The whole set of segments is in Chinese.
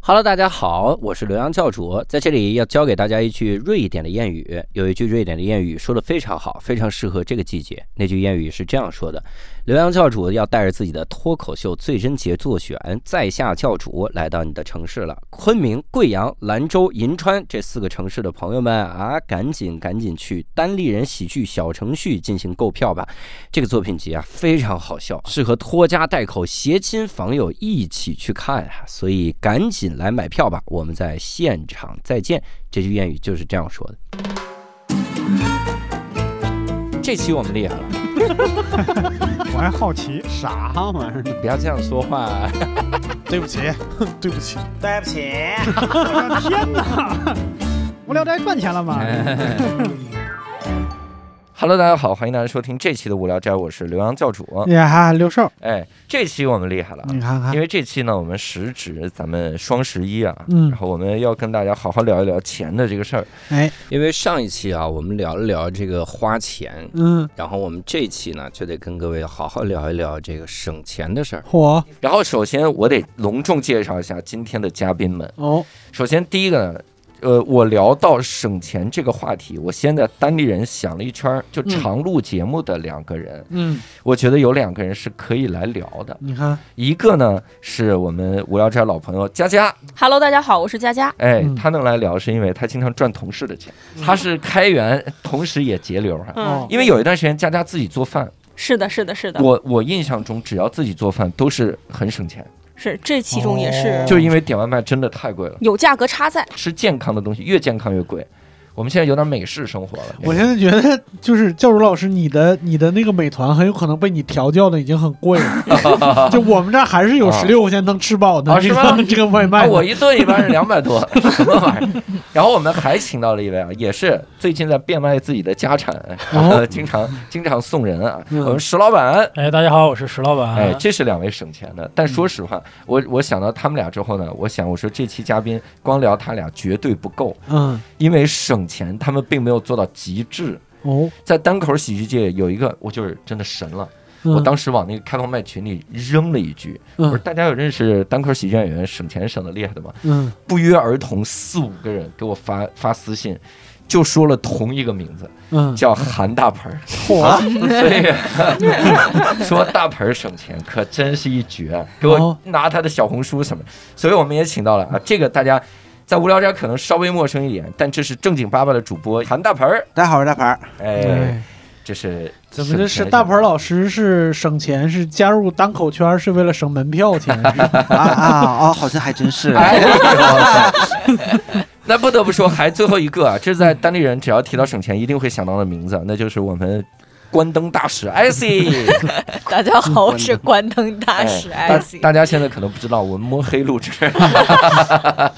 Hello，大家好，我是刘洋教主，在这里要教给大家一句瑞典的谚语。有一句瑞典的谚语说的非常好，非常适合这个季节。那句谚语是这样说的：刘洋教主要带着自己的脱口秀最真杰作选，在下教主来到你的城市了。昆明、贵阳、兰州、银川这四个城市的朋友们啊，赶紧赶紧去单立人喜剧小程序进行购票吧。这个作品集啊非常好笑，适合拖家带口、携亲访友一起去看啊，所以赶紧来买票吧，我们在现场再见。这句谚语就是这样说的。这期我们厉害了，我还好奇，啥玩意儿？不要这样说话、啊。对不起， 对不起，对不起。我的 天哪！无聊斋赚钱了吗？哎 Hello，大家好，欢迎大家收听这期的无聊斋，我是刘洋教主。呀哈，六兽，哎，这期我们厉害了啊，你看看因，为这期呢，我们时值咱们双十一啊，嗯然后我们要跟大家好好聊一聊钱的这个事儿。哎，因为上一期啊，我们聊了聊这个花钱，嗯，然后我们这期呢，就得跟各位好好聊一聊这个省钱的事儿。嚯，然后首先我得隆重介绍一下今天的嘉宾们。哦，首先第一个呢，呃，我聊到省钱这个话题，我先在单立人想了一圈儿，就嗯常录节目的两个人，嗯，我觉得有两个人是可以来聊的。你看，一个呢是我们无聊斋老朋友佳佳， Hello，大家好，我是佳佳。哎嗯，他能来聊是因为他经常赚同事的钱，他是开源，同时也节流嗯哈。哦，因为有一段时间佳佳自己做饭，是的，是的，嗯是的，我我印象中只要自己做饭都是很省钱，是这其中也是哦就因为点外卖真的太贵了，有价格差在。吃健康的东西越健康越贵。我们现在有点美式生活了，我现在觉得就是教主老师，你的你的那个美团很有可能被你调教的已经很贵了， 就我们这儿还是有啊十六块钱能吃饱的，啊是吗这个外卖啊，呢，我一顿一般是两百多，什么玩意儿？然后我们还请到了一位啊，也是最近在变卖自己的家产，哦呃，经常经常送人啊。嗯我们石老板，哎，大家好，我是石老板。哎，这是两位省钱的。但说实话，嗯我我想到他们俩之后呢，我想我说这期嘉宾光聊他俩绝对不够，嗯，因为省钱他们并没有做到极致。哦，在单口喜剧界有一个，我就是真的神了。嗯我当时往那个开放麦群里扔了一句，我说嗯大家有认识单口喜剧演员省钱省的厉害的吗？嗯，不约而同，四五个人给我发发私信，就说了同一个名字，嗯，叫韩大盆 儿。嚯，所以 说大盆儿省钱可真是一绝啊，给哦我拿他的小红书什么的。所以我们也请到了啊，这个大家在无聊斋可能稍微陌生一点，但这是正经八百的主播韩大盆儿，大家好，我是大盘儿。哎，哎这是怎么的？是省钱大盆儿老师是省钱，是加入单口圈儿是为了省门票钱，啊啊哦，好像还真是。哎呦我操 那不得不说，还最后一个啊，这是在当地人只要提到省钱一定会想到的名字，那就是我们关灯大使 IC。 大家好，我是关灯大使哎大 IC。大家现在可能不知道，我们摸黑录制。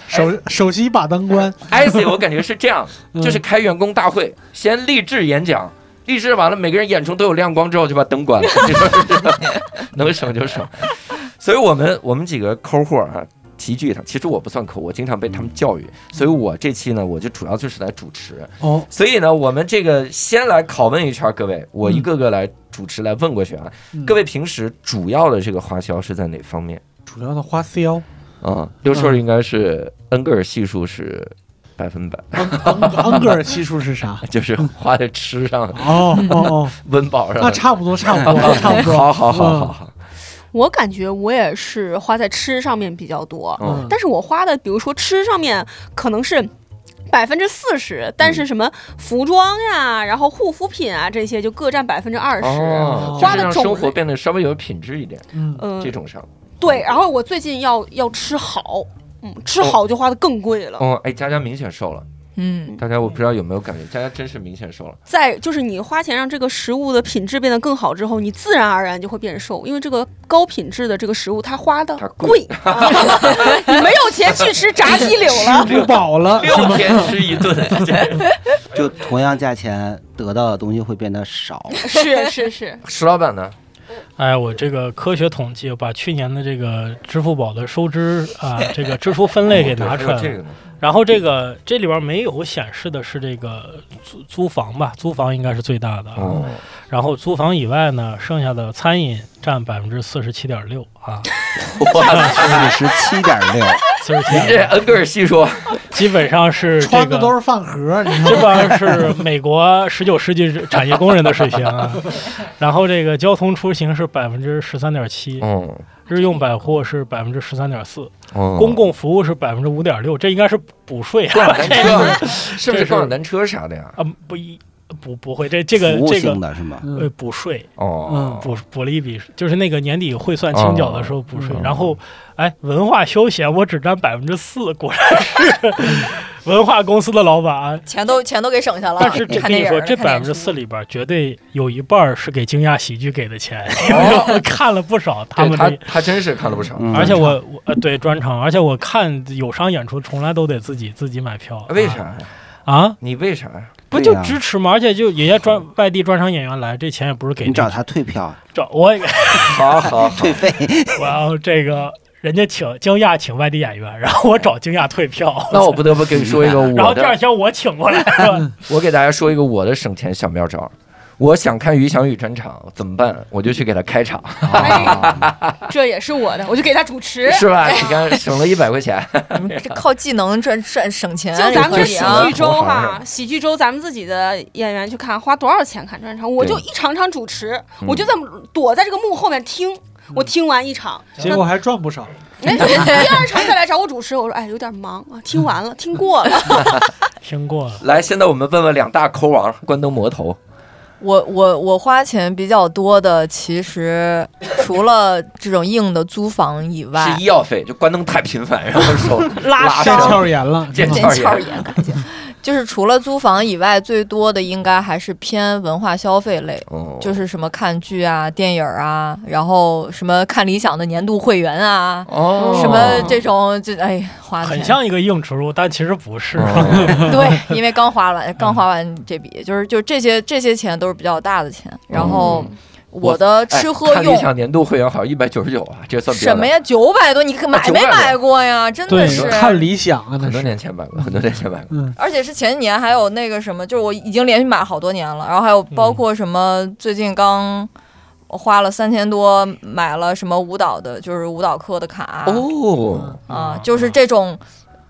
首首席把灯官， IC 我感觉是这样，嗯就是开员工大会，先励志演讲，励志完了，每个人眼中都有亮光之后，就把灯关了， 你说是吧能省就省。所以我们我们几个抠货啊。齐聚一堂，其实我不算抠，我经常被他们教育，所以我这期呢，我就主要就是来主持。哦，所以呢，我们这个先来拷问一圈各位，我一个个来主持来问过去啊。嗯各位平时主要的这个花销是在哪方面主要的花销，啊？六兽嗯应该是恩格尔系数是百分百， 昂昂格尔系数是啥？就是花在吃上、哦哦哦，温饱上。那差不多，差不多，差不 多。好好好好好，我感觉我也是花在吃上面比较多，嗯，但是我花的，比如说吃上面可能是百分之四十，但嗯是什么服装呀、然后护肤品啊这些就各占百分之二十。嗯哦，就花是的让种生活类变得稍微有品质一点，嗯，嗯这，种上。对。然后我最近要要吃好，嗯，吃好就花的更贵了。哦哦，哎，佳佳明显瘦了，嗯，大家我不知道有没有感觉，佳佳真是明显 瘦了。在就是你花钱让这个食物的品质变得更好之后，你自然而然就会变瘦，因为这个高品质的这个食物它花的它 贵贵，啊你没有钱去吃炸鸡柳了。吃不饱了，六天吃一顿，就同样价钱得到的东西会变得少。是是是， 石老板呢？哎，我这个科学统计，我把去年的这个支付宝的收支啊、这个支出分类 给拿出来哦对还有这了。个呢，然后这个这里边没有显示的是这个租租房吧，租房应该是最大的。啊。哦，然后租房以外呢，剩下的餐饮占百分之四十七点六啊。哇四十七点六，就是这您这 样，恩格尔系数，基本上是这穿的都个。是饭盒，你基本上是美国十九世纪产业工人的水平啊，然后这个交通出行是百分之十三点七，嗯，日用百货是百分之十三点四，公哦公共服务是百分之五点六，这应该是补税共啊，享单 车是不这是是共享单车啥的呀？啊不一不不会， 这这个服务这性个的是吗？呃补税，哦，补补了一笔，就是那个年底汇算清缴的时候补税。哦嗯然后，哎，文化休闲我只占百分之四，果然是 文化公司的老板。钱都钱都给省下了。但是这看跟你电说，影这看电百分之四视里边儿绝对有一半儿是给惊讶喜剧给的钱，哦我 看了不少他对们他这。他真是看了不少，嗯而且我我呃对专场，而且我看友商演出从来都得自己自己买票，为啥呀？啊？你为啥呀？不对就呀支持吗？而且就人家专外地专场演员来，这钱也不是给你找这他退票、找我也好好好，退费，然后这个人家请惊讶请外地演员，然后我找惊讶退票， 那我不得不跟你说 一个然我后第的二天我请过来嗯了。我给大家说一个我的省钱小妙招。我想看于翔宇专场怎么办？我就去给他开 场，啊哎这也是我的，我就给他主持。是吧？你看省了一百块钱， 你们这靠技能赚赚省钱，就咱们这这个喜也啊剧周我好哈像，喜剧周咱们自己的演员去看，花多少钱看专场？我就对一场场主持，嗯我就在躲在这个幕后面听。我听完一场，结果还赚不少。哎，第二场再来找我主持，我说哎有点忙啊，听完了，听过了， 听过了，来，现在我们问问两大抠王关灯魔头，我我我花钱比较多的，其实除了这种硬的租房以外是，医药费，就关灯太频繁，然后 手拉腱伤。鞘炎了，腱腱鞘鞘炎炎感觉，就是除了租房以外，最多的应该还是偏文化消费类。哦就是什么看剧啊、电影啊，然后什么看理想的年度会员啊，哦什么这种就哎花的很钱像一个硬植入，但其实不是。哦对，因为刚花完 刚花完这笔，就是就这些这些钱都是比较大的钱，然后嗯我的吃喝哎看用理想年度会员好像一百九十九啊，这算别的啊什么？呀，九百多，你可买没900买过呀？真的对是，，看理想啊，很那多是。年前买过，很多年前买过。嗯，而且是前几年还有那个什么，就是我已经连续买了好多年了，然后还有包嗯括什么最近刚。我花了三千多买了什么舞蹈的，就是舞蹈课的卡，哦，啊，就是这种，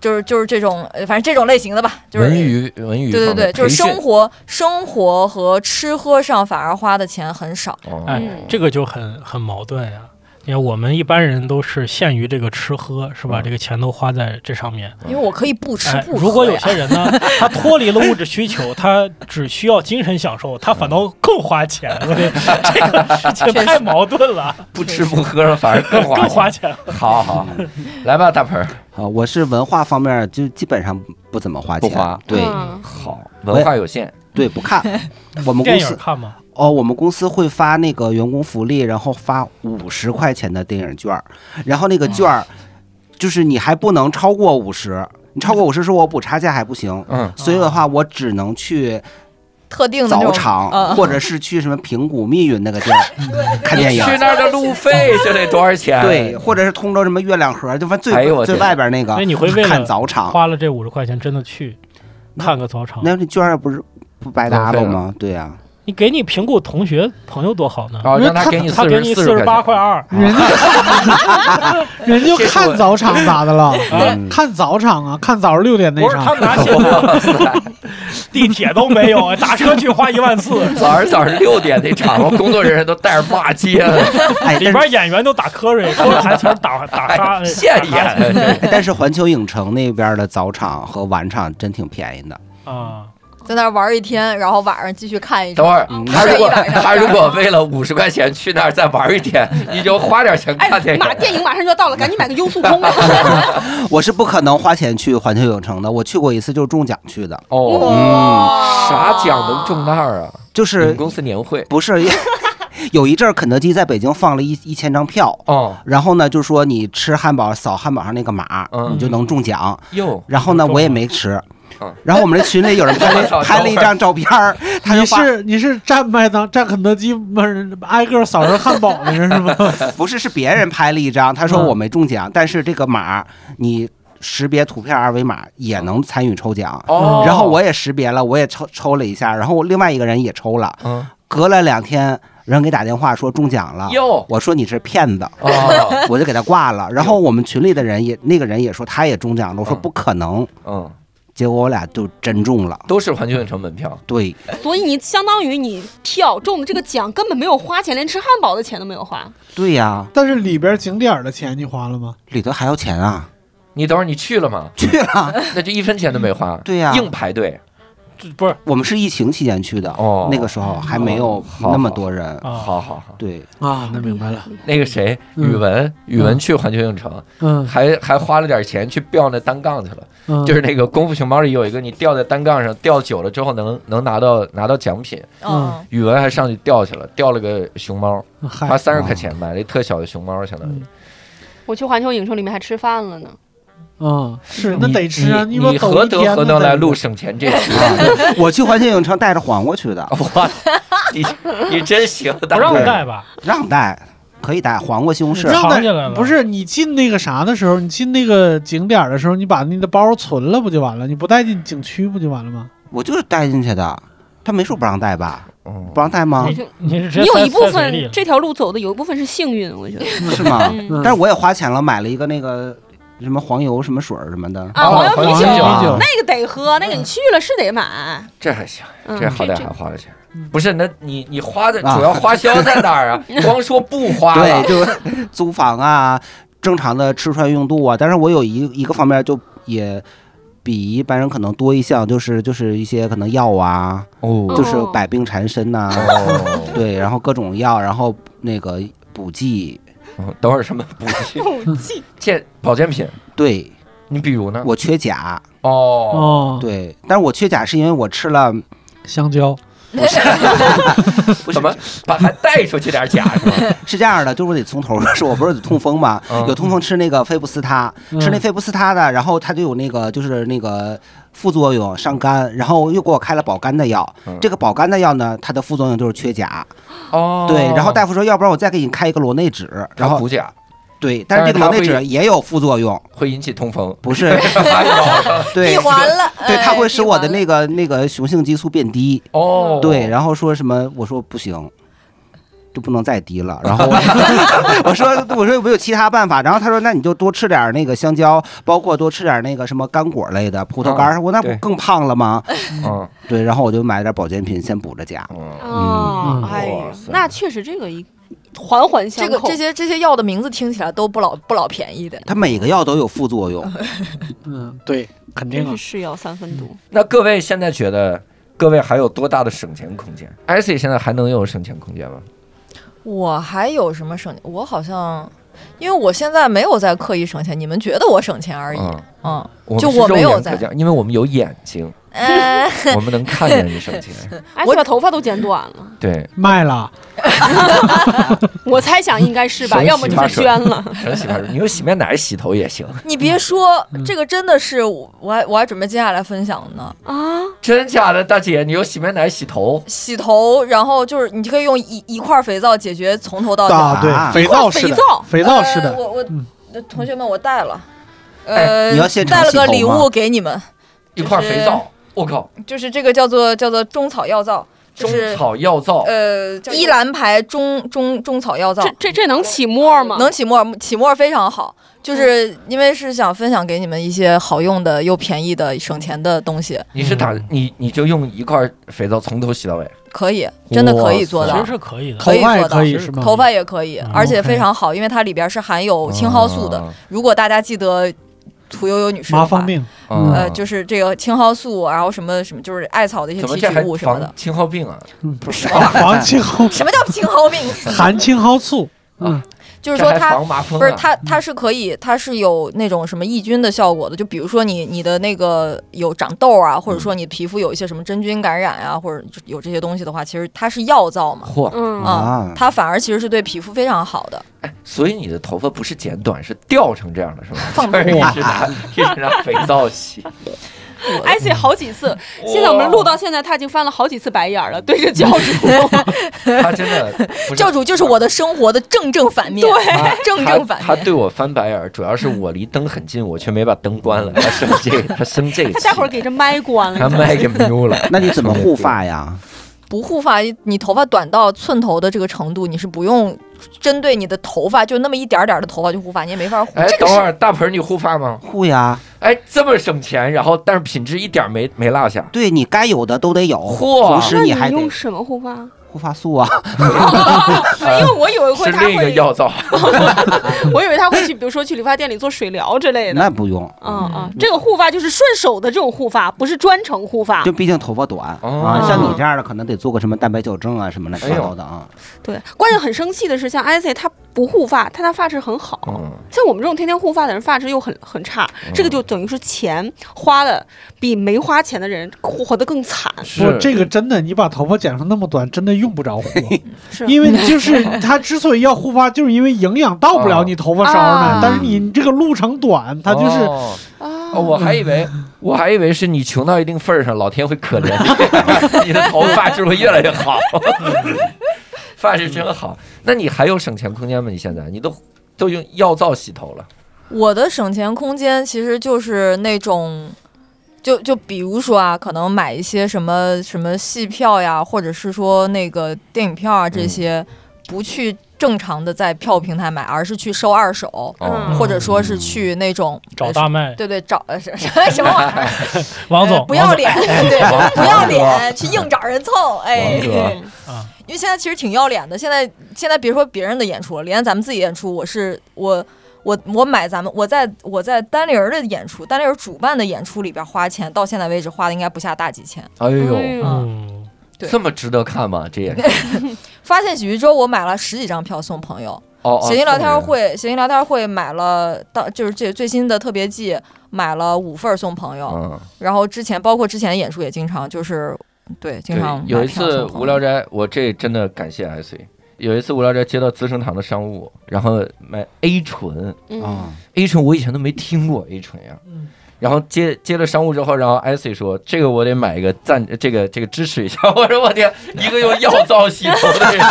就是就是这种，呃反正这种类型的吧，就是文娱文娱对对方面对，就是培训生活生活和吃喝上反而花的钱很少。哦 哎嗯，这个就很很矛盾呀、你看，我们一般人都是限于这个吃喝，是吧？嗯这个钱都花在这上面。因为我可以不吃哎，不喝呀、如果有些人呢，他脱离了物质需求，他只需要精神享受，他反倒更花钱。 我这这个事情太矛盾了，不吃不喝了，反而更更花花钱了。钱。好好，好来吧，大盆儿，好，我是文化方面就基本上不怎么花不钱，花对嗯好，文化有限，对，不 看。我们电公影司看吗？哦，我们公司会发那个员工福利，然后发五十块钱的电影券儿，然后那个券儿哦就是你还不能超过五十，你超过五十是我补差价还不行。哦嗯，所以的话，我只能去特定的那早种场，嗯或者是去什么平谷、密云那个 地儿看电影。去那儿的路费就得多少钱？对，或者是通州什么月亮河，就反正哎呦最我最天外边那个那你会为了看早场，花了这五十块钱真的去看个早场，啊那这券儿不是不白搭了吗？对啊呀、你给你评估同学朋友多好呢。啊哦，让他给你他四给十你四四十八块块钱，二，人家人家就看早场咋的了？啊 嗯看早场啊，看早上六点那不是他场。们拿现在地铁都没有，打车去花一万四，早上早上六点那场，我工作人员都带着骂街了，哎，里但是哎边演员都打瞌睡，说台词儿 打打哈。现眼。哎但是环球影城那边的早场和晚场真挺便宜的。啊，在那儿玩一天，然后晚上继续看一等场。会儿嗯他如果他如果为了五十块钱去那儿再玩一天，你就花点钱哎看电，马影。电影马上就要到了，赶紧买个优速通啊吧。我是不可能花钱去环球影城的，我去过一次就是中奖去的， 哦，哇啥奖能中那儿啊？就是你们公司年会不是 有一阵儿肯德基在北京放了一一千张票，哦，然后呢就说你吃汉堡扫汉堡上那个码，嗯你就能中奖。哟，然后呢中了我也没吃嗯，然后我们这群里有人拍我操了拍了一张照片儿，他就你发是你是站麦当站肯德基，不是挨个扫人汉堡的人是吗？不是，是别人拍了一张，他说嗯我没中奖，但是这个码你识别图片二维码也能参与抽奖。哦，然后我也识别了，我也抽抽了一下，然后另外一个人也抽了。嗯隔了两天，人给打电话说中奖了，哟我说你是骗子，啊，我就给他挂了。然后我们群里的人也那个人也说他也中奖了，我说嗯不可能，嗯，结果我俩就真中了。都是环球影城门票，对，所以你相当于你票中了这个奖，根本没有花钱，连吃汉堡的钱都没有花。对呀、但是里边景点儿的钱你花了吗？里头还要钱啊？你等会儿你去了吗？去了， 那就一分钱都没花，对啊呀、硬排队这不是我们是疫情期间去的，哦那个时候还没有好那么多人。啊，好好好，对，啊，那明白了。那个谁，嗯宇文，宇文去环球影城，嗯还还花了点钱去吊那单杠去了，嗯，就是那个功夫熊猫里有一个，你吊在单杠上，吊久了之后能能拿到拿到奖品。嗯，宇文还上去吊去了，吊了个熊猫，花哎嗨，三十块钱买了一特小的熊猫，相嗯当于。我去环球影城里面还吃饭了呢。嗯，是那得吃啊，你你妈你抖何一德天何呢能在来里录边省钱这期？啊啊 我去环球影城带着黄瓜去的，哇，你你真行，不大让哥带吧？让带，可以带黄瓜西红柿。让那藏起来了不是你进那个啥的时候，你进那个景点儿的时候，你把你的包存了不就完了？你不带进景区不就完了吗？我就是带进去的，他没说不让带吧？嗯不让带吗你？就你是直接你有塞一部塞嘴里分了这条路走的有一部分是幸运，我觉得。是吗？嗯嗯但是我也花钱了，买了一个那个什么黄油什么水儿什么的。啊，哦黄油黄啤油酒啤酒那个得喝，那个你去了是得买。这还行，嗯这好歹这还花了钱。不是，那你你花的啊主要花销在哪儿啊？光说不花对，了，就 租房啊，正常的吃穿用度啊。但是我有一一个方面就也比一般人可能多一项，就是就是一些可能药啊，哦就是百病缠身呐、哦，对，然后各种药，然后那个补剂，哦等会儿什么补剂？不记健保健品，对你比如呢？我缺钾，哦，哦，对，但是我缺钾是因为我吃了香蕉，怎么把还带出去点假是吧？是这样的，就是我得从头儿 说，我不是有痛风嘛，嗯有痛风吃那个菲布斯他，吃那嗯菲布斯他的，然后它就有那个就是那个副作用上肝，然后又给我开了保肝的药嗯，这个保肝的药呢，它的副作用就是缺钾，哦， 对，然后大夫说，要不然我再给你开一个螺内酯，然然后后补钾对，但是这个但螺是它内酯也有副作用，。会引起痛风 哎不是对 闭。环了，对，哎它会使我的闭环了那个那个雄性激素变低，哦， 对，然后说什么？我说不行，就不能再低了。然后 我我说我说有没有其他办法？然后他说那你就多吃点那个香蕉，包括多吃点那个什么干果类的葡萄干儿。我那嗯不对更胖了吗？嗯对，然后我就买点保健品先补着钾。嗯，哦嗯哎哇呀塞，那确实这个一环环相这个扣。这些这些药的名字听起来都不老不老便宜的。它每个药都有副作用，嗯，对，肯定真啊是，是药三分毒。那各位现在觉得各位还有多大的省钱空间？IC 现在还能有省钱空间吗？我还有什么省？我好像，因为我现在没有在刻意省钱，你们觉得我省钱而已。嗯， 嗯，我就们是我没有肉眼可在见，因为我们有眼睛，哎， 我们能看见你省钱。哎，我把头发都剪短了，对，卖了， 我猜想应该是吧，手要么就是洗捐发了。省洗发水，你用洗面奶洗头也 行，你别说嗯，这个真的是我，我还我还准备接下来分享呢。啊，真假的，大姐，你用洗面奶洗头？洗头，然后就是你可以用一一块肥皂解决从头到脚。啊，对，肥哦块皂肥是的皂，肥皂是呃的，我我、嗯同学们，我带了。哎呃，你要现场带了洗个头礼吗物给你们，一块肥皂，我靠，就是这个叫做叫做中草药皂，就中是草药皂，呃，叫依兰牌中中中草药皂这这这能起沫吗？嗯能起沫，起沫非常好。就是因为是想分享给你们一些好用的又便宜的省钱的东西，你是打嗯你你就用一块肥皂从头洗到尾，可以，真的可以做其到实。是可以的。可头以发也做到可以是吗？头发也可以嗯，而且 OK 非常好，因为它里边是含有哦青蒿素的。啊。如果大家记得屠呦呦女士的麻话，方病，啊呃，就是这个青蒿素，然后什么什么，就是艾草的一些怎么提这还取物什么的防。青蒿病啊？不是黄青蒿， 什么叫青蒿病？含青蒿素，嗯 就是说这还它防麻风啊不是它，它是可以，它是有那种什么抑菌的效果的。就比如说你你的那个有长痘啊，或者说你皮肤有一些什么真菌感染啊，或者就有这些东西的话，其实它是药皂嘛，嚯！哎嗯，啊啊，它反而其实是对皮肤非常好的。所以你的头发不是剪短，是掉成这样的，是吧？放就是一直拿一直拿肥皂洗。艾希哎好几次，现在我们录到现在，他已经翻了好几次白眼儿了，对着教主。他真的不 教主就是我的生活的正正反面，他 正正反他他面。对我翻白眼儿，主要是我离灯很近，我却没把灯关了。他生这，他生这气，他待会儿给这麦关他了，麦给瞄了。那你怎么护发呀？不护发，你头发短到寸头的这个程度，你是不用针对你的头发，就那么一点儿点儿的头发去护发，你也没法护。哎这，个等会是儿大盆儿你护发吗？护呀，哎，这么省钱，然后但是品质一点儿没没落下。对你该有的都得有，嚯同时那你还得用什么护发？护发素啊， 因为我以为会是他另一个会，药皂，我以为他会去，比如说去理发店里做水疗之类的。那不用。嗯嗯，这个护发就是顺手的这种护发，不是专程护发就。毕竟头发短、哦哎啊，像你这样的可能得做个什么蛋白矫正啊什么乱七八糟的啊。对，关键很生气的是，像艾 C 他不护发，他他发质很好。嗯，像我们这种天天护发的人，发质又很很差，嗯这个就等于是钱花了比没花钱的人活活得更惨。不，是这个真的，你把头发剪成那么短，真的用不 着护，是，因为就是它之所以要护发，就是因为营养到不了你头发梢啊呢。但是你这个路程短，它就是哦啊哦，我还以为我还以为是你穷到一定份儿上，老天会可怜你，你的头发质会越来越好， 发质真好。那你还有省钱空间吗？你现在你都都用药皂洗头了，我的省钱空间其实就是那种，就就比如说啊，可能买一些什么什么戏票呀，或者是说那个电影票啊这些，嗯不去正常的在票平台买，而是去收二手，哦嗯或者说是去那种找大麦，对对找 呃是 什么玩意儿？王总呃，不要王总脸， 对， 不要脸，去硬找人凑，王哎，哥因为现在其实挺要脸的。现在现在别说别人的演出了，连咱们自己演出，我是我我我买咱们我在我在单立人的演出，单立人主办的演出里边花钱，到现在为止花的应该不下大几千。哎哎呦，啊呦嗯，对这么值得看吗？这也是发现喜剧周我买了十几张票送朋友，哦，哦谐音聊天，送人会谐音聊天会买了到就是这最新的特别季买了五份儿送朋友，嗯，然后之前包括之前的演出也经常就是对经对常，有买一票次送朋友无聊斋，我这真的感谢 S C。有一次无聊斋接到资生堂的商务，然后买 A 醇嗯啊， ，A 醇我以前都没听过 A 醇呀。然后接接了商务之后，然后 i C 说：“这个我得买一个赞，这个这个支持一下。” 我说：“我天，一个用药皂洗头的人，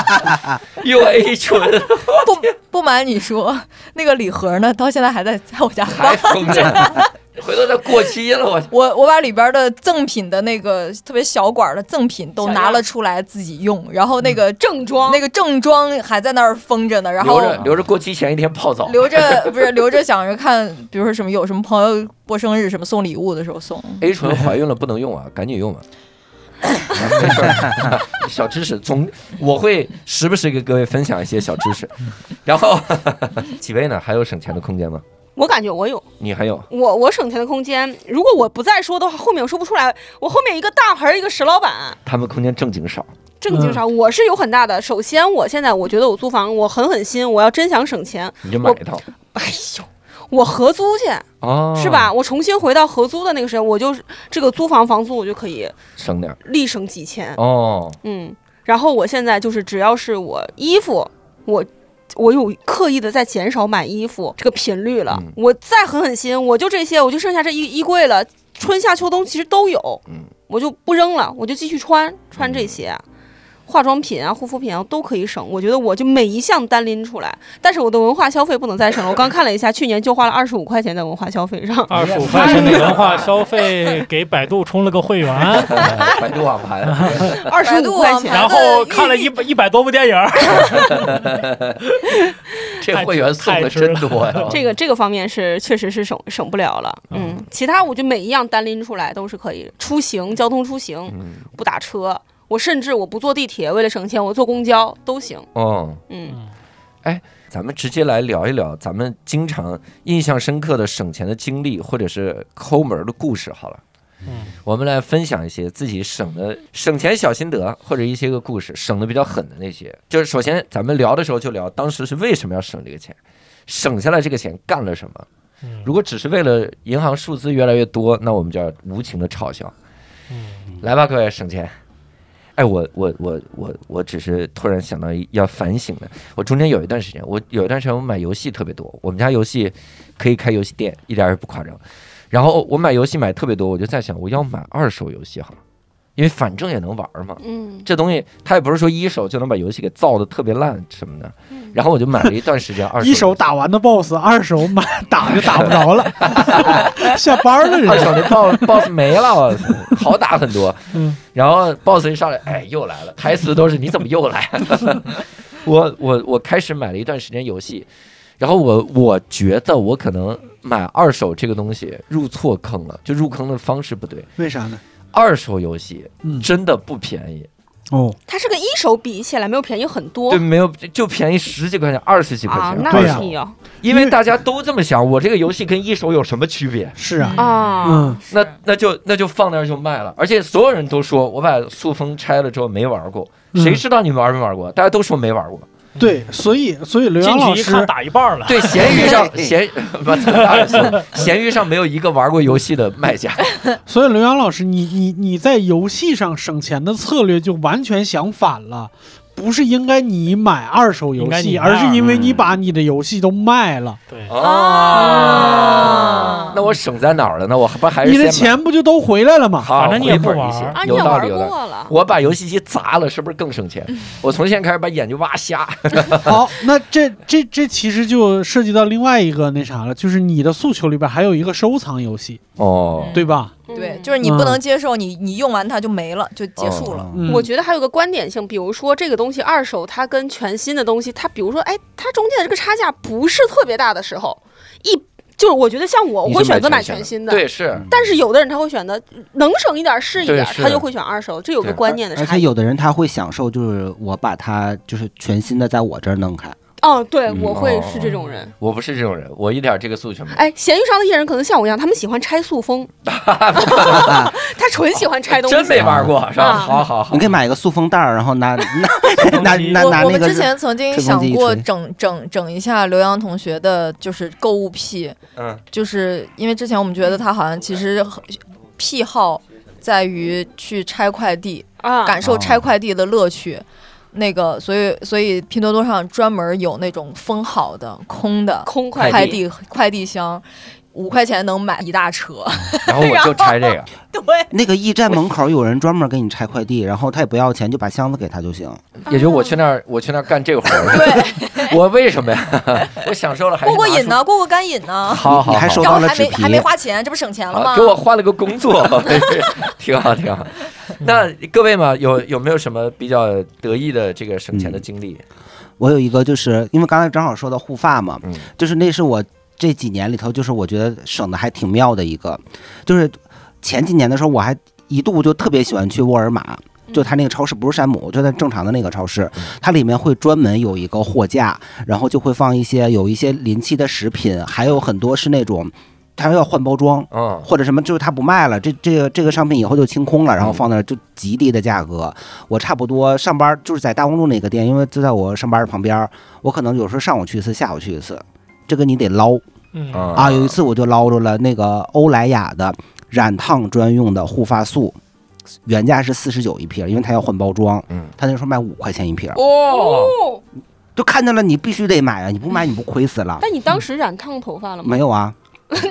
用 A 醇 不不瞒你说，那个礼盒呢，到现在还在在我 家放还。封着， 回头它过期了，我我我把里边的赠品的那个特别小管儿的赠品都小样拿了出来自己用，然后那嗯个正、正装那个正装还在那儿封着呢，然留后着留着过期前一天泡澡。留着不是留着想着看，比如说什么有什么朋友过生日什么送礼物的时候送。 A 醇怀孕了不能用啊，赶紧用啊。 没事儿，小知识总我会时不时给各位分享一些小知识。然后几位呢？还有省钱的空间吗？我感觉我有你还有？我我省钱的空间。如果我不再说的话，后面我说不出来。我后面一个大盆儿，一个石老板，他们空间正经少。正经嗯啥，我是有很大的。首先，我现在我觉得我租房，我狠狠心，我要真想省钱，你就买一套哎呦，我合租去嗯哦，是？吧？我重新回到合租的那个时间，我就是这个租房房租我就可以省点儿立省几千，哦，嗯。然后我现在就是只要是我衣服，我我有刻意的在减少买衣服这个频率了。嗯我再狠狠心，我就这些，我就剩下这一衣柜了，春夏秋冬其实都有，嗯我就不扔了，我就继续穿穿这些。化妆品啊，护肤品啊，都可以省。我觉得我就每一项单拎出来，但是我的文化消费不能再省了。我刚看了一下，去年就花了二十五块钱在文化消费 上。二十五块钱的文化消费给百度充了个会员， 百度网盘。 二十百五度块网钱，盘然后看了一百一百多部电影儿，这会员送的真多呀！哦这个这个方面是确实是省省不了了。嗯，其他我就每一样单拎出来都是可以。出行，交通出行，嗯，不打车，我甚至我不坐地铁，为了省钱，我坐公交都行。哦，嗯，咱们直接来聊一聊咱们经常印象深刻的省钱的经历，或者是抠门儿的故事好了。嗯，我们来分享一些自己省的省钱小心得，或者一些个故事，省的比较狠的那些。就是首先咱们聊的时候就聊当时是为什么要省这个钱，省下来这个钱干了什么。嗯如果只是为了银行数字越来越多，那我们就要无情的嘲笑。嗯来吧，各位省钱。哎，我我我我我只是突然想到一要反省的。我中间有一段时间，我有一段时间我买游戏特别多，我们家游戏可以开游戏店，一点儿也不夸张。然后我买游戏买特别多，我就在想，我要买二手游戏好了，因为反正也能玩嘛。嗯，这东西它也不是说一手就能把游戏给造的特别烂什么的。嗯然后我就买了一段时间二手一手打完的 BOSS，二手买打就打不着了，下班了 人二家手那 boss boss 没了，我操好打很多。嗯然后 boss 一上来，哎，又来了，台词都是你怎么又来了？ 我我我开始买了一段时间游戏，然后我我觉得我可能买二手这个东西入错坑了，就入坑的方式不对。为啥呢？二手游戏嗯真的不便宜，哦，它是跟一手比起来没有便宜很多对，没有就便宜十几块钱、二十几块啊，钱。那对二呀手是要因为大家都这么想，我这个游戏跟一手有什么区别？是啊，啊，嗯，那那就那就放那儿就卖了，而且所有人都说我把塑封拆了之后没玩过，嗯谁知道你玩没玩过？大家都说没玩过。对，所以所以刘洋进老去一看师，打一半了， 对，闲鱼上嘿闲把这么大人说闲鱼上没有一个玩过游戏的卖家。所以刘洋老师，你你你在游戏上省钱的策略就完全想反了。不是应该你买二手应游该你戏，卖而是因为你把你的游戏都卖了，嗯对，哦哦啊那我省在哪儿了呢？我不还是你的先买钱不就都回来 了吗？好啊反正你也回本不玩一些啊啊，你有也道玩理有道理。过了，我把游戏机砸了，是不是更省钱？我从现在开始把眼睛挖瞎。好，那这这这其实就涉及到另外一个那啥了，就是你的诉求里边还有一个收藏游戏，哦对吧？对，嗯就是你不能接受你你用完它就没了，就结哦束了。嗯我觉得还有个观点性，比如说这个东西二手，它跟全新的东西，它比如说，哎，它中间的这个差价不是特别大的时候，一就是我觉得像我你会是买选择买全全新新的的，嗯对，是但是有的人他会选择能省一点是一对点，是他就会选二手，这有个对观念的而差且异。有的人他会享受，就是我把它就是全新的在我这儿弄开，哦，对，嗯我会是这种人。我不是这种人，我一点这个诉求没有。哎，闲鱼上的艺人可能像我一样，他们喜欢拆塑封，他纯喜欢拆东西。真没玩过，是吧？啊好好好你可，以买个塑封袋儿，然后拿拿拿拿我拿那我们个之前曾经吹风想机一过吹整整整一下刘洋同学的，就是购物癖，嗯，就是因为之前我们觉得他好像其实很癖好在于去拆快递，啊，感受拆快递的乐趣。那个，所以所以拼多多上专门有那种封好的空的空快快快递。递快递箱，五块钱能买一大车。然后我就拆这个，对，那个驿站门口有人专门给你拆快递，然后他也不要钱，就把箱子给他就行。也就我去那儿，我去那儿干这个活儿。对， 我为什么呀？ 我享受了，还是过过瘾拿出？呢，过过干瘾呢，好好好，你 还收然到后了还纸没皮还，没花钱，这不省钱了啊吗？给我换了个工作， 挺好挺 好。那各位嘛，有有没有什么比较得意的这个省嗯钱的经历？我有一个就是因为刚才正好说到护发嘛，嗯就是那是我这几年里头，就是我觉得省的还挺妙的一个，就是前几年的时候我还。一度就特别喜欢去沃尔玛，就它那个超市不是山姆，就在正常的那个超市，它里面会专门有一个货架，然后就会放一些有一些临期的食品，还有很多是那种它要换包装，嗯，或者什么，就是他不卖了，这这个这个商品以后就清空了，嗯然后放那儿就极低的价格。我差不多上班就是在大望路那个店，因为就在我上班旁边儿，我可能有时候上午去一次，下午去一次，这个你得捞嗯，啊啊。有一次我就捞着了那个欧莱雅的染烫专用的护发素，原价是四十九一瓶，因为它要换包装，嗯，他那时候卖五块钱一瓶，哦，哦，就看见了你必须得买啊，你不买你不亏死了。但你当时染烫头发了吗没？有啊，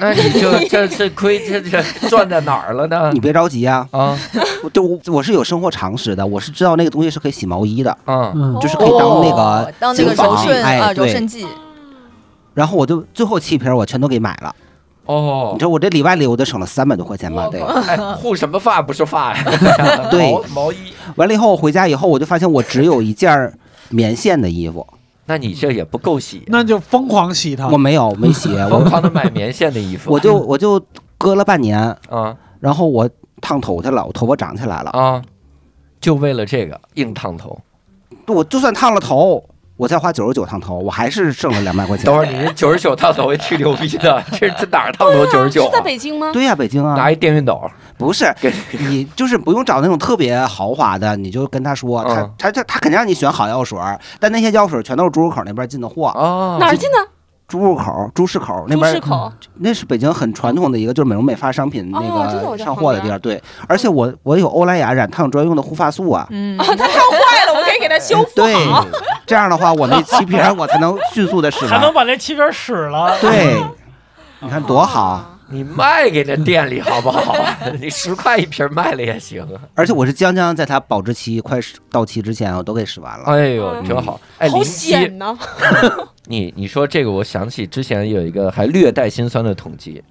那你就这这亏这这赚在哪儿了呢你？别着急啊，啊我就我我是有生活常识的，我是知道那个东西是可以洗毛衣的。啊，嗯，就是可以当那个哦当那个警纺柔顺哎啊柔对顺剂，然后我就最后七瓶我全都给买了，哦你知，道我这里外里我都省了三百多块钱吧？得。哎，护什么发不是发呀？对 毛毛衣。完了以后我回家以后我就发现我只有一件儿棉线的衣服，那你这也不够洗，那就疯狂洗哦它我。没有 没洗，疯我狂的买棉线的衣服。我就我就搁了半年，啊然后我烫头去了，我头发长起来了，啊，就为了这个硬烫头。我就算烫了头，我再花九十九烫头，我还是挣了两百块钱 等。会儿你这九十九烫头也挺牛逼 的，这这哪儿烫头九十九啊啊是？在北京吗？对呀、北京啊拿，一电熨斗，不是给你就是不用找那种特别豪华的，你就跟他说，嗯他他他他肯定让你选好药水儿，但那些药水儿全都是猪肉口那边进的货，哦哪儿进的？猪肉口、猪市口那朱边嗯市口。那是北京很传统的一个，就是美容美发商品那哦这个我个在上货的地儿。对，而且我我有欧莱雅染烫专用的护发素啊。嗯嗯，坏了，我可以给他修复对，这样的话我那七瓶儿我才能迅速的使还能完。把那漆边使了。对，你看多好。。你卖给这店里好不好？你十块一瓶卖了也行。而且我是将将在它保质期快到期之前，我都给使完了。哎呦，真好！哎，好零七险呢！你你说这个，我想起之前有一个还略带心酸的统计，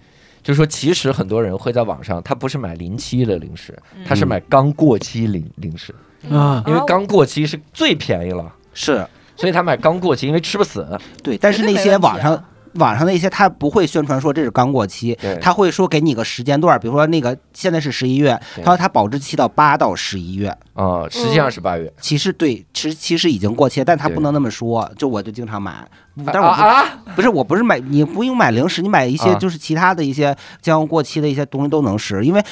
就说其实很多人会在网上，他不是买临期的零食，他是买刚过期零零食，啊，因为刚过期是最便宜了，是所以他买刚过期，因为吃不死。对，但是绝对那没些问题网上、啊网上那些他不会宣传说这是刚过期对，他会说给你个时间段儿，比如说那个现在是十一月，对他说他保质期到八到十一月，啊、实际上是八月。其实对，其实其实已经过期了，但他对不能那么说。就我就经常买，嗯但是啊我不、啊！不是我不是买，你不用买零食，你买一些啊就是其他的一些将要过期的一些东西都能吃，因为。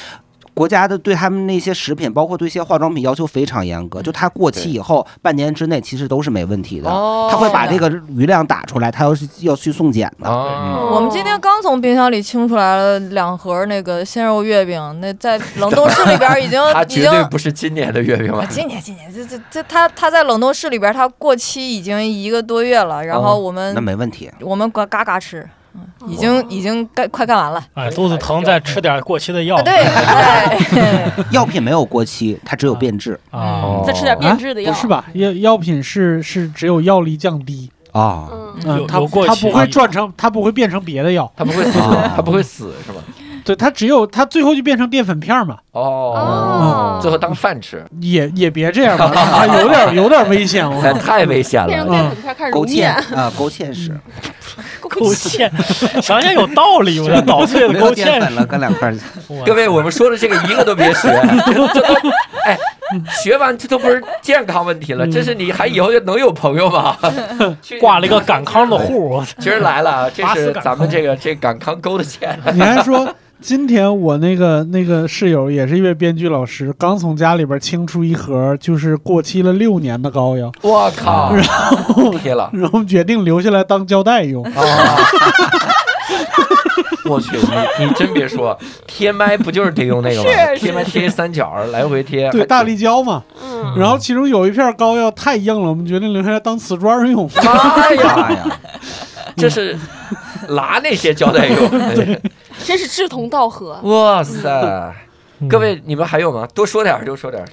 国家的对他们那些食品，包括对一些化妆品要求非常严嗯格，就它过期以后半年之内其实都是没问题的。哦他会把这个余量打出来，他要是要去送检的。啊，嗯我们今天刚从冰箱里清出来了两盒那个鲜肉月饼，那在冷冻室里边已 经他已绝经对不是今年的月饼 吧？啊今年今年这这这它它在冷冻室里边，它过期已经一个多月了，然哦后我们、那没问题，我们嘎嘎嘎吃，嗯已经已经干快干完了。哎，肚子疼，再吃点过期的药啊，对 对，药品没有过期，它只有变质啊，再吃点变质的药，不是？吧？药药品是是只有药力降低，哦啊嗯，嗯有嗯，它有过它期不会转成，它不会变成别的药，他不会死，啊他不会死是吧？对，它只有它最后就变成淀粉片儿嘛，哦，哦，最后当饭吃，也也别这样吧，它有点有点危险，我哦那哎靠，太危险变成了。淀粉片开始揉勾芡面，嗯啊，勾芡是勾芡，想想有道理，我这捣碎了没勾有淀芡粉了，搁两 块儿去。是各位，我们说的这个一个都别学，这都 哎，学完这都不是健康问题了，这是你还以后能有朋友 吗？去嗯挂了一个赶康的。户，我今儿来了啊，这是咱们这个这赶康勾的钱。你还说。今天我那个那个室友也是一位编剧老师，刚从家里边清出一盒就是过期了六年的膏药，我 靠，贴了。然后决定留下来当胶带用。啊！ 我去，你你真别说，贴麦不就是得用那个吗？是是贴麦贴三角，来回贴。对，大力胶嘛。嗯，然后其中有一片膏药太硬了，我们决定留下来当瓷砖用。哎妈呀，妈哎呀，这 是拿那些胶带 用。真是志同道合。哇塞！嗯各位，你们还有吗？多说点儿，多说点儿。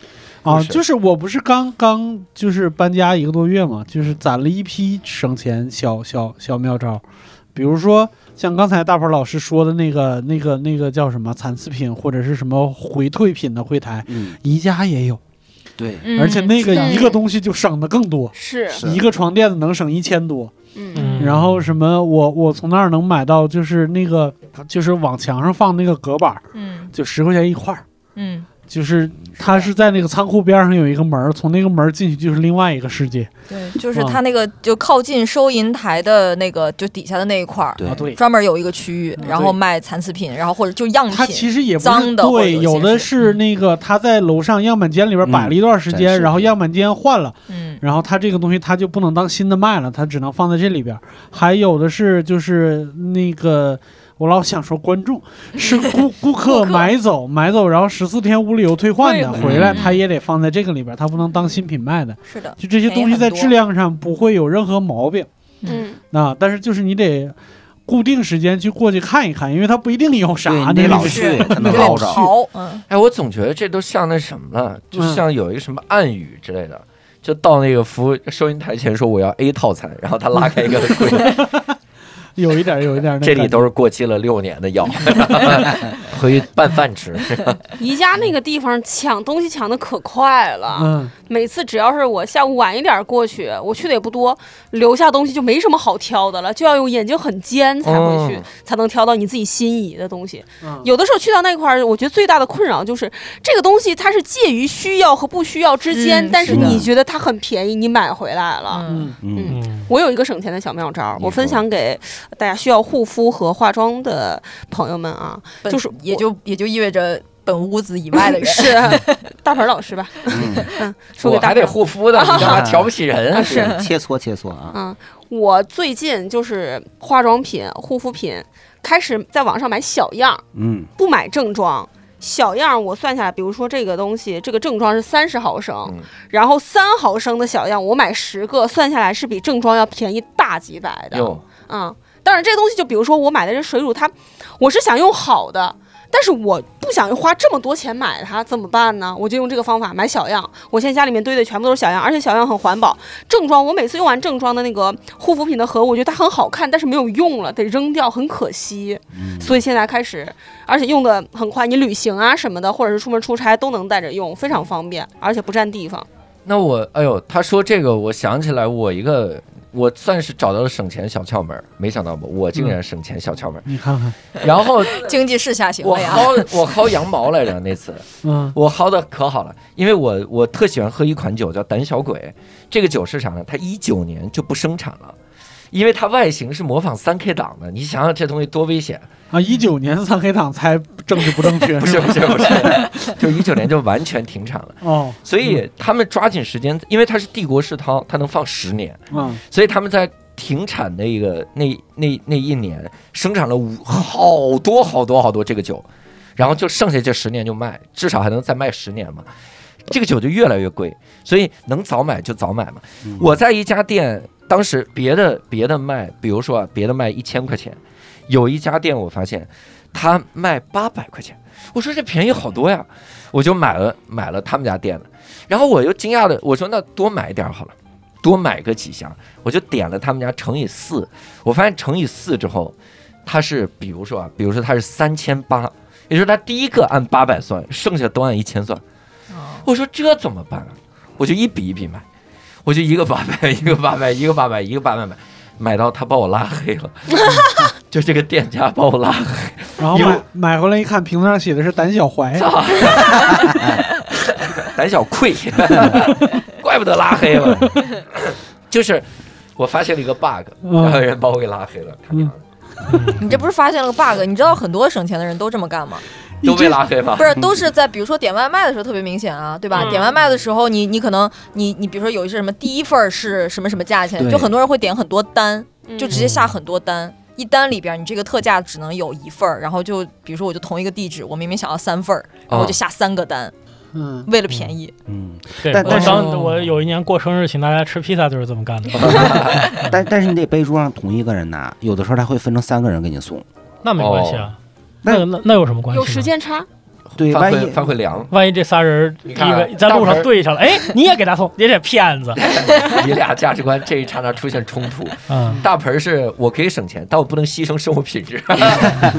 啊，不是就是我不是刚刚就是搬家一个多月嘛，就是攒了一批省钱小小小妙招，比如说像刚才大鹏老师说的那个那个那个叫什么残次品或者是什么回退品的柜台，嗯，宜家也有，对，嗯而且那个嗯一个东西就省的更多，是，是一个床垫子能省一千多，嗯，嗯然后什么我我从那儿能买到就是那个就是往墙上放那个隔板儿，嗯就十块钱一块儿。嗯，就是它是在那个仓库边上有一个门儿，从那个门儿进去就是另外一个世界。对，就是它那个就靠近收银台的那个就底下的那一块儿，对啊，对，专门有一个区域，嗯然后卖残次品，然后或者就样它品。其实也不脏是的或者对，有有些嗯的是是那个他在楼上样板间里边摆了一段时展间，示然后样板间换了，嗯然后它这个东西它就不能当新的卖了，它只能放在这里边儿。还有的是就是那个。我老想说，观众是顾 顾客买走买走，然后十四天无理由退换的，退回回来嗯他也得放在这个里边儿，他不能当新品卖的。是的，就这些便宜东西很在多质量上不会有任何毛病。嗯，啊，但是就是你得固定时间去过去看一看，因为它不一定有啥对，那你得里老面去是才能有捞点着。潮，嗯，哎，我总觉得这都像那什么了，就嗯像有一个什么暗语之类的，就到那个服务收银台前说我要 A 套餐，然后他拉开一个柜 子，有一点儿有一点儿那这里感觉都是过期了六年 的药，回去拌饭吃。嗯宜家那个地方抢东西抢的可快了，嗯，每次只要是我下午晚一点过去，我去的也不多，留下东西就没什么好挑的了，就要用眼睛很尖才会去嗯，才能挑到你自己心仪的东西嗯。有的时候去到那块儿，我觉得最大的困扰就是这个东西它是介于需要和不需要之间，嗯但是是的你觉得它很便宜，你买回来了。嗯嗯，嗯，我有一个省钱的小妙招儿，你我分说享给大家需要护肤和化妆的朋友们啊，本就是也我就也就意味着本屋子以 外的人，是 大盆儿老师吧？嗯嗯，说给我大还盆得儿。护肤 呢，你干嘛瞧不起人啊？是切磋切磋啊，嗯，我最近就是化妆品、护肤品开始在网上买小样儿，嗯，不买正装。小样儿我算下来，比如说这个东西，这个正装是三十毫升，嗯然后三毫升的小样我买十个，算下来是比正装要便宜大几百 的。哟，嗯，当然，这东西就比如说我买的这水乳，它我是想用好的，但是我不想花这么多钱买它，怎么办呢？我就用这个方法买小样。我现在家里面堆的全部都是小样，而且小样很环保。正装我每次用完正装的那个护肤品的盒，我觉得它很好看，但是没有用了，得扔掉，很可惜。嗯嗯所以现在开始，而且用的很快，你旅行啊什么的，或者是出门出差都能带着用，非常方便，而且不占地方。那我，哎呦，他说这个，我想起来，我一个，我算是找到了省钱小窍门儿，没想到吧，我竟嗯然省钱小窍门儿。你看看，然 后经济适下行我了呀。薅我薅羊毛来着，那次嗯我薅的可好了，因为我我特喜欢喝一款酒叫胆小鬼，这个酒是啥呢？它一九年就不生产了。因为它外形是模仿三 K 党的，你想想这东西多危险！ 啊，一九年三黑党才政治不正确，不是是吧不是不是，就一九年就完全停产了。哦，所以他们抓紧时间，因为它是帝国世涛，它能放十年，嗯，所以他们在停产那个那那那一年生产了五好多好多好多这个酒，然后就剩下这十年就卖，至少还能再卖十年嘛。这个酒就越来越贵，所以能早买就早买嘛。我在一家店，当时别的别的卖，比如说啊，别的卖一千块钱，有一家店我发现他卖八百块钱，我说这便宜好多呀，我就买了买了他们家店的。然后我又惊讶的我说那多买点儿好了，多买个几箱，我就点了他们家乘以四，我发现乘以四之后，它是比如说啊，比如说它是三千八，也就是它第一个按八百算，剩下都按一千算。我说这怎么办啊？我就一笔一笔买，我就一个八百， 一个八百，一个八百，一个八百买，买到他把我拉黑了， 就这个店家把我拉黑。然后有买买回来一看，瓶子上写的是胆小怀，胆小愧， 怪不得拉黑了。 就是我发现了一个 bug，嗯然后人把我给拉黑了，他娘的你这不是发现了个 bug？你知道很多省钱的人都这么干吗？都被拉黑了啊不。是，都是在比如说点外卖的时候特别明显啊，对吧？嗯点外卖的时候你，你可能你你比如说有一些什么第一份儿是什么什么价钱，对就很多人会点很多单，就直接嗯下很多单。一单里边儿你这个特价只能有一份儿，然后就比如说我就同一个地址，我明明想要三份儿，啊然后我就下三个单，嗯，为了便宜。嗯，对，但我但是当我有一年过生日，请大家吃披萨，就是这么干的。但但是你得备注上同一个人拿，有的时候他会分成三个人给你送。那没关系啊，那那那那有什么关系？有时。间差，对，范万慧一范慧 良，万一这仨人你一看啊个在路上对上 了，哎，你也给他送，你这骗 子。你俩价值观这一刹那出现冲突。嗯，大盆儿是我可以省钱，但我不能牺牲生活品 质。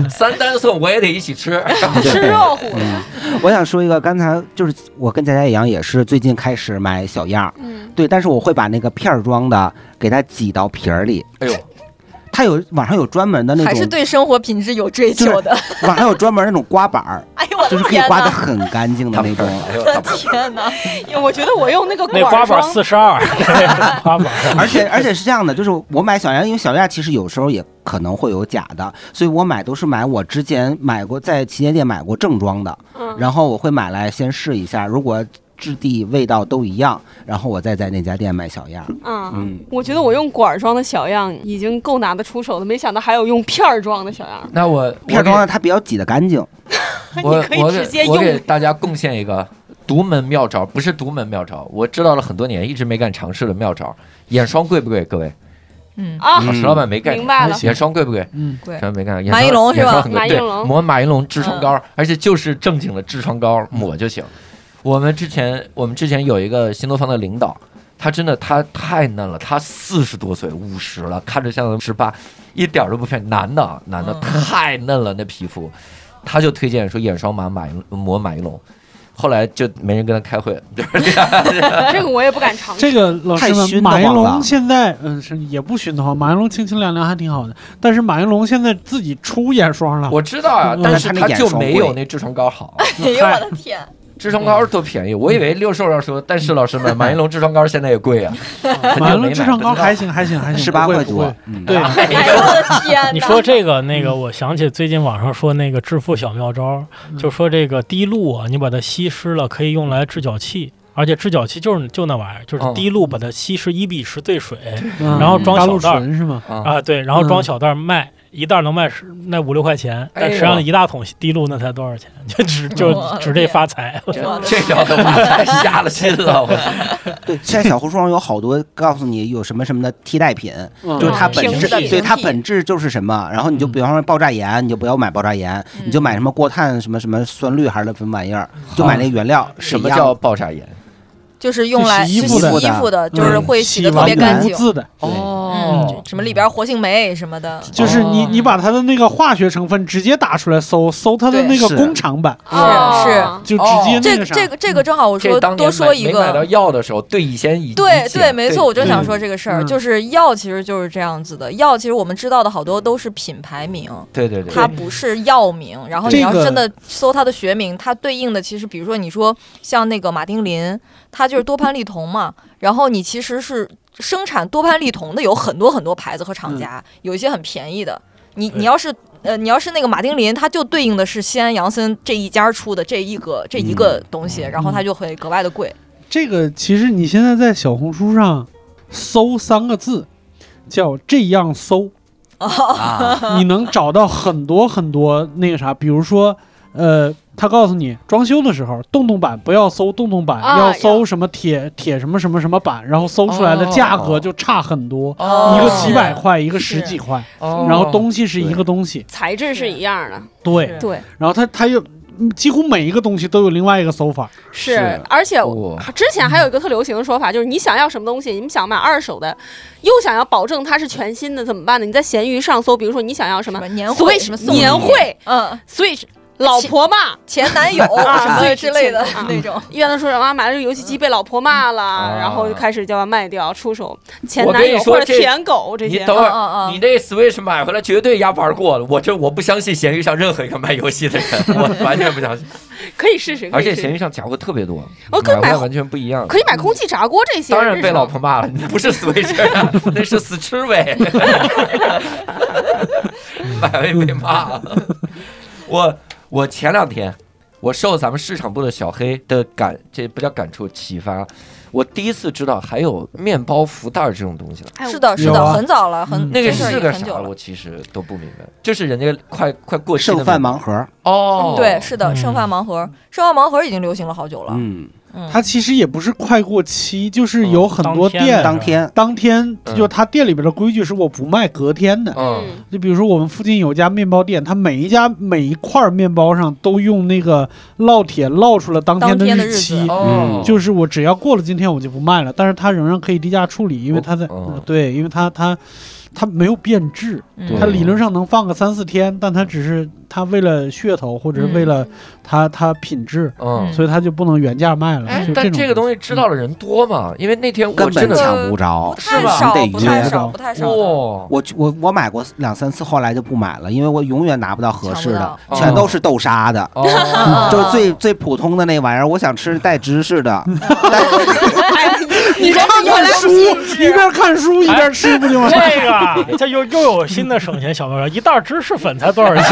三单送我也得一起吃。吃热乎。嗯我想说一个，刚才就是我跟佳佳一样，也是最近开始买小样儿，嗯，对，但是我会把那个片儿装的给它挤到瓶儿里。哎呦，它有网上有专门嗯的那还是种，对生活品质有追求的。网上有专门那种刮板儿， 哎呦我就的是可以 天刮得呐！很干净的大盆那儿种，，哎呦，我大的盆儿 天呐！我觉得我用那个那刮儿板装四十二， 刮板 而且而且是这样的，就是我买小样，因为小样其实有时候也可能会有假的，所以我买都是买我之前买过在旗舰店买过正装的，嗯，然后我会买来先试一下，如果质地味道都一样，然后我再在那家店买小样。嗯嗯，我觉得我用管儿装的小样已经够拿得出手的，没想到还有用片儿装的小样。那 我片儿我给装的它比较挤得干净，我啊你可以我直给接我给用大家贡献一个独门妙招，不是独门妙招，我知道了很多年，一直没敢尝试的妙招。眼霜贵不贵？各位，嗯，啊，嗯石老板没干明。白了，眼霜贵不贵？嗯，对真没干。眼马霜应龙是吧眼霜很贵马应对龙抹马应龙痔疮膏，而且就是正经的痔疮膏抹就行。我们之前我们之前有一个新东方的领导，他真的他太嫩了，他四十多岁五十了，看着像十八，一点儿都不骗。男的啊男的嗯太嫩了，那皮肤，他就推荐说眼霜抹马应抹马应龙。后来就没人跟他开会，这个我也不敢尝试。这个老师太们，熏得马应慌了龙现在嗯是也不熏得慌，马应龙清清凉凉还挺好的，但是马应龙现在自己出眼霜了，我知道啊，嗯但是他那他眼就霜没贵有那痔疮膏好。嗯哎呦我的天！痔疮膏多便宜，我以为嗯六兽要说，但是老师 们，马云龙痔疮膏现在也贵啊，很久马应没龙买痔疮膏不知道还行还行还行，十八不块会哎不多会，。嗯，对，哎呦我的 天呐！你说这个那个，我想起最近网上说那个致富小妙招，就说这个滴露啊，你把它稀释了，可以用来治脚气。而且治脚气就是就那玩意儿，就是嗯滴露把它稀释一比十兑水嗯然后装甘小露袋儿醇是吗？啊，啊，对，然后装嗯小袋儿卖，一袋能卖十那五六块钱，哎呦但实际上一大桶滴露那才多少钱？就只 就我的只这天发财，这这条都太瞎了心 了，我对，现在小红书上有好多告诉你有什么什么的替代品，嗯就是它嗯本平质，替对平它替本质就是什么。然后你就嗯比方说爆炸盐，你就不要买爆炸盐，你就嗯买什么过碳什么什么酸氯还是什么玩意儿，就买那个原料。是什一么样叫的爆炸盐？就是用来洗衣去洗服的衣服的，就是嗯会洗的特别完干无净，渍的，哦嗯，什么里边活性酶什么的，哦就是你你把它的那个化学成分直接打出来搜，搜它的那个对是工厂版，哦就直接那这个啥。这个这个正好我嗯这说当年多说买一没买到个，药的时候，对乙酰乙对乙酰对，没错，我就想嗯说这个事儿，嗯就是药其实就是这样子的，药其实我们知道的好多都是品牌名。对对对，它不是药名，然后这你要个真的搜它的学名，它对应的其实，比如说你说像那个马丁啉，它就是多潘利酮嘛，然后你其实是生产多潘利酮的有很多很多牌子和嗯厂家，有一些很便宜的，你你要是。呃，你要是那个马丁啉，它就对应的是西安杨森这一家出的这一个这嗯一个东西，然后它就会格外的贵。这个其实你现在在小红书上搜三个字，叫这样 搜，啊，你能找到很多很多那个啥，比如说，呃，他告诉你装修的时候，动动板不要搜动动板，啊要搜什么铁铁什么什么什么板，然后搜出来的价格就差很多，哦一个哦是几百块，一个十是几块，哦然后东西是一个东西，材质是一样的，对，对。然后他他又嗯几乎每一个东西都有另外一个搜法，是是，而且哦之前还有一个特流行的说法，就是你想要什么东西，你们想买二手的，又想要保证它是全新的，怎么办呢？你在闲鱼上搜，比如说你想要什什么么年会，什么 Switch 送礼年，会嗯， Switch 老婆骂，前男友啊什么对之类的啊那种。一般都说什么买了这个游戏机被老婆骂了，然后就开始就要卖掉出手，前啊我跟男你友说或者这舔狗这你些。等会嗯儿，嗯你嗯，这 Switch 买回来绝对压盘过了，我这我不相信闲鱼上任何一个卖游戏的人，我完全不 相信。可以试试，嗯而可且以试闲试鱼上假货特别多，哦可以买回来买完全不一样。可以买空气炸锅这些，当然日被常老婆骂了，你不是 Switch，啊那是死吃 呗，买位被骂了。我我前两天我受咱们市场部的小黑的感，这不叫感触启发，我第一次知道还有面包福袋儿这种东西了。哎我是的，是有的，啊很早了，很嗯那个这事儿是也个很啥久？了。我其实都不明白，就是人家快快过期的剩饭面盲盒。包哦，对，是的，剩嗯饭盲盒，剩饭盲盒已经流行了好久了。嗯，嗯，它其实也不是快过期，就是有很多嗯当天店。当天当天嗯就他店里边的规矩是我不卖隔天的，嗯，嗯，就比如说我们附近有家面包店，它每一家每一块面包上都用那个烙铁烙出了当天当天的日日子期，哦，嗯就是我只要过了今天我就不卖了，但是它仍然可以低价处理，因为它在、哦哦对，因为它它它没有变质，嗯对它理论上能放个三四天，但它只是它为了噱头或者是为了它它品质，嗯。所以它就不能原价卖了。哎就，但这这种个东西知道的人多吗？因为那天我根真的本抢不不着。太哦是吧少你得，不太约少，不太少的。哇，我我我买过两三次，后来就不买了，因为我永远拿不到合适抢的，不到全都是豆沙的，哦，嗯嗯就是最最普通的那玩意儿。我想吃带芝士 的，嗯哎你这看看书，一边看哎书一边吃不就完了？ 这个这又又有新的省钱小妙招，一袋芝士粉才多少钱？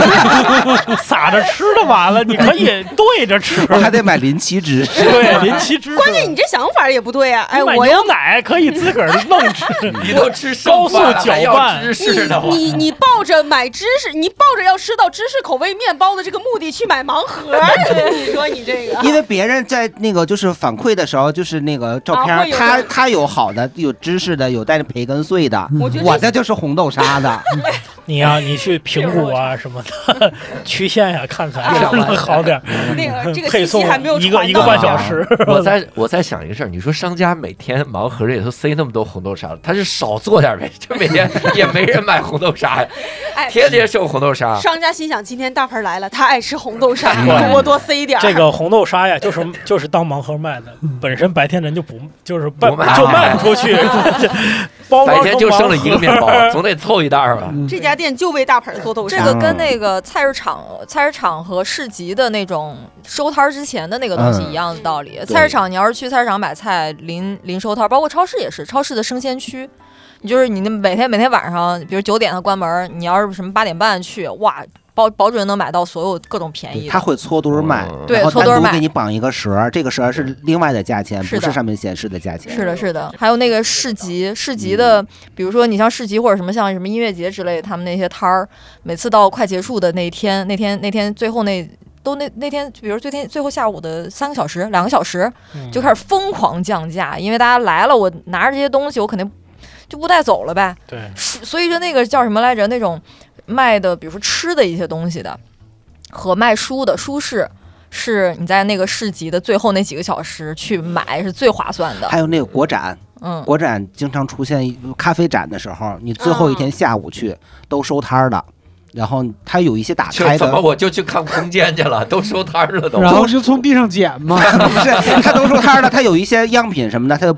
撒着吃就完了，你可以对 着吃。我还得买林奇芝士。对，临期芝士。关键你这想法也不对啊！哎，你买我要牛奶可以自个儿弄 吃， 你都吃高速搅还要拌芝士的话，你你你抱着买芝士，你抱着要吃到芝士口味面包的这个目的去买盲盒， 你说你这 个因为别人在那个就是反馈的时候，就是那个照片，啊会有他的他有好的，有芝士的，有带着培根碎的，嗯我觉得这我这就是红豆沙 的。你呀、你去平谷啊什么的， 区县呀、看看，哎能不能好点儿？那啊嗯个这个配信送息还没有一个传一个到半小时，我 在我在想一个事儿，你说商家每天盲盒里头塞那么多红豆沙，他是少做点呗？就每 天也没人买红豆沙呀，哎天天剩红豆沙，商家心想，今天大盆来了，他爱吃红豆沙，嗯对多多塞 一点儿。这个红豆沙呀，就是 就是当盲盒卖的，本身白天人就不就是卖不卖就卖不 出去，包装白天就成剩了一个盲盒面包，总得凑一袋儿吧？嗯这家店就为大盆做豆这沙，个嗯跟那个菜市场、菜市场和市集的那种收摊儿之前的那个东西嗯一样的道理。菜市场，你要是去菜市场买菜，临临收摊儿，包括超市也是，超市的生鲜区，你就是你那每天每天晚上，比如九点它关门儿，你要是什么八点半去，哇，保保准能买到所有各种便宜的。他会搓堆儿卖，嗯对然后搓堆儿单独卖给你绑一个绳儿，这个绳儿是另外的价钱，是不的是上面显示的价钱。是的，是的，还有那个市集，市集的，比如说你像市集或者什么像什么音乐节之类的，他们那些摊儿，每次到快结束的那一天，那天那天最后那都那那天，比如最天最后下午的三个小时、两个小时，嗯就开始疯狂降价，因为大家来了，我拿着这些东西，我肯定就不带走了呗。对，是所以说那个叫什么来着？那种卖的，比如说吃的一些东西的，和卖书的书市。是你在那个市集的最后那几个小时去买是最划算的，还有那个国展，嗯，国展经常出现咖啡展的时候，你最后一天下午嗯去都收摊儿的，然后它有一些打就开怎么的，我就去看空间去了，都收摊儿了都。然后就从地上捡嘛。 不是它都收摊儿的，它有一些样品什么的，它就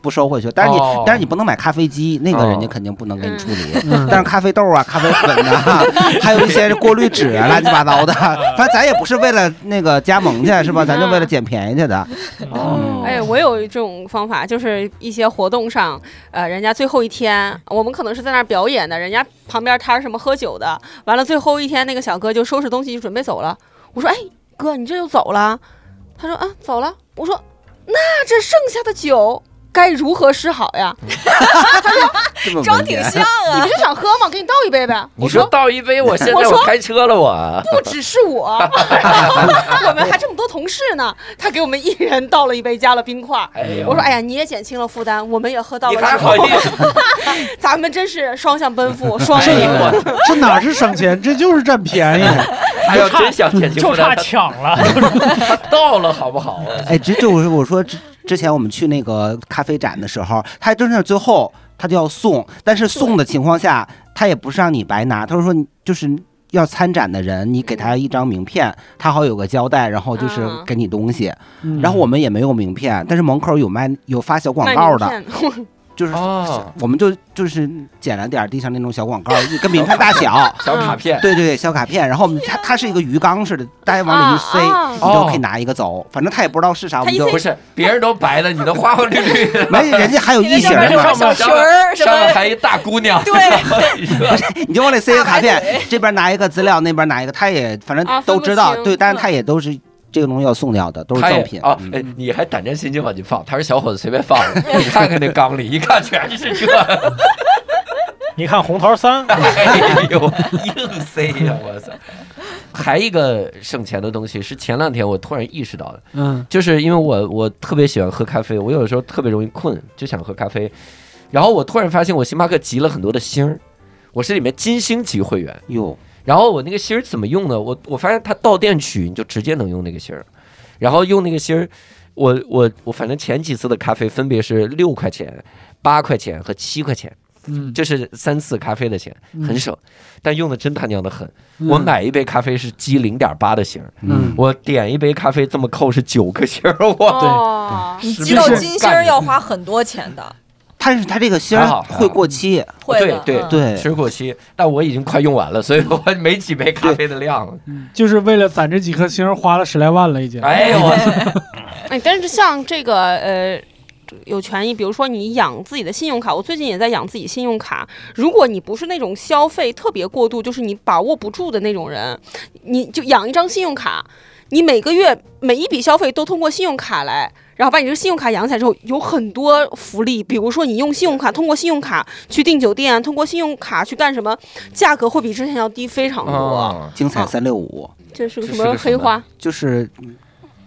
不收回去。但是你，哦但是你不能买咖啡机，那个人家哦肯定不能给你处理。嗯但是咖啡豆啊、咖啡粉啊， 还有一些过滤纸啊、乱七八糟的，反正咱也不是为了那个加盟去，是吧？咱就为了捡便宜去的。哦哎，我有这种方法，就是一些活动上，呃，人家最后一天，我们可能是在那儿表演的，人家旁边摊儿什么喝酒的，完了最后一天那个小哥就收拾东西就准备走了。我说，哎，哥，你这就走了？他说，啊，走了。我说，那这剩下的酒。该如何是好呀？这么长文挺言像你啊不。就想喝吗？给你倒一杯呗。你我说倒一杯，我现在我我说开车了，我不只是我， 我们还这么多同事呢。他给我们一人倒了一杯，加了冰块儿。哎呦我说，哎呀，你也减轻了负担，我们也喝到你了还酒。好意思？咱们真是双向奔赴，双哎赢。呦我 这哪是省钱，这就是占便宜。还要真想减轻就负担差，抢了。 他到了好不好啊？哎，这就是我说之之前我们去那个咖啡展的时候，他真是最后他就要送，但是送的情况下，他也不是让你白拿，他是说你就是。要参展的人，你给嗯他一张名片，他好有个交代，然后就是啊给你东西。嗯然后我们也没有名片，但是门口有卖有发小广告的，卖名片，就是哦，我们就就是捡了点儿地上那种小广告，一跟名片大小，小卡片，对对对，小卡片。然后我们它它是一个鱼缸似的，大家往里一塞，啊啊你就可以拿一个走。反正他也不知道是啥，我他们一就不是别人都白的，你都花花绿绿 的，没人家还有异形上面呢，小裙儿什上面么，还一大姑娘， 对，你就往 里塞个卡大白片，这边拿一个资料，那边拿一个，他也反正啊分都不知道，清对，但是嗯他也都是这个东西要送掉的， 都是他也赠品啊！嗯哎，你还胆战心惊往进放？他说小伙子随便放的， 你看看那缸里，一看全是这， 你看红桃三，哎呦，硬塞呀！我操！还一个省钱的东西是前两天我突然意识到的，嗯，就是因为我我特别喜欢喝咖啡，我有的时候特别容易困，就想喝咖啡，然后我突然发现我星巴克集了很多的星儿，我是里面金星级会员，哟，然后我那个芯儿怎么用呢？我我发现它到店取，你就直接能用那个芯儿，然后用那个芯儿，我我我反正前几次的咖啡分别是六块钱、八块钱和七块钱，嗯这是三次咖啡的钱，很省，但用的真他娘的狠。嗯我买一杯咖啡是积零点八的芯儿，嗯我点一杯咖啡这么扣是九个芯儿，我哦，你知道金星儿要嗯花很多钱的，但是他这个芯还好儿还好会过期，会的，对嗯，哦对，水果期，但我已经快用完了，所以我没几杯咖啡的量了。就是为了攒这几颗星儿花了十来万了已经。哎呦我操，哎，但是像这个呃。有权益，比如说你养自己的信用卡，我最近也在养自己信用卡。如果你不是那种消费特别过度，就是你把握不住的那种人，你就养一张信用卡，你每个月每一笔消费都通过信用卡来，然后把你这个信用卡养起来之后，有很多福利，比如说你用信用卡，通过信用卡去订酒店，啊通过信用卡去干什么，价格会比之前要低非常嗯多。啊精彩啊三六五这是个这什是个么什黑么花就是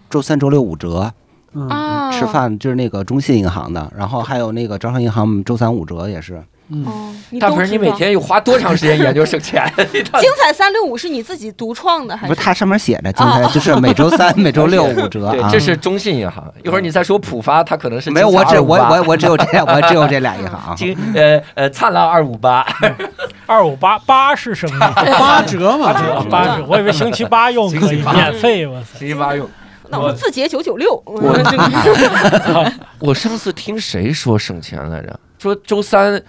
周三、周六五折。嗯啊？吃饭就是那个中信银行的，然后还有那个招商银行，我们周三五折也是。嗯，哦，大都鹏，知你每道天又花多长时间研究省 钱？你到底精彩三六五是你自己独创的还不是，是？哦它上面写着，精彩就是每周三、每周六五折对，啊这。是中信银行。一会儿你再说浦发，它可能是没有，我只我我我我只有这俩，我只有这俩银 行。金呃呃灿烂二五八， 二五八八是什 么意思？八折嘛，八折八折，我以为星期八用可星以期八嗯免费，我操！谁妈用？那我们字节九九六，嗯我这个 我上次听谁说省钱来着？说周三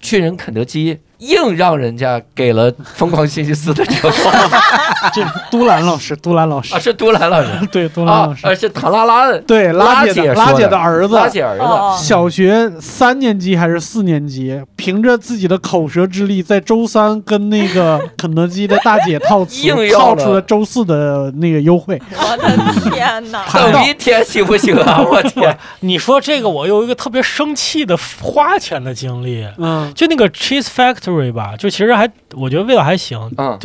去人肯德基硬让人家给了疯狂星期四的折扣 这都兰老师，都兰老师啊，，是杜兰老师对，都兰啊老，师，而是唐拉拉的对，拉姐姐的说拉姐的的儿子，拉姐儿子，哦小学三年级还是四年级，凭着自己的口舌之力，在周三跟那个肯德基的大姐套 词硬，要套了出了周四的那个优惠。我的天哪！看到等一天行不行 啊？我天，你说这个，我有一个特别生气的花钱的经历，嗯，就那个 Cheese Factory 吧，就其实还我觉得味道还行，嗯，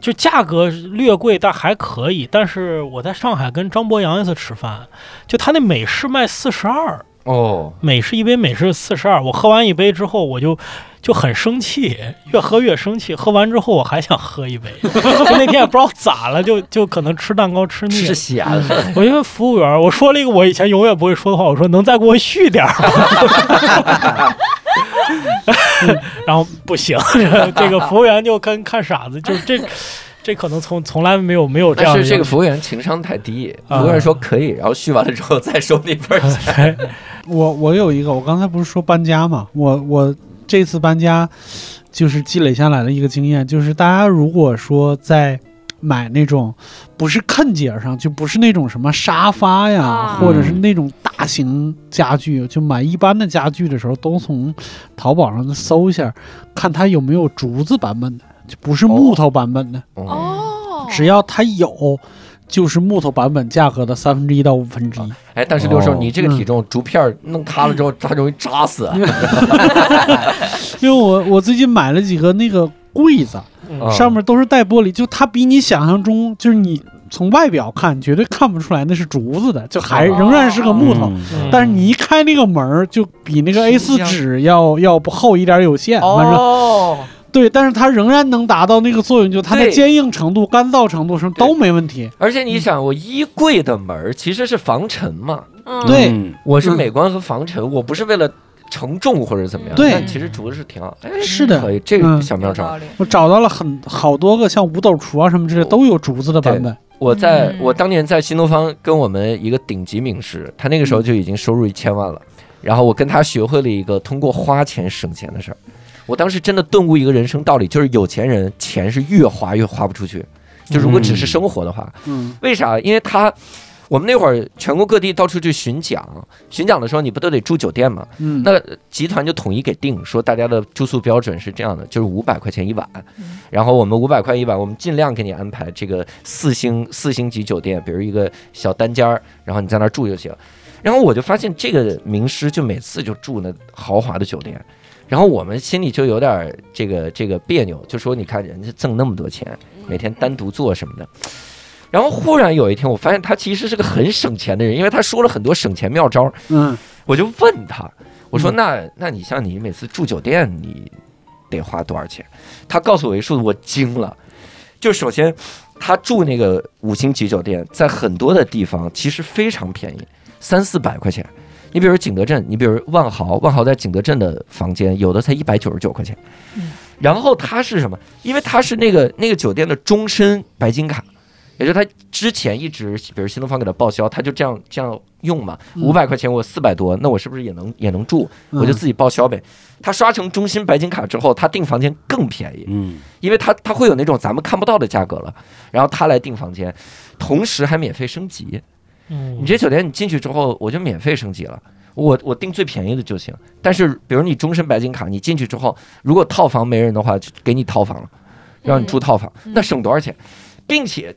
就价格略贵，但还可以。但是我在上海跟张博洋一次吃饭，就他那美式卖四十二，哦，美式一杯美式四十二，我喝完一杯之后我就。就很生气，越喝越生气。喝完之后，我还想喝一杯。 就那天也不知道咋了，就就可能吃蛋糕嗯吃腻了吃，咸了， 我就问服务员，我说了一个我以前永远不会说的话，我说能再给我续点儿吗？ 然后不行，这个服务员就跟看傻子，就 这这可能从从来没有没有这样但的是这个人服务员情商太低，服嗯啊务员说可以，然后续完了之后再收你份儿钱。哎我我有一个，我刚才不是说搬家嘛，我我这次搬家就是积累下来的一个经验，就是大家如果说在买那种不是坑节上，就不是那种什么沙发呀，啊或者是那种大型家具，就买一般的家具的时候，都从淘宝上搜一下，看它有没有竹子版本的，就不是木头版本的，哦，哦只要它有。就是木头版本价格的三分之一到五分之一，哎，但是六叔，哦你这个体嗯重，竹片儿弄塌了之后，它容易扎死。啊因为我我最近买了几个那个柜子，嗯上面都是带玻璃，就它比你想象中，就是你从外表看绝对看不出来那是竹子的，就还哦仍然是个木头。嗯嗯但是你一开那个门儿，就比那个 A 是一4样纸要要不厚一点，有限。反正哦，对，但是它仍然能达到那个作用，就它的对坚硬程度、干燥程度什么对都没问题。而且你想，我衣柜的门儿其实是防尘嘛，嗯，对嗯我是嗯美观和防尘，我不是为了承重或者怎么样。对但其实竹子是挺好，哎，是的可以，这个嗯小妙有招道。理。我找到了很好多个像五斗橱啊什么之哦类都有竹子的版本。我在嗯我当年在新东方跟我们一个顶级名师，他那个时候就已经收入一千万了，然后我跟他学会了一个通过花钱省钱的事儿。我当时真的顿悟一个人生道理，就是有钱人钱是越花越花不出去，就如果只是生活的话，嗯为啥？因为他我们那会儿全国各地到处去巡讲，巡讲的时候你不都得住酒店吗？嗯，那集团就统一给定，说大家的住宿标准是这样的，就是五百块钱一晚嗯，然后我们五百块一晚，我们尽量给你安排这个四星四星级酒店，比如一个小单间儿，然后你在那儿住就行。然后我就发现这个名师就每次就住那豪华的酒店，然后我们心里就有点儿这个这个别扭，就说你看人家挣那么多钱，每天单独做什么的。然后忽然有一天，我发现他其实是个很省钱的人，因为他说了很多省钱妙招儿，嗯我就问他，我说嗯那那你像你每次住酒店，你得花多少钱？他告诉我一数，我惊了。就首先，他住那个五星级酒店，在很多的地方其实非常便宜，三四百块钱。你比如景德镇，你比如万豪，万豪在景德镇的房间有的才一百九十九块钱嗯。然后他是什么？因为他是那个那个酒店的终身白金卡，也就是他之前一直，比如新东方给他报销，他就这样这样用嘛，嗯五百块钱我四百多，那我是不是也能也能住？嗯我就自己报销呗。他刷成中心白金卡之后，他订房间更便宜，嗯，因为他他会有那种咱们看不到的价格了，然后他来订房间，同时还免费升级。嗯你这酒店你进去之后，我就免费升级了。我我订最便宜的就行，但是比如你终身白金卡，你进去之后，如果套房没人的话，就给你套房了，让你住套房，嗯那省多少钱？并且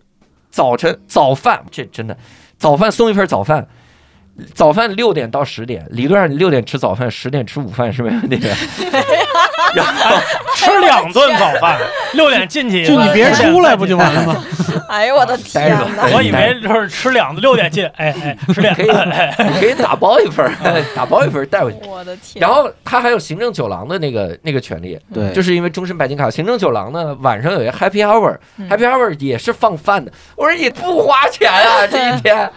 早晨早饭，这真的早饭送一份早饭，早饭六点到十点，理论上你六点吃早饭，十点吃午饭是没 问题的。然后 吃两顿早饭，六点进去，就你别出来不就完了吗？ 哎呦我的天啊待着 哪！我以为就是吃两顿，六点进，哎 哎，啊吃两可以你 可以打包一份儿，打包一份儿带回去。我的天！然后他还有行政酒廊的那个那个权利，对，就是因为终身白金卡，行政酒廊呢晚上有一个 Happy Hour，Happy、嗯 Hour 也是放饭的。我说你不花钱啊，这一天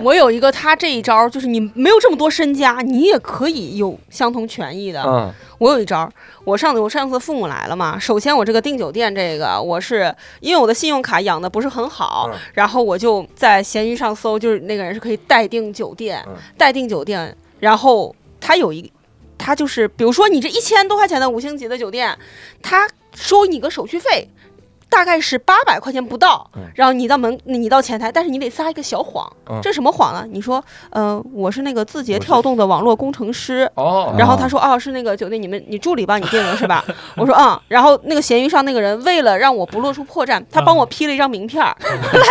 我有一个他这一招，就是你没有这么多身家，你也可以有相同权益的。啊，我有一招儿，我上次我上次父母来了嘛，首先我这个订酒店这个，我是因为我的信用卡养的不是很好，嗯然后我就在闲鱼上搜，就是那个人是可以代订酒店，嗯代订酒店，然后他有一他就是比如说你这一千多块钱的五星级的酒店，他收你个手续费。大概是八百块钱不到嗯，然后你到门，你到前台，但是你得撒一个小谎，嗯这什么谎呢？啊你说，呃，我是那个字节我是跳动的网络工程师，哦，然后他说：“哦，是那个酒店，你们你助理帮你定的是吧？” 我说：“嗯。”然后那个闲鱼上那个人为了让我不露出破绽，他帮我嗯 P 了一张名片儿，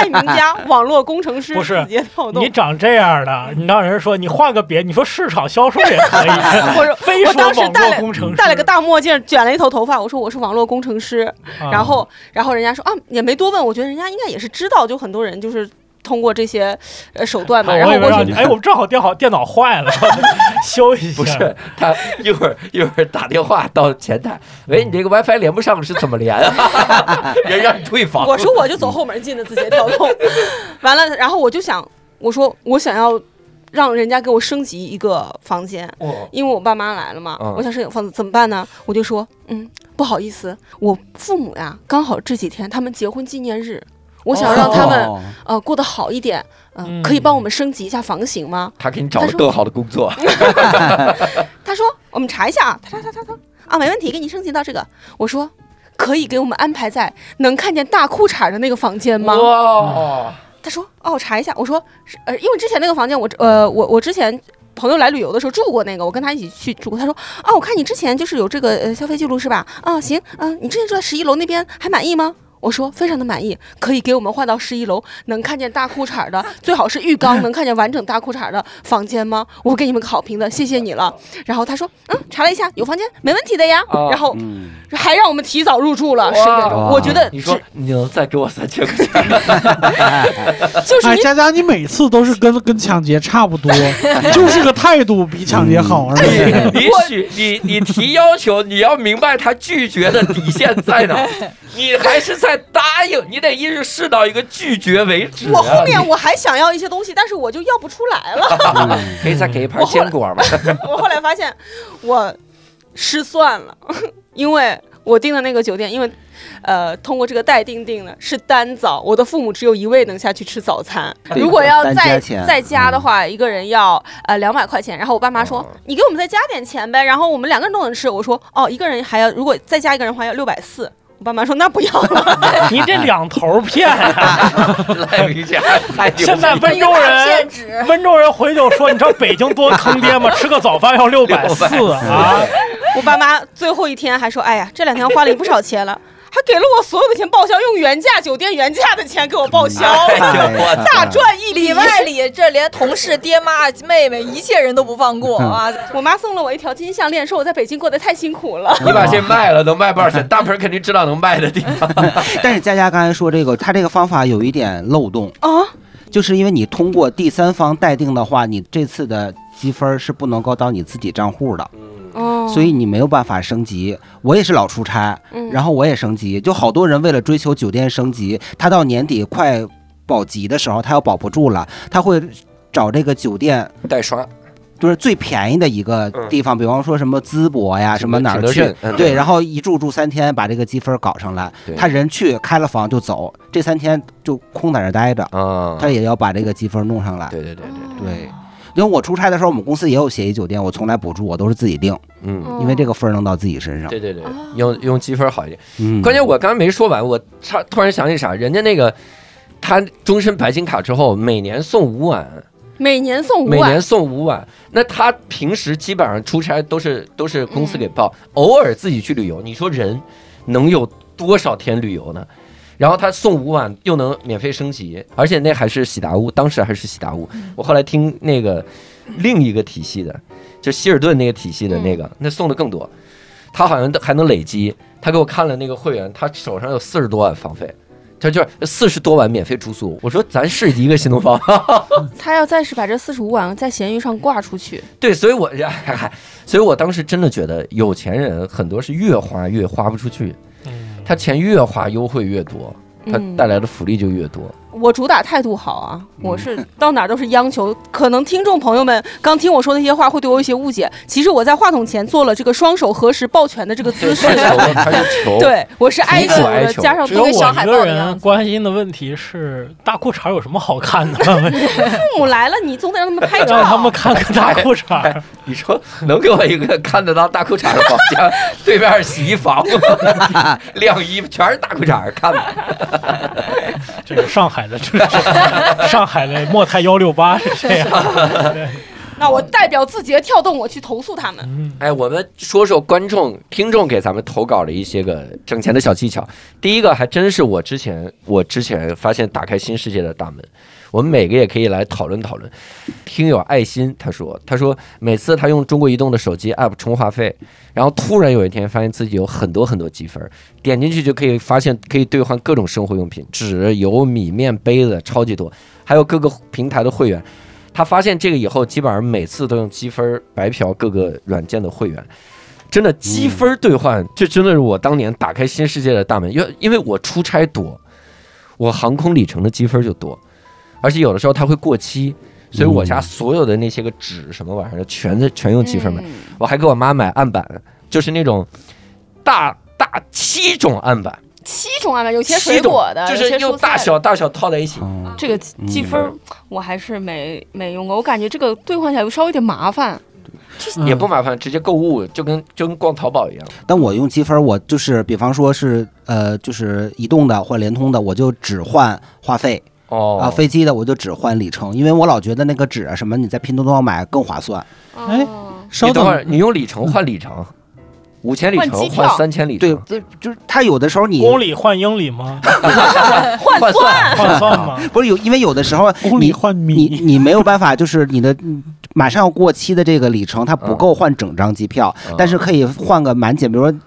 赖明佳，网络工程师，不是字节跳动你。长这样的，你让人说你换个别，你说市场销售也可以，我说非我说当时网戴络了工程师，戴了个大墨镜，卷了一头头发，我说我是网络工程师。啊，然后，然后人家说啊，也没多问，我觉得人家应该也是知道，就很多人就是通过这些呃手段吧。啊然后我以为我让去你，哎，我们正好电好电脑坏了， 修一下。不是，他一会儿一会儿打电话到前台，喂，嗯你这个 WiFi 连不上是怎么连 啊？人让你退房。我说我就走后门进的字节跳动，完了，然后我就想，我说我想要让人家给我升级一个房间，哦，因为我爸妈来了嘛，嗯我想申请房子怎么办呢？我就说，嗯，不好意思，我父母呀，刚好这几天他们结婚纪念日，我想让他们、哦呃过得好一点，嗯嗯，可以帮我们升级一下房型吗？他给你找了更好的工作，他说我们查一下啊，他他他他他啊，没问题，给你升级到这个。我说可以给我们安排在能看见大裤衩的那个房间吗？哇，他说哦，我查一下。我说是呃，因为之前那个房间我呃我我之前。朋友来旅游的时候住过那个，我跟他一起去住过。他说：“啊，我看你之前就是有这个呃消费记录是吧？啊，行，嗯、你之前住在十一楼那边还满意吗？”我说：“非常的满意，可以给我们换到十一楼，能看见大裤 衩的，最好是浴缸能看见完整大裤衩的房间吗？我给你们个好评的，谢谢你了。”然后他说：“嗯，查了一下，有房间，没问题的呀。啊然后嗯，还让我们提早入住了十点钟。哇我觉得你说你能再给我三千块钱？只就是哎，你佳佳，你每次都是跟跟抢劫差 不多，就是个态度比抢劫好，而嗯且你许你你提要求，你要明白他拒绝的底线在哪，你还是在答应，你得一直试到一个拒绝为止啊。我后面我还想要一些东西，但是我就要不出来 了。你可以再给一盘我后来坚果吗？我后来发现我失算了，因为我订的那个酒店，因为呃通过这个代订订的是单早，我的父母只有一位能下去吃早餐。对如果要单在加钱嗯在家的话，一个人要呃两百块钱。然后我爸妈说哦：“你给我们再加点钱呗。”然后我们两个人都能吃。我说：“哦，一个人还要如果再加一个人的话要六百四。”我爸妈说：“那不要了。”你这两头骗啊！赖明 家哎太牛 现在逼了！温州人现，值温州人回就说，你知道北京多坑爹吗？吃个早饭要六百四啊！我爸妈最后一天还说：“哎呀，这两天花了也不少钱了，还给了我所有的钱报销，用原价酒店原价的钱给我报销，哎呦我操！大赚一里笔。外里，这连同事、爹妈、妹妹，一切人都不放过嗯啊！”我妈送了我一条金项链，说我在北京过得太辛苦了。你把这卖了能卖多少钱？大盆儿肯定知道能卖的地 方。 但是佳佳刚才说这个，他这个方法有一点漏洞，哦啊，就是因为你通过第三方代订的话，你这次的积分是不能够到你自己账户的，哦所以你没有办法升级。我也是老出差，嗯然后我也升级，就好多人为了追求酒店升级，他到年底快保级的时候，他要保不住了，他会找这个酒店。代刷就是最便宜的一个地嗯方，比方说什么淄博呀，啊什么哪儿去，对，然后一住住三天，把这个积分搞上来嗯对。他人去开了房就走，这三天就空在那儿待着，嗯啊他也要把这个积分弄上来。对对对对，对，因为我出差的时候，我们公司也有协议酒店，我从来不住，我都是自己订，嗯，哦因为这个分儿能到自己身上。对对对，用用积分好一点。嗯，关键我刚才没说完，我突突然想起啥，人家那个他终身白金卡之后，每年送五碗，每年送五每万年，送五碗。那他平时基本上出差都是都是公司给报，嗯偶尔自己去旅游。你说人能有多少天旅游呢？然后他送五碗，又能免费升级，而且那还是喜达屋，当时还是喜达屋。嗯我后来听那个另一个体系的，就希尔顿那个体系的那嗯个，那送的更多。他好像还能累积，他给我看了那个会员，他手上有四十多碗房费，他就是四十多碗免费住宿。我说咱是一个新东方，他要再是把这四十五万在闲鱼上挂出去，对，所以我， 所以我当时真的觉得有钱人很多是越花嗯嗯 越花不出去，他钱越花优惠越多，他带来的福利就越多。我主打态度好啊，我嗯是到哪儿都是央求。可能听众朋友们刚听我说那些话，会对我有一些误解。其实我在话筒前做了这个双手合十抱拳的这个姿势他，求，他就求，对我是哀苦求哀的，求加上只有多那个小我海一豹个的样人啊子关心的问题是大裤衩有什么好看的？父母来了，你总得让他们拍 让他照啊们。看看大裤衩。哎你说能给我一个看得到大裤衩的房间？ 对面是洗衣房， 晾衣服全是大裤衩，看的。这个上海的，这是上海的莫泰幺六八是啊这样。那我代表字节跳动，我去投诉他们。嗯，哎，我们说说观众、听众给咱们投稿的一些个挣钱的小技巧。第一个还真是我之前，我之前发现打开新世界的大门。我们每个也可以来讨论讨论。听友爱心他说，他说每次他用中国移动的手机 app 充话费，然后突然有一天发现自己有很多很多积分，点进去就可以发现可以兑换各种生活用品，纸、油、米面、杯子，超级多，还有各个平台的会员。他发现这个以后，基本上每次都用积分白嫖各个软件的会员。真的积分兑换，这真的是我当年打开新世界的大门，因为因为我出差多，我航空里程的积分就多，而且有的时候它会过期，所以我家所有的那些个纸什么玩意儿的，全是全用积嗯分买。我还给我妈买案板，就是那种大大七种案板，七种安排，有些七水种果的，就有是些用呃蔬菜大的小大小套在一起。哦这个积分儿我还是没没用过，我感觉这个兑换起来稍微有点麻烦。也不麻烦，直接购物就跟就跟逛淘宝一样。但我用积分，我就是比方说是呃，就是移动的或者联通的，我就只换话费哦啊；飞机的我就只换里程，因为我老觉得那个纸啊什么，你在拼多多上买更划算。哎哦稍你等会儿等，你用里程换里程，五千里程换机票换三千里嗯对程，，这就是它有的时候你公里换英里吗？换算换算吗？不是有，因为有的时候公里你换你米，你没有办法，就是你的嗯马上要过期的这个里程，它不嗯够换整张机票，嗯但是可以换个满减，比如说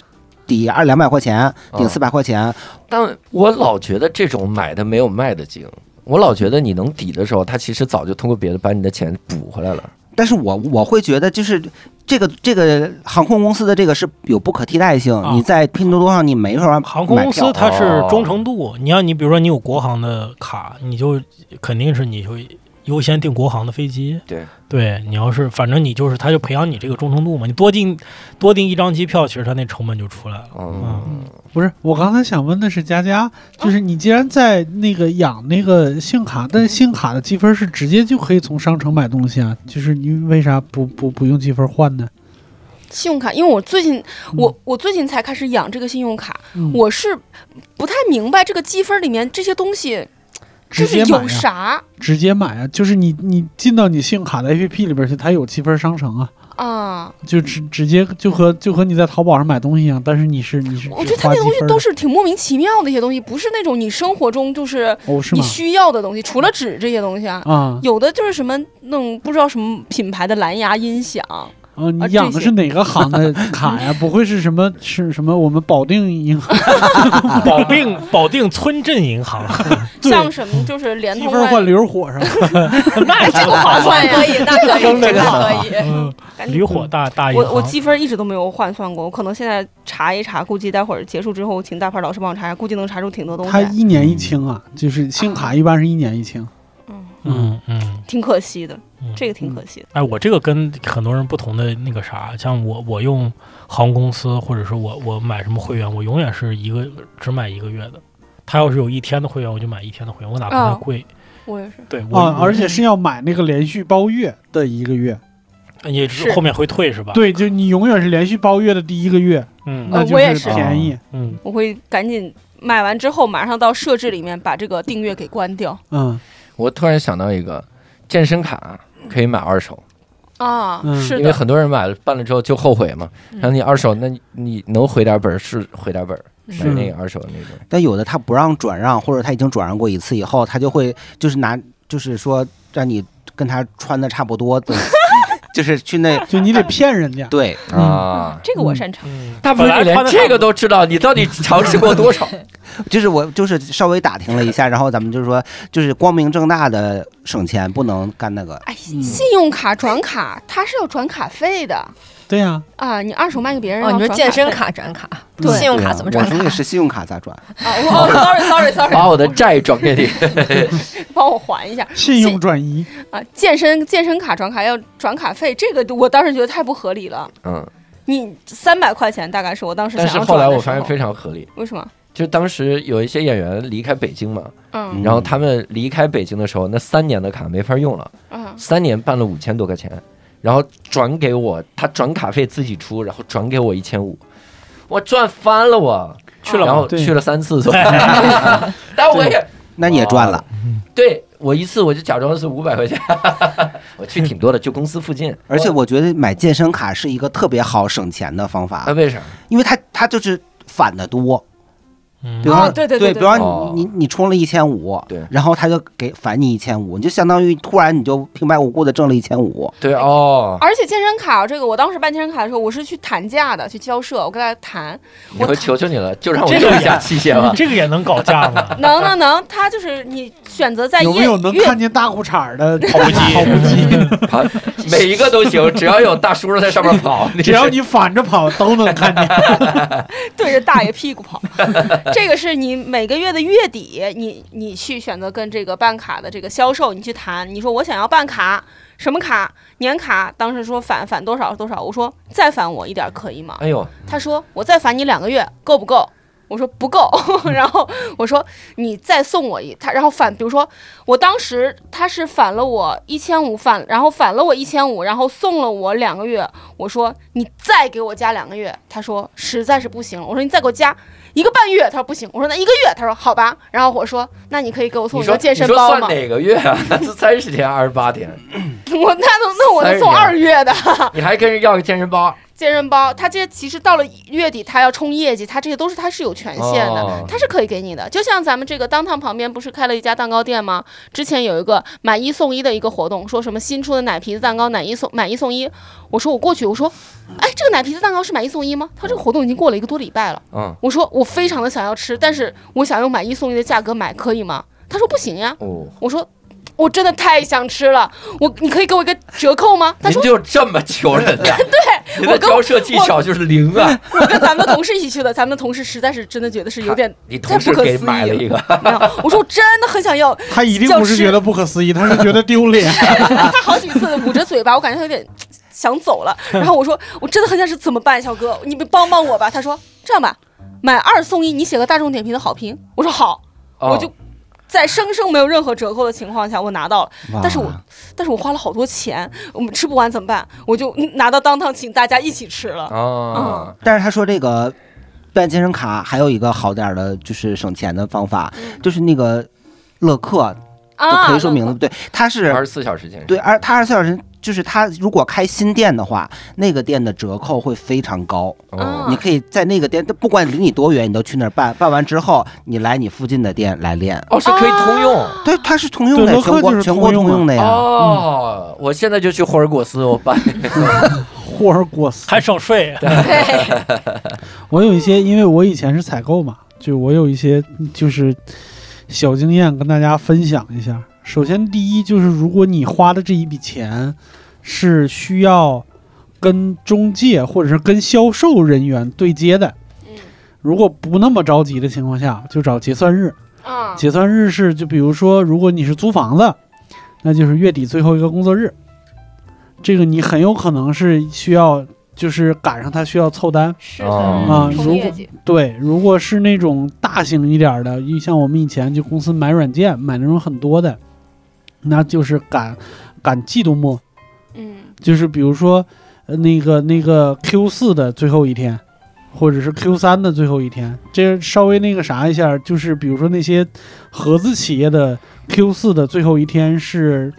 抵二两百块钱，嗯顶四百块钱，但我老觉得这种买的没有卖的精。我老觉得你能抵的时候，他其实早就通过别的把你的钱补回来了。但是我我会觉得就是这个这个航空公司的这个是有不可替代性，啊你在拼多多上你没法买票航空公司它是哦忠诚度，你要你比如说你有国航的卡，你就肯定是你就优先订国航的飞机。对，对你要是反正你就是，他就培养你这个忠诚度嘛。你多订多订一张机票，其实他那成本就出来 了。嗯，不是我刚才想问的是佳佳，就是你既然在那个养那个信用卡，但是信用卡的积分是直接就可以从商城买东西啊，就是你为啥不不不用积分换呢？信用卡，因为我最近我我最近才开始养这个信用卡，嗯我是不太明白这个积分里面这些东西就直接是买啊呀，有啥直接买啊，就是你你进到你信用卡的 APP 里边去，它有积分商城啊，啊？就直直接就和就和你在淘宝上买东西一样，但是你是你是我只觉得它花那积东西分都的是挺莫名其妙的一些东西，不是那种你生活中就是哦是你吗？需要的东西，除了纸这些东西啊。啊有的就是什么那种不知道什么品牌的蓝牙音响，啊！你啊养的这些是哪个行 的卡呀？不会是什么是什么我们保定银行保定保定村镇银行，对像什么就是联积通分啊 换驴火是吧？那这个划算可以，那可以，这这个个可以。嗯，感觉驴火大大银哎我我行。积分一直都没有换算过，我可能现在查一查，估计待会儿结束之后，请大牌老师帮我查一下，估计能查出挺多东它西，一年一清啊，就是信用卡一般是一年一清。嗯嗯。挺可惜的嗯，这个挺可惜的。哎，我这个跟很多人不同的那个啥，像我我用航空公司，或者是我我买什么会员，我永远是一个只买一个月的。他要是有一天的会员，我就买一天的会员，我哪怕它哦贵。我也是，对，我、啊，而且是要买那个连续包月的一个月，呃也是是后面会退是吧？，对，就你永远是连续包月的第一个月，嗯那呃就我也是便宜。嗯，我会赶紧买完之后，马上到设置里面把这个订阅给关掉哦嗯我突然想到一个，健身卡可以买二手，啊嗯是 因为的，很多人买了办了之后就后悔嘛。嗯然后你二手，那你你能回点本儿是回点本儿，买是那个二手的那种。但有的他不让转让，或者他已经转让过一次以后，他就会就是拿就是说让你跟他穿的差不多的， 就是去那就你得骗人家。对嗯啊，这个我擅长。嗯，大鹏，本来你连穿的这个都知道，你到底尝试过多少？就是我就是稍微打听了一下，然后咱们就是说，就是光明正大的省钱，不能干那个。哎，嗯信用卡转卡它是要转卡费的对呀、啊，你二手卖给别人哦，要你说转健卡身费卡转卡，对信用啊卡怎么转我说卡那？是信用卡 咋转？啊？我哦，sorry sorry 把 sorry，我的债转给你。帮我还一下信用转移，啊！健身健身卡转卡要转卡费，这个我当时觉得太不合理了。嗯，你三百块钱大概是我当时想但要是后来转的我时发现候非常合理，为什么？就当时有一些演员离开北京嘛，嗯嗯然后他们离开北京的时候，那三年的卡没法用了，嗯，三年办了五千多块钱，然后转给我，他转卡费自己出，然后转给我一千五，我赚翻了我。去了然吗？后对去了三次左右， 但我也那你也赚哦了，对我一次我就假装是五百块钱， 我去挺多的，就公司附近。而且我觉得买健身卡是一个特别好省钱的方啊，法，为啥？因为它它就是返的多。嗯比方、哦对对对比方哦你你你充了一千五，对然后他就给返你一千五，你就相当于突然你就平白无故的挣了一千五。对哦，而且健身卡这个，我当时办健身卡的时候，我是去谈价的，去交涉，我跟大家谈，我求求你 了，就让我这用个一下也器械 吧。这个也能搞价吗？能能能，他就是你选择在有没月有能月看见大裤衩儿的跑步 机，啊，每一个都行，只要有大叔在上面 跑，只要你反着跑都能看见。 对着大爷屁股跑，这个是你每个月的月底，你你去选择跟这个办卡的这个销售，你去谈，你说我想要办卡，什么卡，年卡，当时说返返多少多少，我说再返我一点儿可以吗？哎呦，他说我再返你两个月够不够？我说不够， 嗯然后我说你再送我一他，然后返，比如说我当时他是返了我一千五，返然后返了我一千五，然后送了我两个月，我说你再给我加两个月，他说实在是不行，我说你再给我加一个半月，他说不行，我说那一个月，他说好吧，然后我说那你可以给我送你一个说健你身说包算吗？哪个月啊？是三十天二十八天？ 我那都那我三能十送天二月的，你还跟人要个健身包？健身包，他这些其实到了月底，他要冲业绩，他这些都是他是有权限哦的，他是可以给你的。就像咱们这个当趟旁边不是开了一家蛋糕店吗？之前有一个买一送一的一个活动，说什么新出的奶皮子蛋糕买一送买一送一，我说我过去，我说，哎，这个奶皮子蛋糕是买一送一吗？他这个活动已经过了一个多礼拜了，嗯，我说我非常的想要吃，但是我想用买一送一的价格买，可以吗？他说不行呀，哦，我说。我真的太想吃了，我你可以给我一个折扣吗？他您说就这么求人 的？对，您的我跟交涉技巧就是零 啊！我跟咱们的同事一起去的，咱们的同事实在是真的觉得是有点 你同事给买了一个，没有，我说我真的很想要， 他一定不是觉得不可思议，他是觉得丢脸。他好几次捂着嘴巴，我感觉他有点 想走了。然后我说我真的很想是怎么办，小哥，你们帮帮我吧。他说这样吧，买二送一，你写个大众点评的好评。我说好，哦我就在生生没有任何折扣的情况下，我拿到了。哇但是我但是我花了好多钱，我们吃不完怎么办？我就嗯拿到当堂请大家一起吃了。嗯哦，但是他说这个办健身卡还有一个好点儿的，就是省钱的方法，嗯就是那个乐客，就啊，可以说名字不对，他是二十四小时健身，对，而他二十四小时就是他如果开新店的话，那个店的折扣会非常高。哦，你可以在那个店，不管离你多远，你都去那儿办。办完之后，你来你附近的店来练。哦，是可以通用。对，它是通用对的，乐客就全国是全通国用通嘛用的啊呀。哦，我现在就去霍尔果斯，我办。霍尔果斯，还省税，对，我有一些，因为我以前是采购嘛，就我有一些就是小经验跟大家分享一下。首先，第一就是如果你花的这一笔钱是需要跟中介或者是跟销售人员对接的，嗯如果不那么着急的情况下，就找结算日。 啊，结算日是就比如说，如果你是租房子，那就是月底最后一个工作日，这个你很有可能是需要就是赶上他需要凑单。是哦嗯啊如冲果业绩，对，如果是那种大型一点儿的，一像我们以前就公司买软件买那种很多的，那就是赶赶季度末，嗯就是比如说呃那个那个 Q 四的最后一天，或者是 Q 三的最后一天，这稍微那个啥一下，就是比如说那些合资企业的 Q 四的最后一天是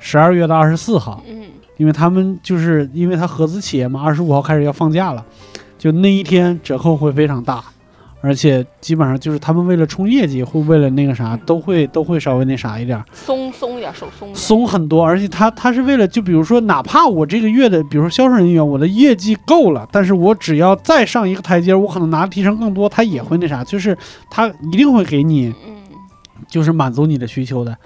十二月的二十四号，嗯。因为他们就是因为他合资企业嘛，二十五号开始要放假了，就那一天折扣会非常大，而且基本上就是他们为了冲业绩或为了那个啥，都会都会稍微那啥一点儿，松松一点，手松一点。松很多。而且他他是为了，就比如说，哪怕我这个月的，比如说销售人员，我的业绩够了，但是我只要再上一个台阶，我可能拿的提成更多，他也会那啥，就是他一定会给你，嗯，就是满足你的需求的。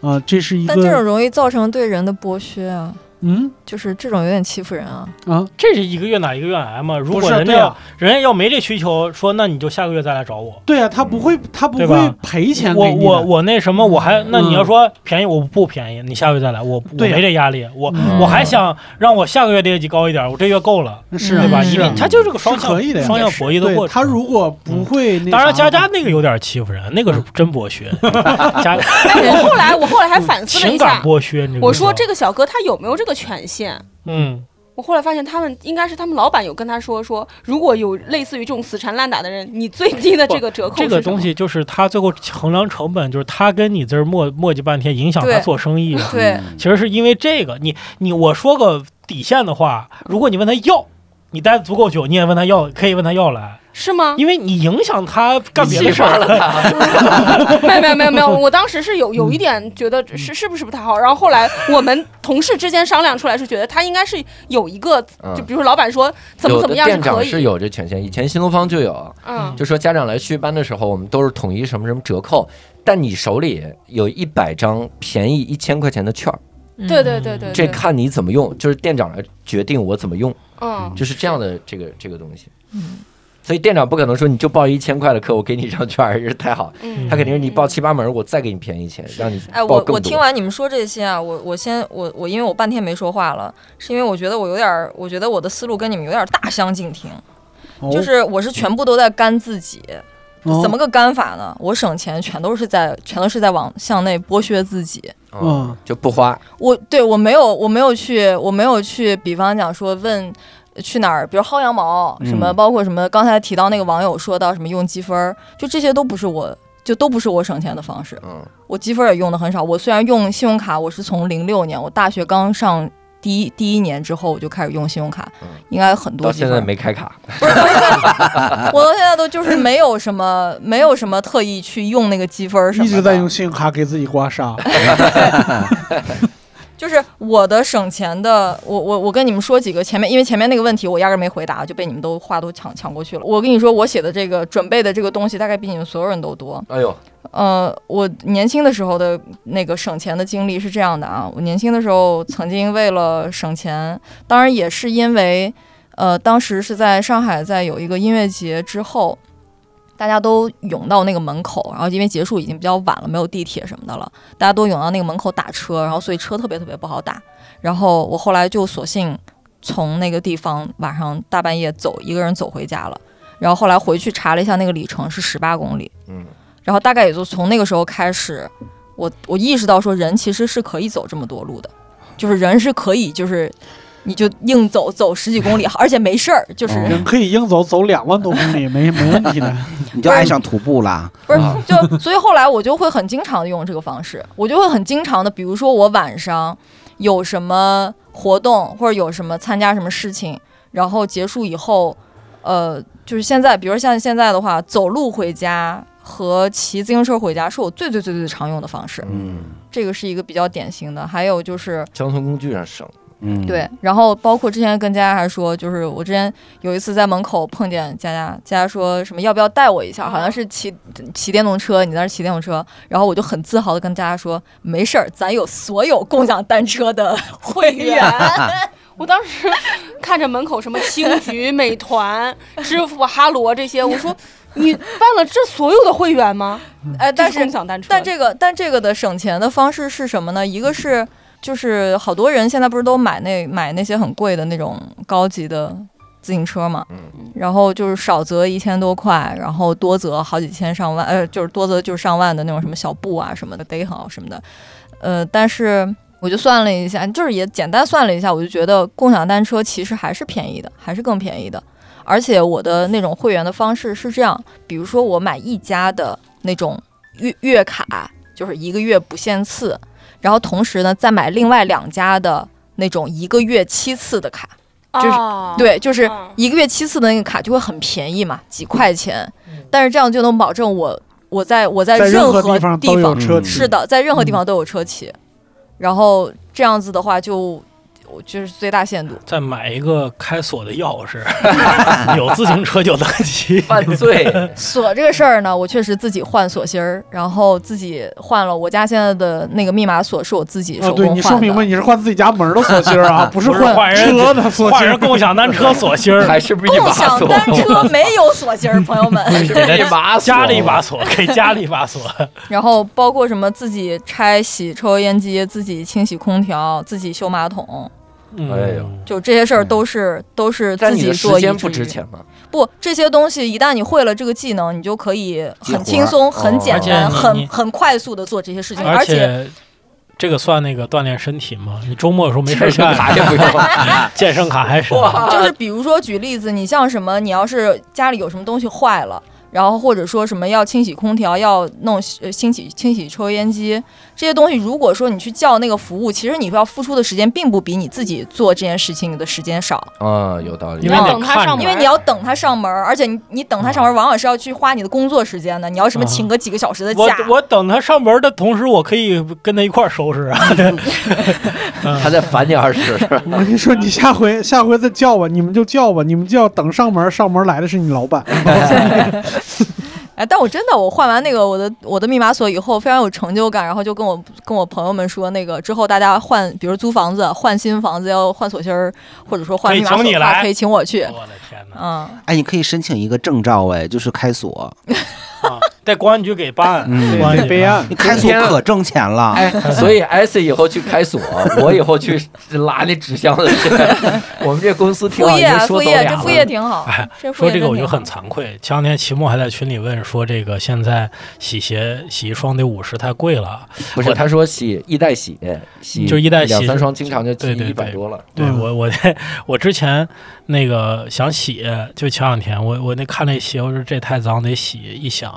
啊、这是一但这种个，容易造成对人的剥削啊，嗯就是这种有点欺负人啊。啊，这是一个月哪一个月来嘛？如不果是人家对要啊，人家要没这需求，说那你就下个月再来找我。对啊，他不会他不对吧会赔钱我给你的我我那什么，我还那你要嗯说便宜，我不便宜，你下个月再来，我我对呀没这压力，我嗯我还想让我下个月的业绩高一点，我这月够了，是对吧？嗯一是定，它就是个双是可以的向呀双向博弈的对过程。他如果不会那啥的话，嗯当然，佳佳那个有点欺负人，那个是真剥削。 佳 哎，我后来我后来还反思了情一感下，剥削，你知道吗我说这个小哥他有没有这个权限？嗯，我后来发现他们应该是他们老板有跟他说说，如果有类似于这种死缠烂打的人，你最低的这个折扣这是个什么东西就是他最后衡量成本，就是他跟你这儿磨磨叽半天，影响他对做生意嗯啊。对，嗯其实是因为这个，你你我说个底线的话，如果你问他要，你待的足够久，你也问他要，可以问他要来，是吗？因为你影响他干别的事儿了他。啊没有没有没有没 有，我当时是有嗯有一点觉得是是不是不太好，然后后来我们同事之间商量出来是觉得他应该是有一个，嗯就比如说老板说怎么有怎的么样店可长以，是有这权限，以前新东方就有，嗯就说家长来续班的时候，我们都是统一什么什么折扣，但你手里有一百张便宜一千块钱的券儿，嗯对对对嗯对，这对看你怎么用，就是店长来决定我怎么用，嗯就是这样的这个这个东西。嗯所以店长不可能说你就报一千块的课，我给你一张券儿，这太好。嗯，他肯定是你报七八门，我再给你便宜一千，让你哎，报我更我听多。完你们说这些啊，我我先我我因为我半天没说话了，是因为我觉得我有点儿，我觉得我的思路跟你们有点儿大相径庭，哦就是我是全部都在干自己，哦怎么个干法呢？我省钱全都是在全都是在往向内剥削自己，嗯嗯，就不花。我对我没有，我没有去，我没有去，比方讲说问去哪儿，比如薅羊毛什么，嗯包括什么，刚才提到那个网友说到什么用积分儿，就这些都不是我。就都不是我省钱的方式，嗯我积分儿也用的很少。我虽然用信用卡，我是从零六年我大学刚上第一第一年之后我就开始用信用卡嗯，应该很多到积分现儿。在没开卡，不是，到现在 我到现在都就是没有什么没有什么特意去用那个积分儿什么一的，直在用信用卡给自己刮痧，就是我的省钱的，我我我跟你们说几个前面，因为前面那个问题我压根儿没回答，就被你们都话都抢抢过去了。我跟你说，我写的这个准备的这个东西，大概比你们所有人都多。哎呦，呃，我年轻的时候的那个省钱的经历是这样的啊，我年轻的时候曾经为了省钱，当然也是因为，呃，当时是在上海，在有一个音乐节之后，大家都涌到那个门口，然后因为结束已经比较晚了，没有地铁什么的了，大家都涌到那个门口打车，然后所以车特别特别不好打，然后我后来就索性从那个地方晚上大半夜走一个人走回家了，然后后来回去查了一下那个里程是十八公里。嗯然后大概也就从那个时候开始，我我意识到说人其实是可以走这么多路的，就是人是可以就是。你就硬走走十几公里，而且没事儿，就是、人可以硬走走两万多公里，没没问题的。你就爱上徒步了。不是就所以后来我就会很经常的用这个方式， 我就会很经常的，比如说我晚上有什么活动或者有什么参加什么事情，然后结束以后，呃，就是现在，比如像现在的话，走路回家和骑自行车回家是我最最最最常用的方式。嗯，这个是一个比较典型的。还有就是交通工具上省，嗯，对，然后包括之前跟佳佳还说，就是我之前有一次在门口碰见佳佳，佳佳说什么要不要带我一下，好像是骑骑电动车，你在那儿骑电动车，然后我就很自豪的跟佳佳说，没事儿，咱有所有共享单车的会 员。我当时看着门口什么青桔、美团、支付宝、哈罗这些，我说你办了这所有的会员吗？哎，但呃这是是共享单车，但这个但这个的省钱的方式是什么呢？一个是就是好多人现在不是都买那买那些很贵的那种高级的自行车嘛，嗯然后就是少则一千多块，然后多则好几千上万，呃，就是多则就是上万的那种什么小布啊什么的 day 好什么的，呃，但是。我就算了一下，就是也简单算了一下，我就觉得共享单车其实还是便宜的，还是更便宜的。而且我的那种会员的方式是这样，比如说我买一家的那种月月卡，就是一个月不限次，然后同时呢再买另外两家的那种一个月七次的卡，就是哦对，就是嗯一个月七次的那个卡就会很便宜嘛，几块钱，嗯但是这样就能保证我我在我在在呃任何地地方都有车嗯骑是的，在任何地嗯方都有车骑，然后这样子的话就我就是最大限度。再买一个开锁的钥匙， 有自行车就能骑。犯 罪，锁这个事儿呢，我确实自己换锁芯儿，然后自己换了。我家现在的那个密码锁是我自己手哦，工对换的。你说明白，你是换自己家门儿的锁芯儿啊，不是不是换人车的锁换芯人儿。共享单车锁芯儿，还是不是一把共享锁？单 车没有锁芯儿，朋友 们。是不是一把锁？加了一把锁，给加了一把 锁。然后包括什么自己拆洗抽油烟机、自己清洗空调、自己修马桶，哎呦嗯，就这些事儿都是、都是但嗯自你己的做。时间不值。钱吗？不，这些东西一旦你会了这个技能，你就可以接活很儿轻哦松、很而简单、且你你很很快速的做这些事情，而且。且这个算那个锻炼身体吗？你周末有时候没事健儿身干，卡也不用，健身卡还是哇，就是比如说举例子，你像什么，你要是家里有什么东西坏了，然后或者说什么要清洗空调，要弄呃清洗清洗抽油烟机这些东西，如果说你去叫那个服务，其实你要付出的时间并不比你自己做这件事情的时间少， 啊，有道理因为要得等他看上着因为你要等他上门，而且你你等他上门，往往是要去花你的工作时间的，你要什么啊请个几个小时的我假。我等他上门的同时，我可以跟他一块儿收拾啊。他再返你二十，是吧我跟你说，你下回下回再叫吧，你们就叫吧，你们叫等上门儿，上门儿来的是你老板。哎，但我真的，我换完那个我的我的密码锁以后，非常有成就感，然后就跟我跟我朋友们说，那个之后大家换，比如租房子、换新房子要换锁芯儿，或者说换可以密码锁请你的话，来可以请我去。哎我的天哪！嗯，哎，你可以申请一个证照，哎，就是开锁，啊， 在公安局给 办，嗯公安对，啊局备案。你开锁可挣钱了。 哎，所以 S 以后去开锁，我以后去拉那纸箱子 去。我们这公司挺副好，已业经说啊，副走业，俩这了副业 挺好哎。这副说业这个真我就挺很好惭愧，前两天齐墨还在群里问说，这个现在洗鞋洗一双得五十，太贵了。啊不是，他说洗一代洗，洗就一代洗两三双，经常就对对一百对多了。对嗯我我我之前那个想洗，就前两天我我那看那鞋，我说这太脏得洗，一想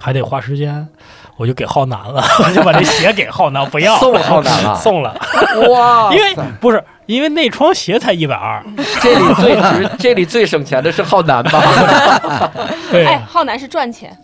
还得花时间，我就给浩南了， 我就把这鞋给浩南，不要送浩南了啊 送了，哇因为不是因为那双鞋才一百二，这里最值，这里最省钱的是浩南吧？对，哎，浩南是赚钱，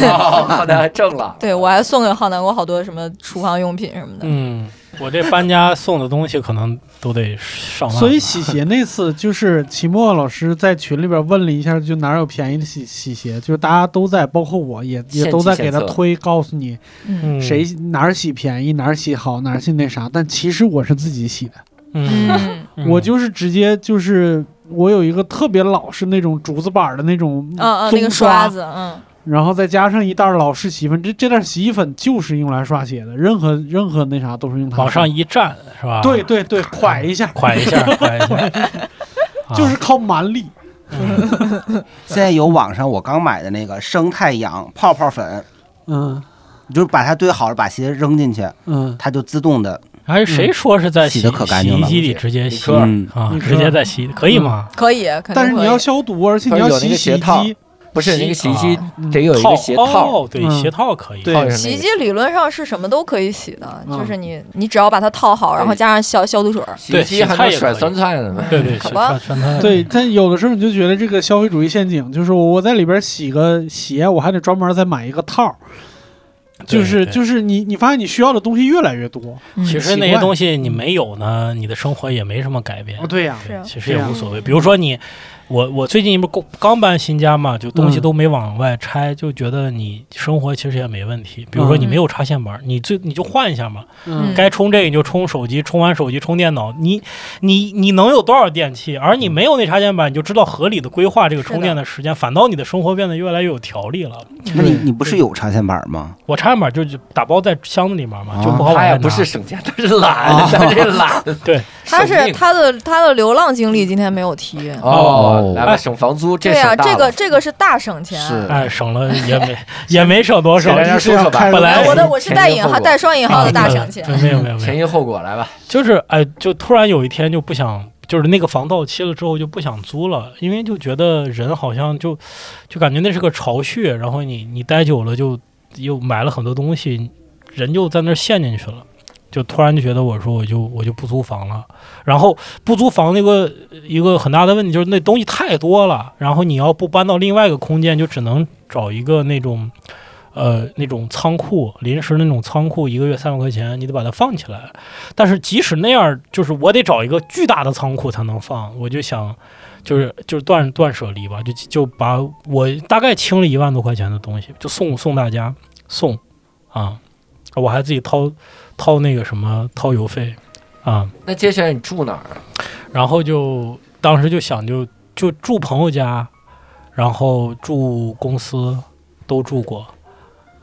哦哇浩南还挣了。对，我还送给浩南过好多什么厨房用品什么的。嗯，我这搬家送的东西可能都得上万，所以洗鞋那次就是期末老师在群里边问了一下，就哪有便宜的洗洗鞋，就是大家都在，包括我也也都在给他推，告诉你嗯嗯谁哪儿洗便宜，哪儿洗好，哪儿洗那啥。但其实我是自己洗的，嗯，嗯，嗯我就是直接就是我有一个特别老式那种竹子板儿的那种嗯嗯，那个棕刷刷子，嗯，然后再加上一袋老式洗衣粉，这这袋洗衣粉就是用来刷鞋的，任何任何那啥都是用它嗯往刷上。一站是吧？对，对 对，蒯一下，快 一下，快一下，啊就是靠蛮力。现在有网上我刚买的那个生态氧泡泡粉，嗯你就是把它堆好了，把鞋扔进去，嗯，它就自动的。哎，谁说是在洗洗得可干净洗衣了机里估计直接你洗说嗯，啊你？直说嗯接在洗可以吗？可以，肯定但是你可以要消毒，而且你要不是有那洗个洗鞋衣套机。不是洗那个洗衣机啊嗯得有一个鞋套，哦，对，嗯鞋套可以。对套上那个洗衣机理论上是什么都可以洗的，嗯就是你你只要把它套好，然后对加上消消毒水儿。洗衣机还能甩酸菜呢。对对，好鞋吧套穿它。对，但有的时候你就觉得这个消费主义陷阱，就是我我在里边洗个鞋，我还得专门再买一个套儿，对就是对就是你你发现你需要的东西越来越多。嗯其实奇那些怪东西你没有呢，你的生活也没什么改变哦，。对呀、是啊其实也对啊无所谓。比如说你，我我最近不刚刚搬新家嘛，就东西嗯都没往外拆，就觉得你生活其实也没问题。比如说你嗯没有插线板，你最你就换一下嘛，嗯嗯该充这个你就充手机，充完手机充电脑，你你你能有多少电器？而你没有那插线板，你就知道合理的规划这个是充的电的时间，反倒你的生活变得越来越有条理了。那你你不是有插线板吗？我插线板就是打包在箱子里面嘛，啊就不好往他外呀拿。不是省钱，他是懒，他是懒。 对，他省是命他的他的流浪经历今天没有提。哦哦，来吧，省房租，这对呀、省大这个了。这个是大省钱。是哎，省了也没也没省多少给。大家说说吧，本哎来我的我是前带因引后号果带双引号的大省钱。啊没 有没有没有，前因后果来吧。就是哎，就突然有一天就不想，就是那个房到期了之后就不想租了，因为就觉得人好像就就感觉那是个巢穴，然后你你待久了就又买了很多东西，人就在那儿陷进去了。就突然觉得我说我就我就不租房了，然后不租房那个一个很大的问题就是那东西太多了，然后你要不搬到另外一个空间，就只能找一个那种。呃，那种仓库，临时那种仓库，一个月三百块钱，你得把它放起来。但是即使那样，就是我得找一个巨大的仓库才能放。我就想，就是就是断断舍离吧，就就把我大概清了一万多块钱的东西，就送送大家送啊，我还自己掏掏那个什么掏邮费啊，那接下来你住哪儿啊？然后就当时就想就就住朋友家，然后住公司都住过。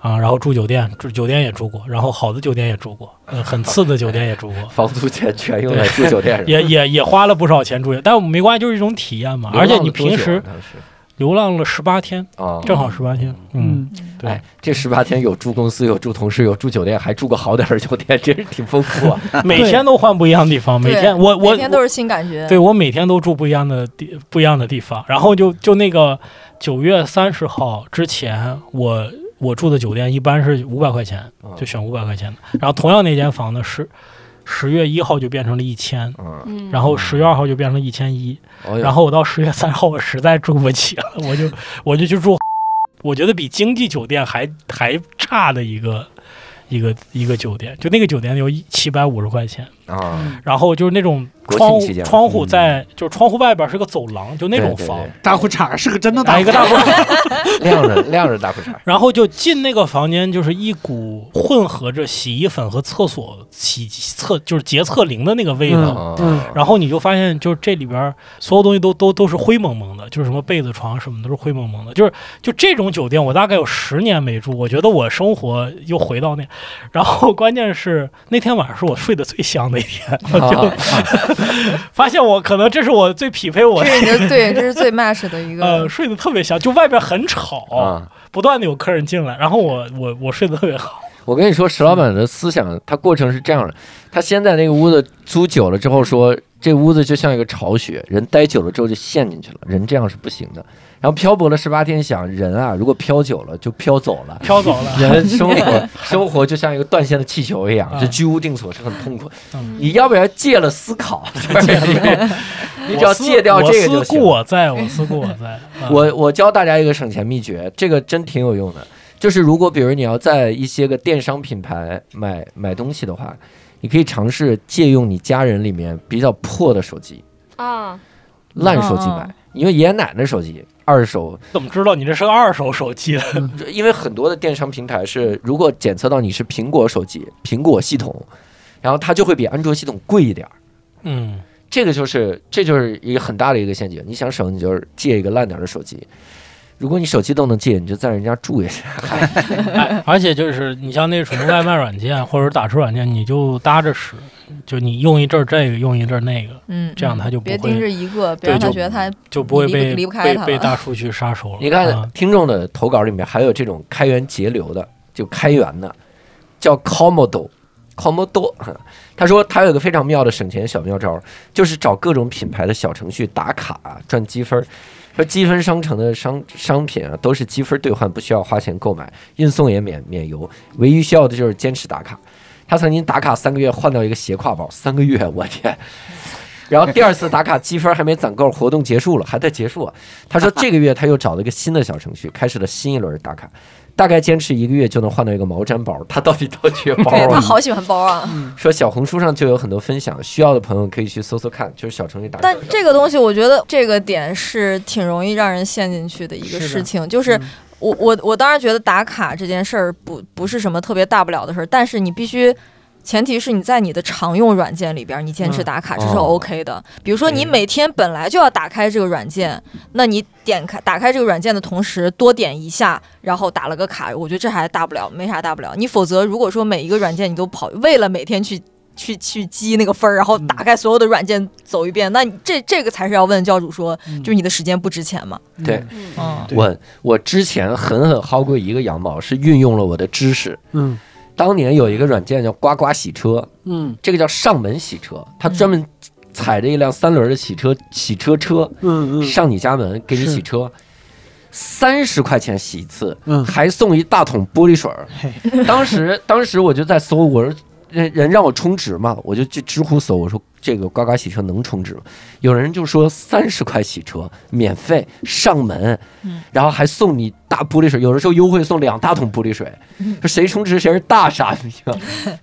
啊，然后住酒店，住酒店也住过，然后好的酒店也住过，呃，很次的酒店也住过，房租钱全用来住酒店上，也也也花了不少钱住院，但没关系，就是一种体验嘛。 而且你平时流浪了十八天，啊，正好十八天，嗯，嗯，对哎，这十八天有住公司，有住同事，有住酒店，还住个好点儿的酒店，真是挺丰富 啊。每天都换不一样的地方，每嗯对天嗯我我每天都是新感觉。对我每天都住不一样的地不一样的地方，然后就就那个九月三十号之前，我我住的酒店一般是五百块钱，就选五百块钱的，然后同样那间房呢是十月一号就变成了一千，嗯，嗯，然后十月二号就变成一千一， 哦哟然后我到十月三号我实在住不起了，我就 我就去住，我觉得比经济酒店还还差的一个一个一个酒店，就那个酒店有七百五十块钱，啊，然后就是那种国庆窗期户间嘛窗户嗯在、就是窗户外边是个走廊，就那种对对房，大裤衩是个真的打大一个大柜，晾着晾着大裤衩儿，然后就进那个房间，就是一股混合着洗衣粉和厕所洗厕就是洁厕灵的那个味道。啊嗯然后你就发现，就是这里边儿所有东西都都都是灰蒙蒙的，就是什么被子、床什么都是灰蒙蒙的。就是就这种酒店，我大概有十年没住，我觉得我生活又回到那。然后关键是那天晚上是我睡得最香的一天，我就啊 发现我可能这是我最匹配我这是你的对，这是最 match 的一呃个。睡得特别香，就外边很吵，啊！不断的有客人进来，然后我我我睡得特别好。我跟你说，石老板的思想，他过程是这样的：他先在那个屋子租久了之后说，这屋子就像一个巢穴，人待久了之后就陷进去了，人这样是不行的。然后漂泊了十八天，想人啊，如果漂久了就漂走了。飘走 了， 人生活生活就像一个断线的气球一样，这啊居无定所是很痛苦。嗯你要不然戒了思考， 就是你你只要我思戒掉这个我就思故行。我在，我思故我在。嗯我我教大家一个省钱秘诀，这个真挺有用的。就是如果比如你要在一些个电商品牌买买东西的话，你可以尝试借用你家人里面比较破的手机、啊，烂手机买哦，因为爷爷奶奶手机二手，怎么知道你这是个二手手机的？因为很多的电商平台是如果检测到你是苹果手机、苹果系统，然后它就会比安卓系统贵一点儿。嗯，这个就是这就是一个很大的一个陷阱。你想省，你就是借一个烂点儿的手机。如果你手机都能借，你就在人家住一下。哎，而且就是你像那什么外卖软件或者打车软件，你就搭着使，就你用一阵儿这个，用一阵儿那个，嗯，这样他就不别会盯着一个，别对让他就觉得他就不会你离不被离不开被它了被大数据杀熟了。你看啊听众的投稿里面还有这种开源节流的，就开源的，叫 Comodo。Comodo，他 说他有个非常妙的省钱小妙招，就是找各种品牌的小程序打卡、啊赚积分儿。说积分商城的商商品啊，都是积分兑换，不需要花钱购买，运送也免免邮，唯一需要的就是坚持打卡。他曾经打卡三个月换到一个斜挎包，三个月，我天！ 然后第二次打卡积分还没攒够，活动结束了，还在结束啊。他说这个月他又找了一个新的小程序，开始了新一轮打卡，大概坚持一个月就能换到一个毛毡包。他到底多缺 包对他啊？好喜欢包啊。嗯说小红书上就有很多分享，需要的朋友可以去搜搜看，就是小程序打卡但的。这个东西，我觉得这个点是挺容易让人陷进去的一个是的事情，就是。我我我当然觉得打卡这件事儿不不是什么特别大不了的事儿，但是你必须，前提是你在你的常用软件里边儿你坚持嗯打卡，这是哦 OK 的。比如说你嗯每天本来就要打开这个软件，那你点开打开这个软件的同时多点一下，然后打了个卡，我觉得这还大不了，没啥大不了。你否则如果说每一个软件你都跑，为了每天去去去积那个分儿，然后打开所有的软件走一遍，那你这这个才是要问教主说，嗯就是你的时间不值钱嘛？对嗯，嗯，对我我之前狠狠薅过一个羊毛，是运用了我的知识。嗯当年有一个软件叫呱呱洗车，嗯这个叫上门洗车，它专门踩着一辆三轮的洗车洗车车嗯嗯上你家门给你是洗车，三十块钱洗一次，嗯还送一大桶玻璃水儿嘿。当时当时我就在搜，我说人人让我充值嘛，我就去知乎搜，我说这个呱呱洗车能充值吗？有人就说三十块洗车免费上门嗯，然后还送你大玻璃水，有的时候优惠送两大桶玻璃水，嗯说谁充值谁是大傻逼 啊，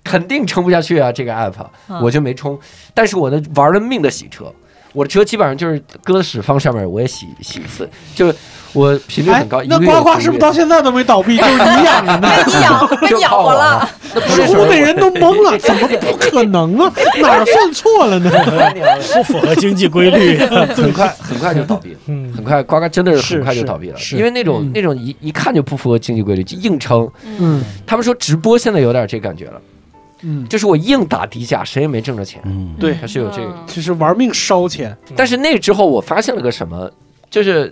肯定撑不下去啊这个 app，嗯我就没充，但是我的玩了命的洗车。我的车基本上就是搁屎放上面，我也洗洗一次，就是我频率哎很高。，那一个月呱有一呱个是月不是到现在都没倒闭？就是你养的呢？被你养， 被就你养靠活我了。那不是湖北人都懵了，怎么不可能啊？哪 儿算错了呢？嗯不符合经济规 律。很快很快就倒闭了， 嗯很快呱呱真的是是很快就是倒闭了，是因为那种嗯那种一一看就不符合经济规律，就硬撑。嗯他们说直播现在有点这感觉了，嗯，就是我硬打低价，谁也没挣着钱，嗯，对它是有这个。嗯就是玩命烧钱，但是那之后我发现了个什么，就是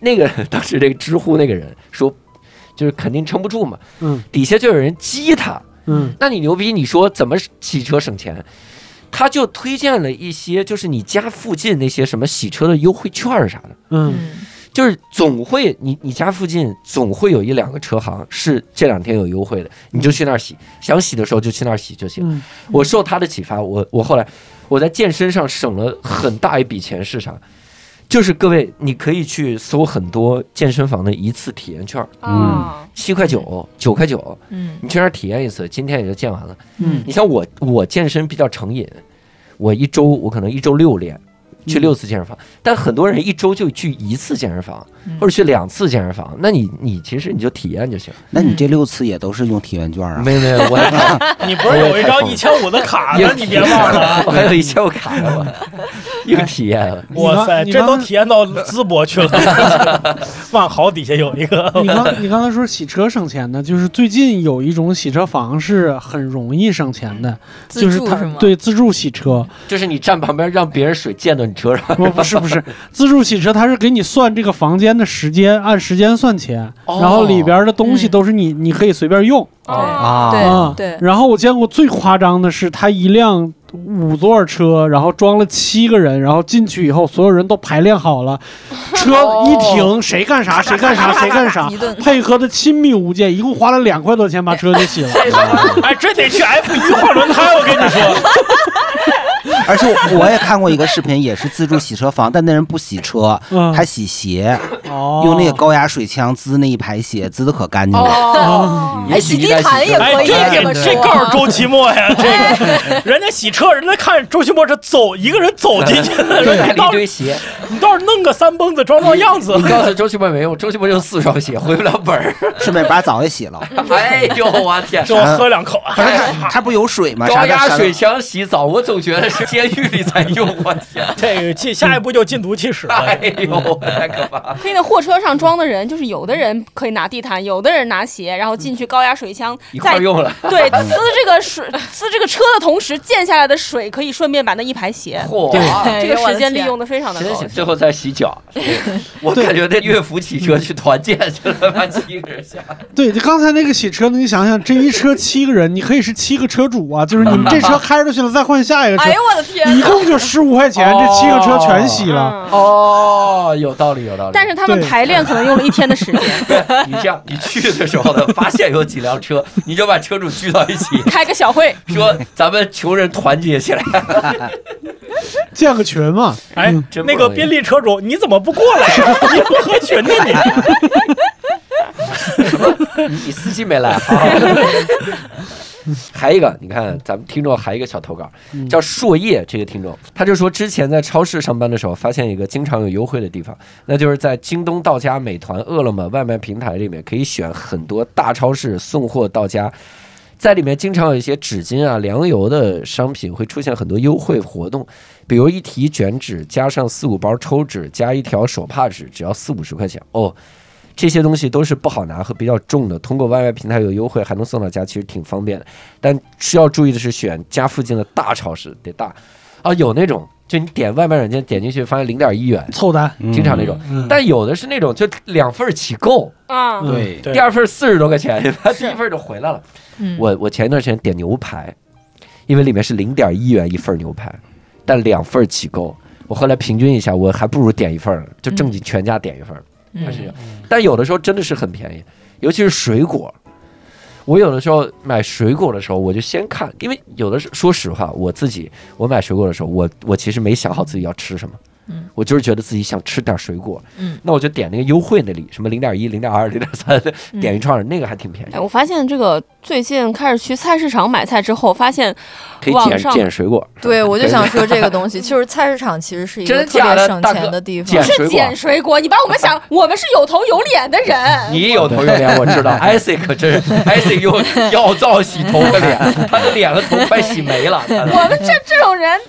那个 当时那个知乎那个人说，就是肯定撑不住嘛，嗯底下就有人激他，嗯那你牛逼，你说怎么洗车省钱？他就推荐了一些，就是你家附近那些什么洗车的优惠券儿啥的。嗯嗯就是总会，你你家附近总会有一两个车行是这两天有优惠的，你就去那儿洗，想洗的时候就去那儿洗就行。嗯我受他的启发，我我后来我在健身上省了很大一笔钱是啥？就是各位，你可以去搜很多健身房的一次体验券，啊，七块九、九块九，嗯你去那儿体验一次，今天也就健完了。嗯你像我，我健身比较成瘾，我一周我可能一周六练，去六次健身房，但很多人一周就去一次健身房。嗯或者去两次健身房，那你你其实你就体验就行。那你这六次也都是用体验券啊？没有没有， 我还你不是有一张一千五的卡有呢？你别忘了啊 ！我还有一千我卡了， 我又体验了。哇塞，你这刚都体验到淄博去了。 万豪底下有一 个，嗯你刚你刚才说洗车省钱呢，就是最近有一种洗车房是很容易省钱的，自就是助它吗？对自助洗 车，就是你站旁边让别人水溅到你车上，不不是不是自助洗车，它是给你算这个房间的时间，按时间算钱，哦然后里边的东西嗯都是你你可以随便用哦啊哦对啊。对然后我见过最夸张的是，他一辆五座车，然后装了七个人，然后进去以后，所有人都排练好了，车一停，谁干啥谁干啥谁干啥哦 一，顿配合的亲密无间，一共花了两块多钱把车给洗 了。哎，这得去 F 一换轮胎，我跟你说，而且我我也看过一个视频，也是自助洗车房，但那人不洗车，嗯，还洗鞋，哦，用那个高压水枪滋那一排鞋，滋的可干啊净了。哦，哎，洗地毯也可哎，以这这点么这说告诉啊。周奇墨呀，这个人家洗车，人家看周奇墨这走一个人走进去，来你了一倒堆鞋。你倒是弄个三蹦子装装样子你。告诉周奇墨没用，周奇墨就四双鞋，回不了本儿。顺便把澡也洗 了。哎呦，我天！这我喝两口，啊反正它它不有水吗？啥高的压水枪洗澡，我总觉得是监狱里才用。我天！这个进下一步就禁毒气室了哎。呦，太可怕了！ 可以那货车上装的人，就是有的人可以拿地毯，有的人拿鞋，然后进去高压水枪一，块在儿用了，对呲这个水呲这个车的同时，溅下来的水可以顺便把那一排鞋，嚯！哎啊这呦个我的时间利天用的非常的真高啊是。最后再洗 脚，我感觉那乐府骑车去团建去了，把七个人 吓。对，就刚才那个洗车呢，你想想，这一车七个人，你可以是七个车主啊，就是你们这车开出去了，再换下一个车哎，呦我的天一哪！共就十五块钱，这七个车全洗了。嗯哦，有道理，有道理。但是他们对排练可能用了一天的时间， 你这样，你去的时候呢，发现有几辆车，你就把车主聚到一起，开个小会，说咱们穷人团结起来。建个群嘛，哎嗯，真不容易那个宾利车主，你怎么不过来呀？ 你不合群呢你？ 你你司机没来啊？ 还一个，你看咱们听众还一个小投稿，叫硕叶这个听众，他就说之前在超市上班的时候，发现一个经常有优惠的地方，那就是在京东到家、美团、饿了么外卖平台里面，可以选很多大超市送货到家。在里面经常有一些纸巾啊、粮油的商品会出现很多优惠活动，比如一提卷纸加上四五包抽纸加一条手帕纸，只要四五十块钱哦。这些东西都是不好拿和比较重的，通过外卖平台有优惠还能送到家，其实挺方便的。但需要注意的是，选家附近的大超市得大啊，有那种就你点外卖软件点进去发现零点一元，凑单。嗯经常那种。嗯但有的是那种就两份儿起购，啊，嗯对，对第二份四十多块钱，第一份就回来了。嗯我我前一段时间点牛排，因为里面是零点一元一份牛排，但两份起购，我后来平均一下，我还不如点一份儿呢，就正经全家点一份儿。嗯还是有，但有的时候真的是很便宜，尤其是水果。我有的时候买水果的时候，我就先看，因为有的时候说实话，我自己我买水果的时候，我我其实没想好自己要吃什么。嗯我就是觉得自己想吃点水果，嗯，那我就点那个优惠那里，什么零点一、零点二、零点三，点一串儿，那个还挺便宜哎，，我发现这个最近开始去菜市场买菜之后，发现可以网捡上捡水果。 对，我就想说这个东西，就是菜市场其实是一个真特假别的省大钱哥的地方捡。是水果捡水果，你把我 们想，我们是有头有脸的人。你有头有脸，我知道。Isaac 可真是 Isaac 用药皂洗头和脸，他的脸和头快洗没了。他的我们这这种人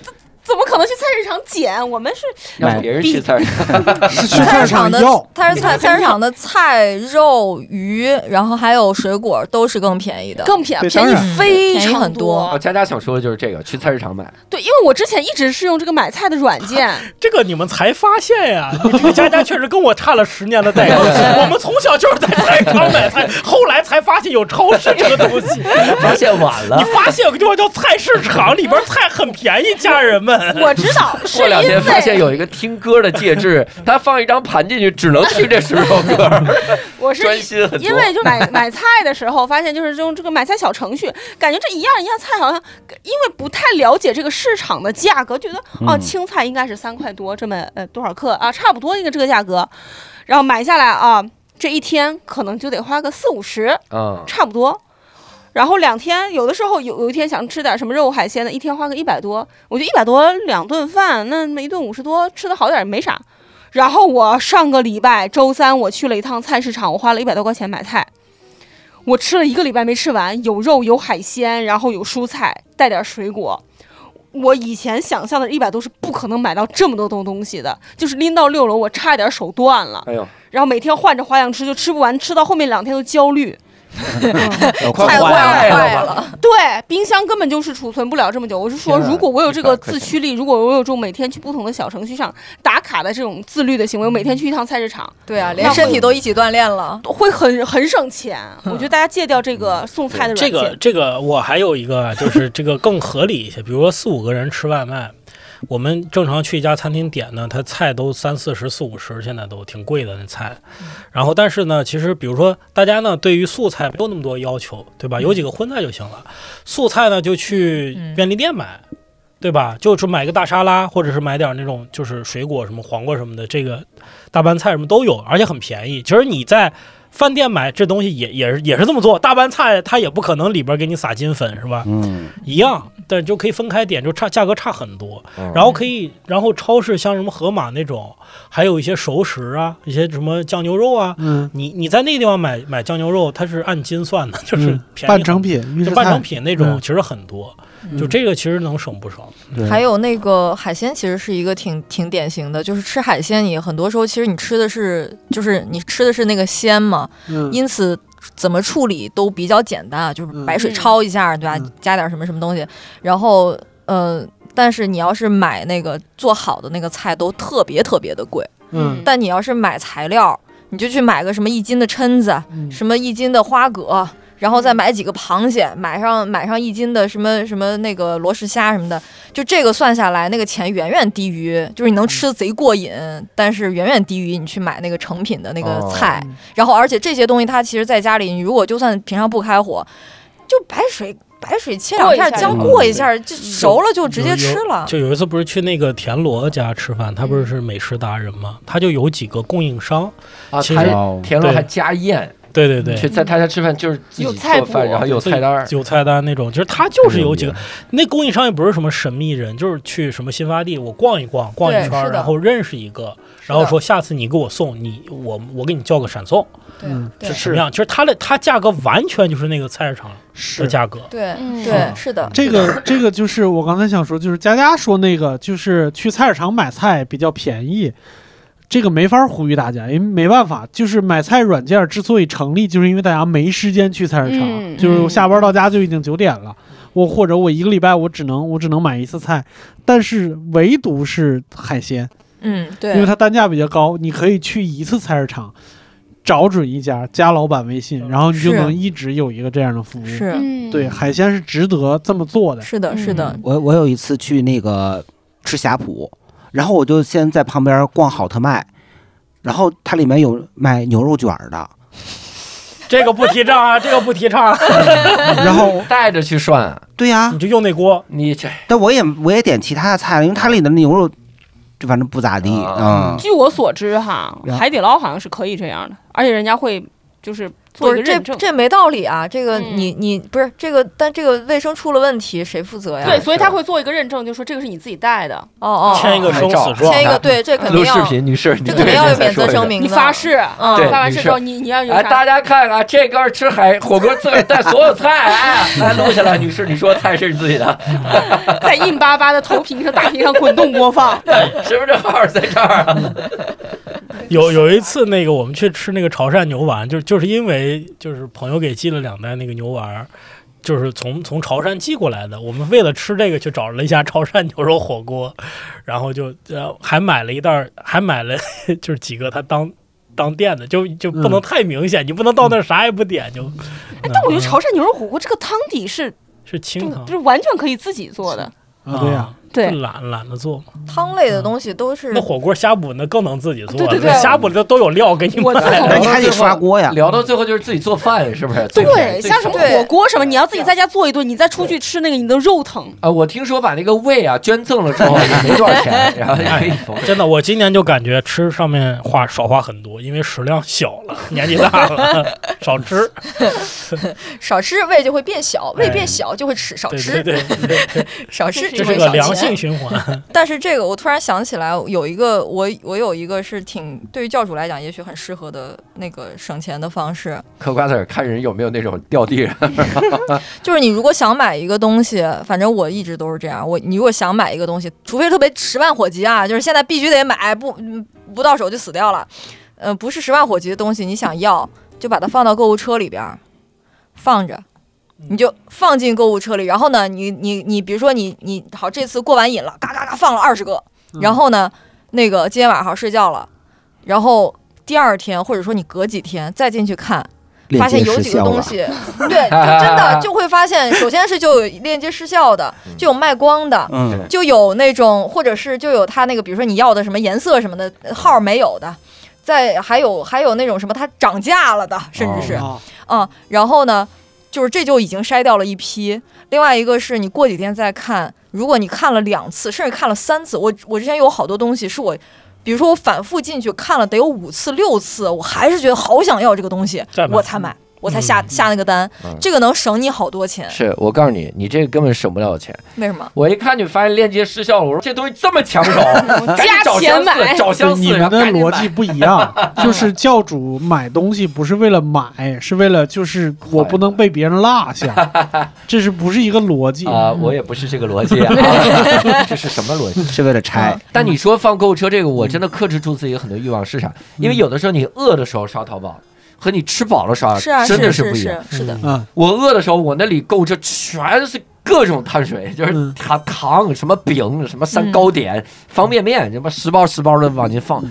怎么可能去菜市场捡？我们是让别人去菜市场，是去菜菜市市场场的要，它是菜菜市场的菜、肉、鱼，然后还有水果都是更便宜的。更便对嗯便当宜然非便宜常很多哦我。佳佳想说的就是这个，去菜市场买。对，因为我之前一直是用这个买菜的软件， 这个你们才发现呀、你这个佳佳确实跟我差了十年的代沟。我们从小就是在菜市场买菜，后来才发现有超市这个 东西。发现晚你了，发现有个地方叫菜市场，里边菜很便宜，家人们。我知道是过因两天发现为有一个听歌的介质，他放一张盘进去，只能听这十首歌，我是专心很多因。为就买买菜的时候，发现就是用这个买菜小程序，感觉这一样一样菜好像，因为不太了解这个市场的价格，觉得哦，嗯青菜应该是三块多这么呃多少克啊，差不多应该这个价格，然后买下来啊，这一天可能就得花个四五十，嗯，差不多。然后两天，有的时候有有一天想吃点什么肉海鲜的，一天花个一百多，我觉得一百多两顿饭，那么一顿五十多，吃的好点也没啥。然后我上个礼拜周三我去了一趟菜市场，我花了一百多块钱买菜，我吃了一个礼拜没吃完，有肉有海鲜，然后有蔬菜，带点水果。我以前想象的一百多是不可能买到这么多东东西的，就是拎到六楼我差点手断了，哎呦，然后每天换着花样吃，就吃不完，吃到后面两天都焦虑。太坏坏坏了吧了，对，冰箱根本就是储存不了这么久。我是说，天啊如果我有这个100块自钱驱力，如果我有这种每天去不同的小程序上打卡的这种自律的行为，我每天去一趟菜市场，对啊，那连会身体都一起锻炼了。会很很省钱。我觉得大家戒掉这个送菜的软这件。个这个，我还有一个啊就是这个更合理一些，比如说四五个人吃外卖，我们正常去一家餐厅点呢，它菜都三四十、四五十，现在都挺贵的那菜。嗯然后但是呢，其实比如说大家呢对于素菜没有那么多要求，对嗯吧？有几个荤菜就行了，素菜呢就去嗯便利店买。对吧？就是买个大沙拉，或者是买点那种就是水果什么黄瓜什么的，这个大拌菜什么都有，而且很便宜。其实你在饭店买这东西也也是也是这么做，大拌菜它也不可能里边给你撒金粉是吧？嗯，一样，但是就可以分开点，就差价格差很多。哦嗯然后可以，然后超市像什么盒马那种，还有一些熟食啊，一些什么酱牛肉啊，嗯，你你在那个地方买买酱牛肉，它是按斤算的，就是嗯便宜很、半成品、预制就半成菜，品那种嗯其实很多，嗯就这个其实能省不少。嗯对还有那个海鲜，其实是一个挺挺典型的，就是吃海鲜，你很多时候其实你吃的是，就是你吃的是那个鲜嘛，嗯因此怎么处理都比较简单，啊，就是嗯白水焯一下，对吧嗯？加点什么什么东西，然后呃，但是你要是买那个做好的那个菜，都特别特别的贵。嗯但你要是买材料，你就去买个什么一斤的蛏子，嗯什么一斤的花蛤，然后再买几个螃蟹，买上买上一斤的什么什么那个罗氏虾什么的，就这个算下来，那个钱远远低于，就是你能吃得贼过瘾，但是远远低于你去买那个成品的那个哦菜。然后，而且这些东西它其实在家里，你如果就算平常不开火，就白水白水切两过一下，下姜就过行一下，就熟了就直接吃了。就有一次不是去那个田螺家吃饭，他不嗯是是美食达人嘛，他就有几个供应商，啊，其实他哦田螺对还加宴，对对对，去在他家吃饭就是自有己菜做饭，谱然后有自菜单儿，嗯有菜单那种，就是他就是有几个，那供应商也不是什么神秘人，就是去什么新发地，我逛一逛，逛一圈是儿，的然后认识一个，然后说下次你给我送，你我我给你叫个闪送，对嗯对是什么样？其实它的它价格完全就是那个菜市场的是价格，对嗯对，是的，这个这个就是我刚才想说，就是佳佳说那个，就是去菜市场买菜比较便宜，这个没法呼吁大家，因为没办法，就是买菜软件之所以成立，就是因为大家没时间去菜市场，嗯就是我下班到家就已经九点了，我或者我一个礼拜我只能我只能买一次菜，但是唯独是海鲜，嗯因为对，它单价比较高，你可以去一次菜市场。找准一家，加老板微信，然后你就是能一直有一个这样的服务。是嗯，对，海鲜是值得这么做的。是的是的，我我有一次去那个吃呷哺，然后我就先在旁边逛好特卖，然后它里面有卖牛肉卷儿的，这个不提倡啊，这个不 提倡啊， 然后带着去涮啊， 对呀、你就用那锅。你这但我也我也点其他的菜了，因为它里的牛肉就反正不咋地，啊嗯。据我所知哈然，后海底捞好像是可以这样的，而且人家会就是不做一是个这认证。这没道理啊！这个嗯你你不是这个，但这个卫生出了问题，谁负责呀？对，所以是他会做一个认证，就说这个是你自己带的，哦哦，哦签一个拍生照死状，签一个，对，这肯定录视要，频女士，你这对肯定要着有再免责说一遍。声明你的。发誓，嗯对发完誓之后女你你要有哎，啥大？家看看，这哥们儿吃海火锅自个儿 带所有菜， 哎，来录下来。女士，你说菜是你自己的，在硬巴巴的投屏上、大屏上滚动播放，身份证号在这儿啊。有有一次，那个我们去吃那个潮汕牛丸，就就是因为就是朋友给寄了两袋那个牛丸儿，就是从从潮汕寄过来的。我们为了吃这个，去找了一家潮汕牛肉火锅，然后就呃还买了一袋儿，还买了 就是几个他当当店的，就就不能嗯太明显，你不能到那儿啥也不点就。哎但我觉得潮汕牛肉火锅这个汤底是是就清汤就，是完全可以自己做的，啊，对呀，对就懒懒得做嘛。汤类的东西都是那火锅呷哺那更能自己做，对对对那呷哺里都有料给你我自买从那你还得刷锅呀，聊到最后就是自己做饭，是不是？最便宜对，最像什么对火锅什么，你要自己在家做一顿，你再出去吃那个，你的肉疼。啊，我听说把那个胃啊捐赠了之 后也没多少钱，然后也可以 缝。真的，我今年就感觉吃上面花少花很多，因为食量小 了，年纪大了，少吃。少吃，胃就会变小，胃哎变小就会吃少对对吃，对对，对少吃这就是会个少良钱性。循 环。但是这个我突然想起来，有一个我我有一个是挺对于教主来讲也许很适合的那个省钱的方式，嗑瓜子儿，看人有没有那种掉地上。就是你如果想买一个东西，反正我一直都是这样。我你如果想买一个东西，除非特别十万火急啊，就是现在必须得买，不嗯不到手就死掉了。呃，不是十万火急的东西，你想要就把它放到购物车里边儿放着，你就放进购物车里。然后呢，你你你，比如说你你好，这次过完瘾了，嘎嘎嘎放了二十个，然后呢，那个今天晚上睡觉了，然后第二天或者说你隔几天再进去看，链发现接有失几个效东了。西，对，就 真的就会发现，首先是就有链接失效的，就有卖光的，嗯，就有那种或者是就有他那个，比如说你要的什么颜色什么的呃号没有的，再还有还有那种什么它涨价了的，甚至是哦啊嗯，然后呢，就是这就已经筛掉了一批。另外一个是你过几天再看，如果你看了两次，甚至看了三次，我我之前有好多东西是我，比如说我反复进去看了得有五次六次，我还是觉得好想要这个东西再，呃买我才嗯买，我才下、下那个单，嗯这个能省你好多钱。是我告诉你，你这个根本省不了钱。为什么？我一看就发现链接失效了，我说这东西这么抢 手，赶紧找加相钱买似，找相对似。你们然后的赶紧逻买辑不一样，就是教主买东西不是为了买，是为了就是我不能被别人落下，这是不是一个逻辑？ 啊，我也不是这个逻辑啊， 这是什么逻辑？是为了嗯 拆，但你说放购物车这个，我真的克制住自己很多欲望是啥？因为有的时候你饿的时候刷淘宝，和你吃饱了刷，是啊，真的是不一样。是是的，嗯，我饿的时候，我那里购物车全是各种碳水，就是嗯糖糖什么饼什么三嗯糕点、方便面，什么十包十包的往进放。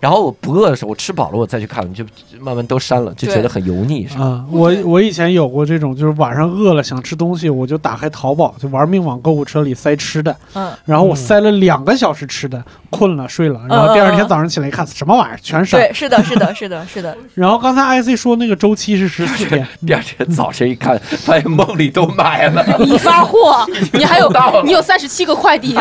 然后我不饿的时候，我吃饱了我再去看，就就慢慢都删了，就觉得很油腻。是吧啊，我我以前有过这种，就是晚上饿了想吃东西，我就打开淘宝，就玩命往购物车里塞吃的，嗯，然后我塞了两个小时吃的，困了睡了，然后第二天早上起来一看，什么玩意儿全啊删。对，是的，是的，是的，是的，然后刚才 IC 说那个周期是十四天，第二天早晨一看，发现梦里都买了，你 发货，你还有收到了你有三十七个快 递。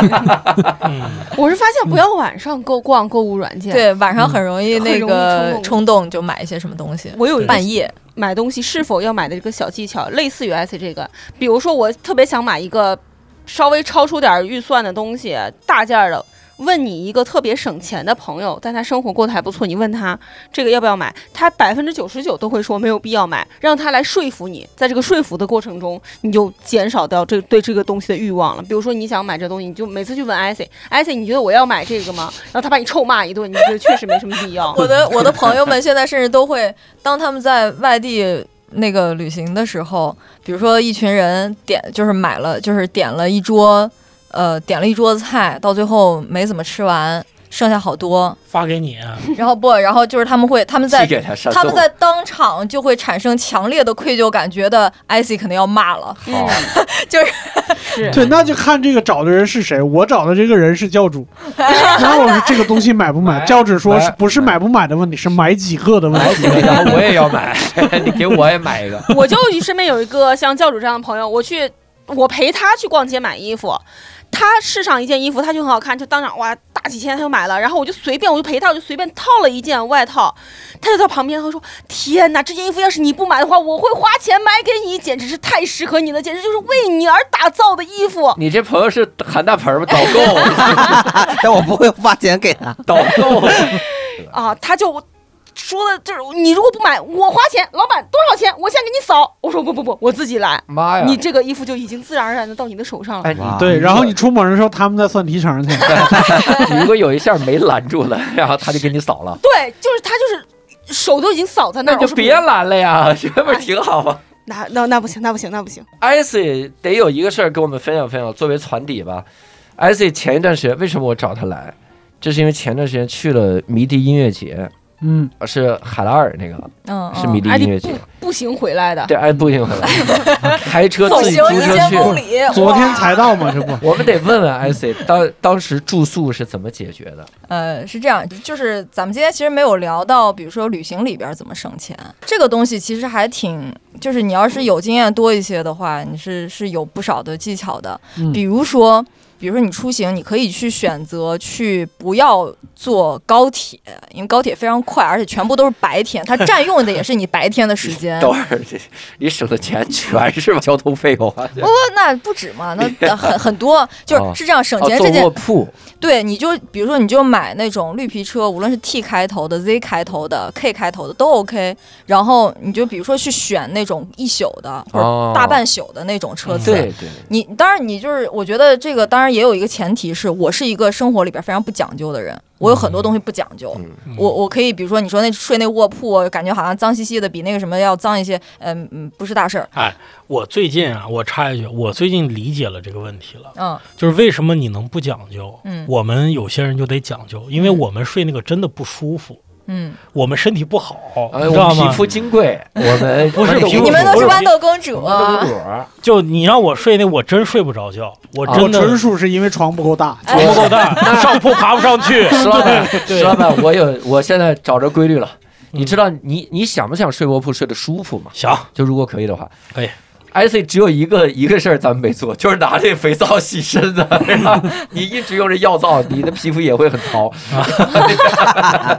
嗯，我是发现不要晚上购逛购物软件。，对，晚上很容易嗯那很容易冲个动冲动就买一些什么东 西，我有一个半夜，买东西是否要买的这个小技巧，类似于 S 这个，比如说我特别想买一个稍微超出点儿预算的东西，大件儿的。问你一个特别省钱的朋友，但他生活过得还不错，你问他这个要不要买，他百分之九十九都会说没有必要买，让他来说服你。在这个说服的过程中，你就减少掉这对这个东西的欲望了。比如说你想买这东西，你就每次去问艾 C，艾 C 你觉得我要买这个吗？然后他把你臭骂一顿，你就觉得确实没什么必 要。我的我的朋友们现在甚至都会，当他们在外地那个旅行的时候，比如说一群人点就是买了就是点了一桌，呃，点了一桌子菜，到最后没怎么吃完，剩下好多，发给你，啊然后不，然后就是他们会他们在寄给他山他们送在当场就会产生强烈的愧疚感，觉得艾希肯定要骂了。好，对，那就看这个找的人是谁。我找的这个人是教主，然后我说这个东西买不买？买教主说买是不是买不买的问题，是买几个的问题。 然后我也要买，你给我也买一个。我就身边有一个像教主这样的朋友，我去，我陪他去逛街买衣服，他试上一件衣服，他就很好看，就当场哇大几千他就买了，然后我就随便我就陪他，我就随便套了一件外套，他就在旁边他说：“天哪，这件衣服要是你不买的话，我会花钱买给你，简直是太适合你了，简直就是为你而打造的衣服。” 你这朋友是韩大盆儿吗？导购，啊但我不会花钱给他。导购， 啊，他就说的就是你如果不买，我花钱，老板多少钱？我先给你扫。我说不不不，我自己来。妈哎呀！你这个衣服就已经自然而然的到你的手上了。哎，你对，然后你出门的时候，他们在算提成去。你如果有一下没拦住了，然后他就给你扫了，对，就是他就是手都已经扫在那那儿，就我说别拦了呀，这不是挺好吗？那那那不行，那不行，那不行。艾 C 哎得有一个事儿跟我们分享分享，作为船底吧。艾 C 前一段时间为什么我找他来？这是因为前段时间去了迷笛音乐节，嗯，呃是海拉尔那个，嗯，是迷嗯笛艾音迪乐节不。步行回来的，对，哎，不行， 开车走自己行租一车千去。公里，昨天哇才到嘛，这不 我们得问问 I C，当当时住宿是怎么解决的？呃，是这样，就是咱们今天其实没有聊到，比如说旅行里边怎么省钱，这个东西其实还挺，就是你要是有经验多一些的话，你是是有不少的技巧的。嗯比如说，比如说你出行，你可以去选择去不要坐高铁，因为高铁非常快，而且全部都是白天，它占用的也是你白天的时 间。等会儿这你省的钱全是交通费用啊！不不，那不止嘛， 那很很多，就是是这样，省啊钱坐这件卧铺，对，你就比如说，你就买那种绿皮车，无论是 T 开头的、Z 开头的、K 开头的都 OK。然后你就比如说去选那种一宿的或哦者大半宿的那种车嗯次。对对，你当然，你就是我觉得这个当然也有一个前提是我是一个生活里边非常不讲究的人，我有很多东西不讲究。嗯 我我可以比如说你说那睡那卧铺，感觉好像脏兮兮的，比那个什么要脏一些，嗯嗯，不是大事儿。我最近啊，我插一句，我最近理解了这个问题了，嗯就是为什么你能不讲究？嗯我们有些人就得讲究，因为我们睡那个真的不舒服，嗯，我们身体不好，哎，你我知道们皮吗？肤金贵， 我们不是我皮肤你们都是我豌豆公主我们啊都是。裸就你让我睡那，我真睡不着觉，我啊真的纯属是因为床不够大。床不 够大，上铺爬不上去。石老板，对石老 板，我有，我现在找着规律了。你知道你你想不想睡卧铺睡得舒服吗？想就如果可以的话，可以。 I C 只有一个一个事儿咱们没做，就是拿这肥皂洗身子。然后你一直用这药皂，你的皮肤也会很糙。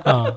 嗯，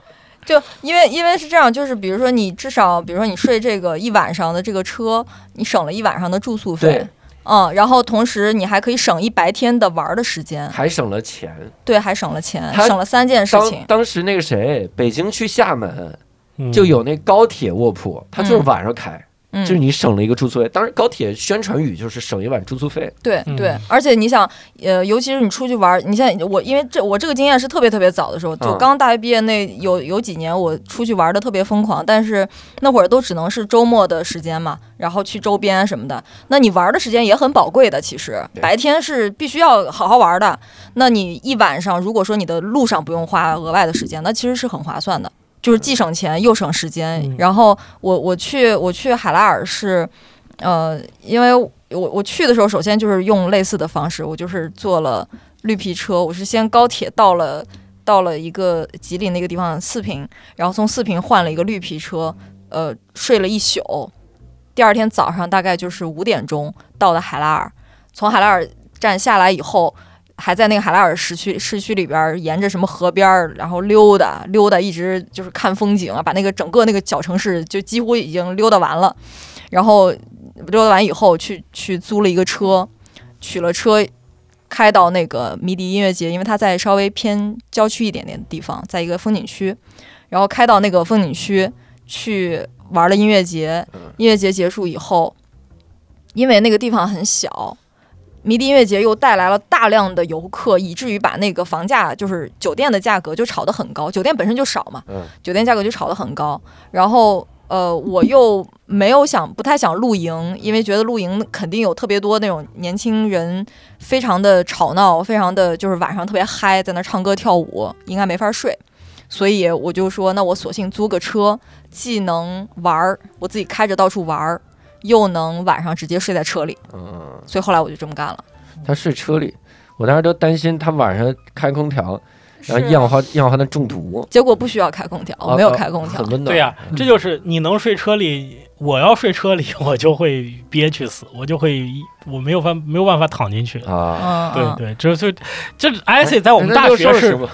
就因为因为是这样，就是比如说你至少，比如说你睡这个一晚上的这个车，你省了一晚上的住宿费对，嗯，然后同时你还可以省一白天的玩儿的时间，还省了钱。对，还省了钱，他省了三件事当情。当时那个谁，北京去厦门嗯就有那高铁卧铺，它就是晚上开，嗯，就是你省了一个住宿费。当然，高铁宣传语就是省一晚住宿费。对嗯对，而且你想，呃，尤其是你出去玩儿，你现在我因为这我这个经验是特别特别早的时候，就嗯刚大学毕业那有有几年，我出去玩的特别疯狂，但是那会儿都只能是周末的时间嘛，然后去周边什么的，那你玩儿的时间也很宝贵的，其实对白天是必须要好好玩儿的，那你一晚上如果说你的路上不用花额外的时间，那其实是很划算的。就是既省钱又省时间，嗯然后我我去我去海拉尔是，呃，因为我我去的时候，首先就是用类似的方式，我就是坐了绿皮车，我是先高铁到了到了一个吉林那个地方四平，然后从四平换了一个绿皮车，呃，睡了一宿，第二天早上大概就是五点钟到的海拉尔，从海拉尔站下来以后。还在那个海拉尔市区市区里边儿，沿着什么河边儿，然后溜达溜达，一直就是看风景啊，把那个整个那个小城市就几乎已经溜达完了。然后溜达完以后去去租了一个车，取了车，开到那个迷笛音乐节，因为它在稍微偏郊区一点点的地方，在一个风景区，然后开到那个风景区去玩了音乐节嗯。音乐节结束以后，因为那个地方很小。迷笛音乐节又带来了大量的游客，以至于把那个房价，就是酒店的价格就炒得很高。酒店本身就少嘛，嗯酒店价格就炒得很高。然后呃，我又没有想不太想露营，因为觉得露营肯定有特别多那种年轻人非常的吵闹，非常的就是晚上特别嗨，在那儿唱歌跳舞，应该没法睡。所以我就说，那我索性租个车，既能玩儿，我自己开着到处玩儿，又能晚上直接睡在车里。嗯，所以后来我就这么干了。他睡车里，我当时都担心他晚上开空调，然后一是氧化一氧化碳中毒。结果不需要开空调，我没有开空啊调很。温暖。对呀、这就是你能睡车里，我要睡车里， 我就会憋屈死，我就会我没有办没有办法躺进去。哦 啊，哎嗯，对嗯。对，这就这艾希在我们那大就学是是 吧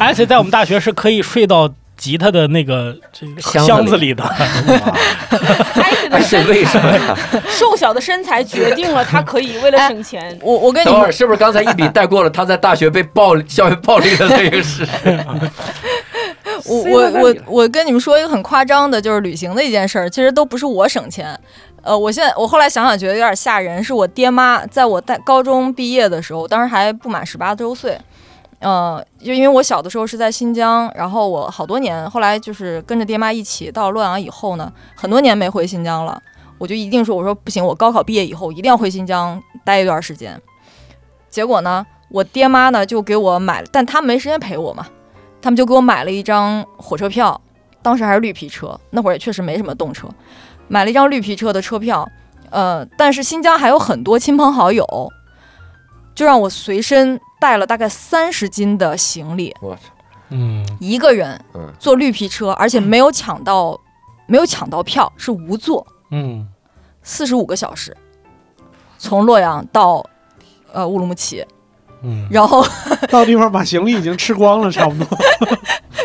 艾希在我们大学是可以睡到吉他的那个这个箱子箱子里的， 艾希的哎，这为什么呀？瘦小的身材决定了他可以为了省钱我我跟你等会们儿是不是刚才一笔带过了他在大学被暴力校园暴力的那个事？我我我我跟你们说一个很夸张的，就是旅行的一件事儿，其实都不是我省钱。呃，我现在我后来想想觉得有点吓人，是我爹妈在我在高中毕业的时候，当时还不满十八周岁，呃，就因为我小的时候是在新疆，然后我好多年后来就是跟着爹妈一起到洛阳以后呢，很多年没回新疆了，我就一定说我说不行，我高考毕业以后一定要回新疆待一段时间。结果呢，我爹妈呢就给我买了，但他们没时间陪我嘛，他们就给我买了一张火车票，当时还是绿皮车，那会儿也确实没什么动车，买了一张绿皮车的车票。呃，但是新疆还有很多亲朋好友，就让我随身带了大概三十斤的行李，我操，嗯，一个人嗯坐绿皮车，而且没有抢到，没有抢到票，是无座，嗯，四十五个小时，从洛阳到呃乌鲁木齐，嗯，然后 到地方把行李已经吃光了，差不多。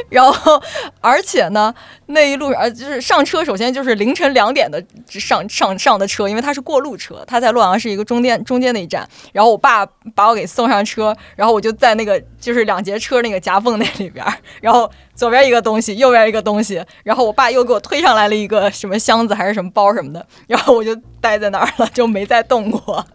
然后，而且呢，那一路呃，就是上车，首先就是凌晨两点的上上上的车，因为它是过路车，它在洛阳是一个中间中间的一站。然后我爸把我给送上车，然后我就在那个就是两节车那个夹缝那里边儿，然后左边一个东西，右边一个东西，然后我爸又给我推上来了一个什么箱子还是什么包什么的，然后我就待在那儿了，就没再动过。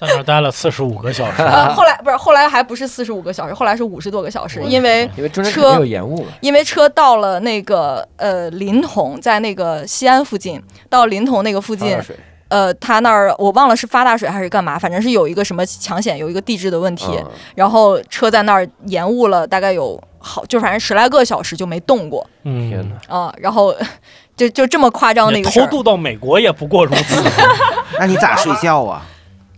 在那儿待了四十五个小 时，呃，后来不是后来还不是四十五个小时，后来是五十多个小时，因为。因为中间肯车定有延误嘛。因为车到了那个呃临潼，在那个西安附近，到临潼那个附发近大，水呃，他那儿我忘了是发大水还是干嘛，反正是有一个什么抢险，有一个地质的问题，啊嗯然后车在那儿延误了大概有好，就反正十来个小时就没动过嗯，天哪！啊、然后就就这么夸张的一你个事偷儿，渡到美国也不过如此， 那你咋睡觉啊？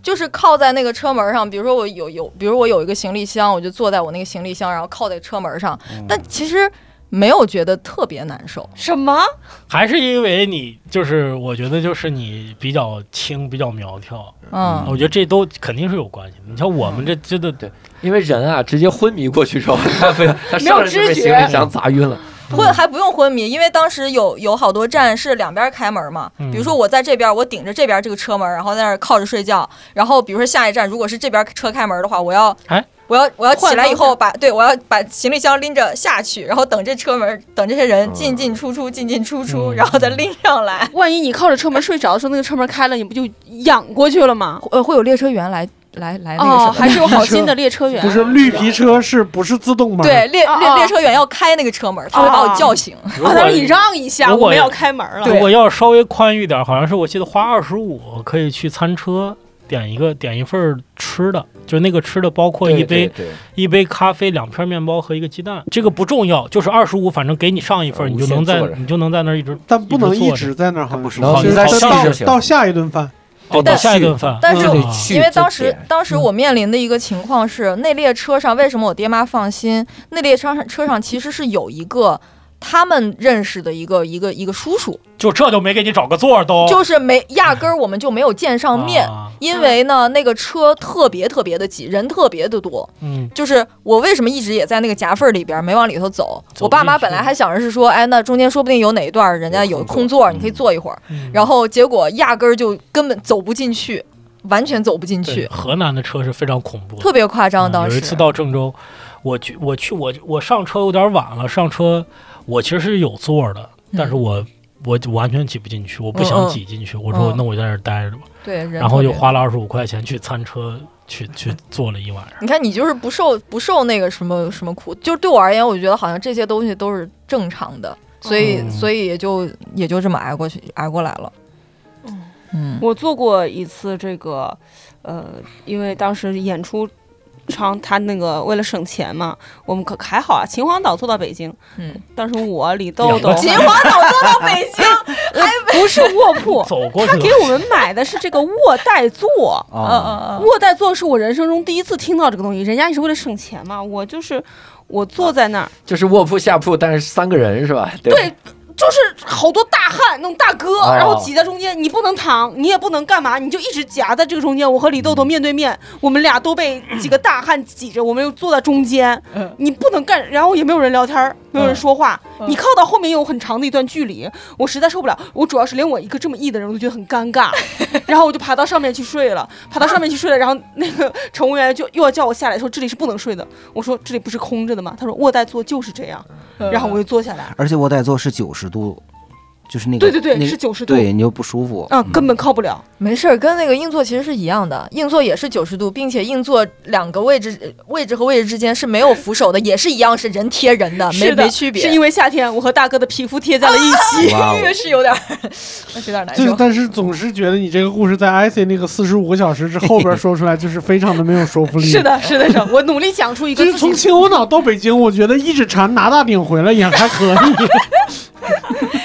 就是靠在那个车门上，比如说我有有，比如我有一个行李箱，我就坐在我那个行李箱，然后靠在车门上，嗯但其实没有觉得特别难受。什么？还是因为你就是我觉得就是你比较轻，比较苗条，嗯，我觉得这都肯定是有关系的。你像我们这真嗯的 因为人啊，直接昏迷过去之后，他被他上来就被行李箱砸晕了。嗯昏还不用昏迷，因为当时有有好多站是两边开门嘛，嗯比如说我在这边，我顶着这边这个车门，然后在那儿靠着睡觉，然后比如说下一站如果是这边车开门的话，我要哎我要我要起来以换后把对我要把行李箱拎着下去，然后等这车门等这些人嗯进进出出进进出出，嗯然后再拎上来。万一你靠着车门睡着的时候，那个车门开了，你不就仰过去了吗？呃，会有列车员来来来哦，还是有好心的列车员不。是绿皮车是不是自动门？啊对，列啊列啊列车员要开那个车门，他会把我叫醒。如啊，果他说你让一下，如果我们要开门了。如果要稍微宽裕点儿，好像是我记得花二十五可以去餐车点一个点一份儿吃的，就那个吃的包括一杯对，对一杯咖啡、两片面包和一个鸡蛋，这个不重要，就是二十五，反正给你上一份呃儿，你就能在无限坐着你就能在那儿一直哦但不能一直一坐着直在那儿，好他不像是然后你就是再到续就到行。到下一顿饭。哦但等下一顿饭。但是嗯我得去因为这当时点当时嗯我面临的一个情况是，那列车上为什么我爹妈放心？那列车上车上其实是有一个。他们认识的一个一个一个叔叔，就这就没给你找个座儿都，就是没压根儿我们就没有见上面，哦啊因为呢那个车特别特别的挤，人特别的多。嗯，就是我为什么一直也在那个夹缝儿里边儿没往里头走？走不我爸妈进去本来还想着是说，哎，那中间说不定有哪一段儿人家有有空座空座儿，你可以坐一会儿。嗯然后结果压根儿就根本走不进去，完全走不进对去。河南的车是非常恐怖的，特别夸张，嗯当时、有一次到郑州，我去我去我我上车有点晚了，上车我其实是有座儿的，但是我。我就完全挤不进去，我不嗯想嗯挤进去。我说嗯那我在这儿待着吧，对，人然后特就别花了二十五块钱去餐车去去坐了一晚上。你看，你就是不受不受那个什么什么苦，就是对我而言，我觉得好像这些东西都是正常的，所以嗯，所以也就也就这么挨过去挨过来了。嗯，我做过一次这个，呃，因为当时演出场他那个为了省钱嘛，我们可还好啊，秦皇岛坐到北京，嗯，当时我李豆豆秦皇岛坐到北京，不是卧铺 走过他去给了。我们买的是这个卧带座。嗯啊，嗯嗯，卧带座是我人生中第一次听到这个东西，人家也是为了省钱嘛。我就是我坐在那儿，就是卧铺下铺，但是三个人是吧？对吧对，就是好多大汉那种大哥，哦然后挤在中间，你不能躺，你也不能干嘛，你就一直夹在这个中间。我和李豆豆面对面，我们俩都被几个大汉挤着，我们又坐在中间，嗯你不能干，然后也没有人聊天儿，没有人说话，嗯你靠到后面有很长的一段距离，我实在受不了。我主要是连我一个这么异的人，我都觉得很尴 尬，然后我就爬到上面去睡了，爬到上面去睡了。然后那个乘务员就又要叫我下来，说这里是不能睡的。我说这里不是空着的吗？他说卧带座就是这样，嗯然后我就坐下来。而且我在做是九十度，就是那个对对对，那是九十度。对你就不舒服啊，根本靠不了。没事儿，跟那个硬座其实是一样的，硬座也是九十度，并且硬座两个位置位置和位置之间是没有扶手的，也是一样是人贴人的，啊没是的没区别。啊是因为夏天我和大哥的皮肤贴在了一 起。哇哦这个 是有点儿，是有点难就是，受。但是总是觉得你这个故事在 IC 那个四十五个小时之后边说出来，就是非常的没有说服力。是，的，是的，是的，我努力讲出一个就是自从己。秦皇岛到北京，我觉得一指禅拿大顶回来也还可以。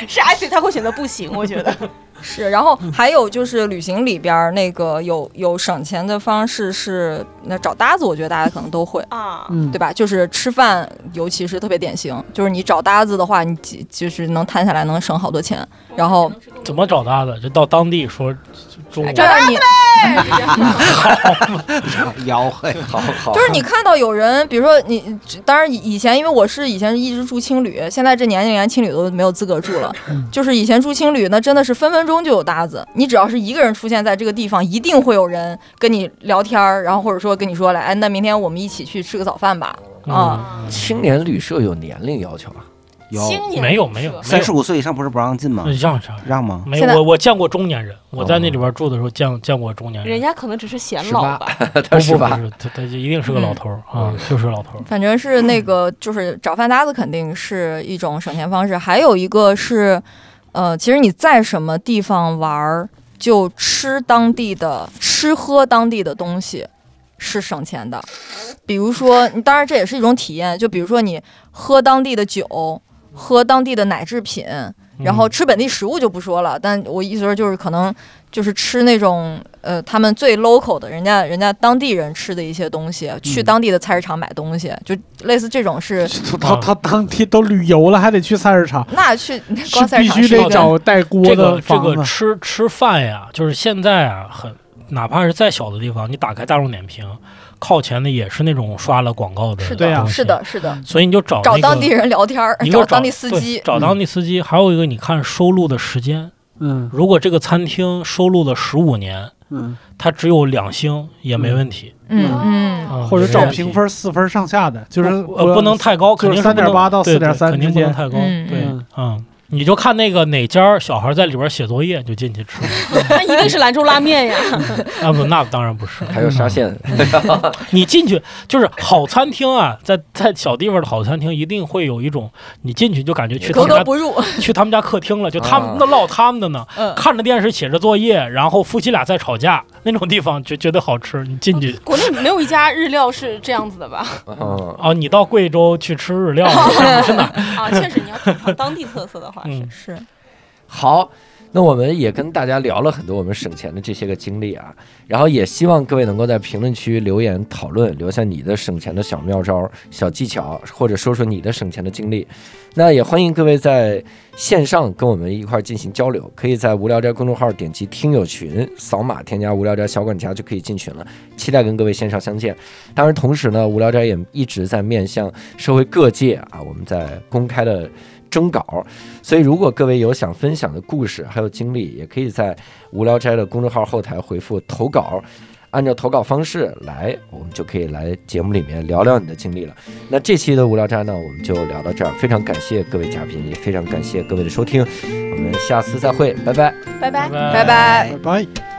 是而且他会选择不行，我觉得。是，然后还有就是旅行里边儿那个有有省钱的方式是那找搭子，我觉得大家可能都会。啊，嗯对，吧？就是吃饭，尤其是特别典型，就是你找搭子的话，你几就是能摊下来能省好多钱。然后怎么找搭的？就到当地说中哎午这。就是你啊吆喝呀。好好，就是你看到有人，比如说你，当然以以前因为我是以前一直住青旅，现在这年龄连青旅都没有资格住了。就是以前住青旅，那真的是分分钟就有搭子，你只要是一个人出现在这个地方，一定会有人跟你聊天儿，然后或者说跟你说来，哎，那明天我们一起去吃个早饭吧。嗯啊，青年旅社有年龄要求啊，有年没有没有没有三十五岁以上不是不让进吗那？嗯让让让，让吗？啊没现在有我我见过中年人，我哦在那里边住的时候见见过中年人人，家可能只是显老吧。他不是不不吧？是，他他一定是个嗯老头儿啊，就是个老头儿。反正是那个就是找饭搭子肯定是一种省钱方式，还有一个是，呃，其实你在什么地方玩儿，就吃当地的吃喝当地的东西是省钱的。比如说，当然这也是一种体验，就比如说你喝当地的酒，喝当地的奶制品，然后嗯吃本地食物就不说了，但我意思说就是可能就是吃那种呃他们最 local 的人家人家当地人吃的一些东西，去当地的菜市场买东西，就类似这种是他他当天都旅游了，还得去菜市场，那去是光菜市必场须是得一个找带锅这个的这房个子。吃吃饭呀，就是现在啊，很哪怕是再小的地方，你打开大众点评，靠前的也是那种刷了广告的，是对啊的，是，的，是的，所以你就嗯找找那当个地人聊天儿，一个找找当地司对机，嗯找当地司机，还有一个你看收录的时间，嗯如果这个餐厅收录了十五年，嗯，它只有两星也没问题，嗯嗯嗯，啊或者没问找题评分四分上下的，就是不呃不能太高，肯就是定是不能3.8到对对4.3肯定不之间能太高，嗯对嗯，嗯。你就看那个哪家儿小孩在里边写作业，就进去吃那一定是兰州拉面呀。 啊不，那当然不是。嗯还有沙县，你进去就是好餐厅啊，在在小地方的好餐厅，一定会有一种你进去就感觉去他格们格家不入，去他们家客厅了，就他啊们那唠他们的呢，嗯，看着电视写着作业，然后夫妻俩在吵架那种地方，就觉得好吃。你进去国内没有一家日料是这样子的吧？嗯，啊，你到贵州去吃日料， 啊，确实你要品尝当地特色的话是嗯。是好，那我们也跟大家聊了很多我们省钱的这些个经历啊，然后也希望各位能够在评论区留言讨论，留下你的省钱的小妙招、小技巧，或者说说你的省钱的经历。那也欢迎各位在线上跟我们一块儿进行交流，可以在无聊斋公众号点击听友群，扫码添加无聊斋小管家就可以进群了。期待跟各位线上相见。当然，同时呢，无聊斋也一直在面向社会各界啊，我们在公开的征稿，所以，如果各位有想分享的故事还有经历，也可以在无聊斋的公众号后台回复投稿，按照投稿方式来，我们就可以来节目里面聊聊你的经历了。那这期的无聊斋呢，我们就聊到这儿，非常感谢各位嘉宾，也非常感谢各位的收听，我们下次再会，拜拜。拜拜。 拜拜。拜拜。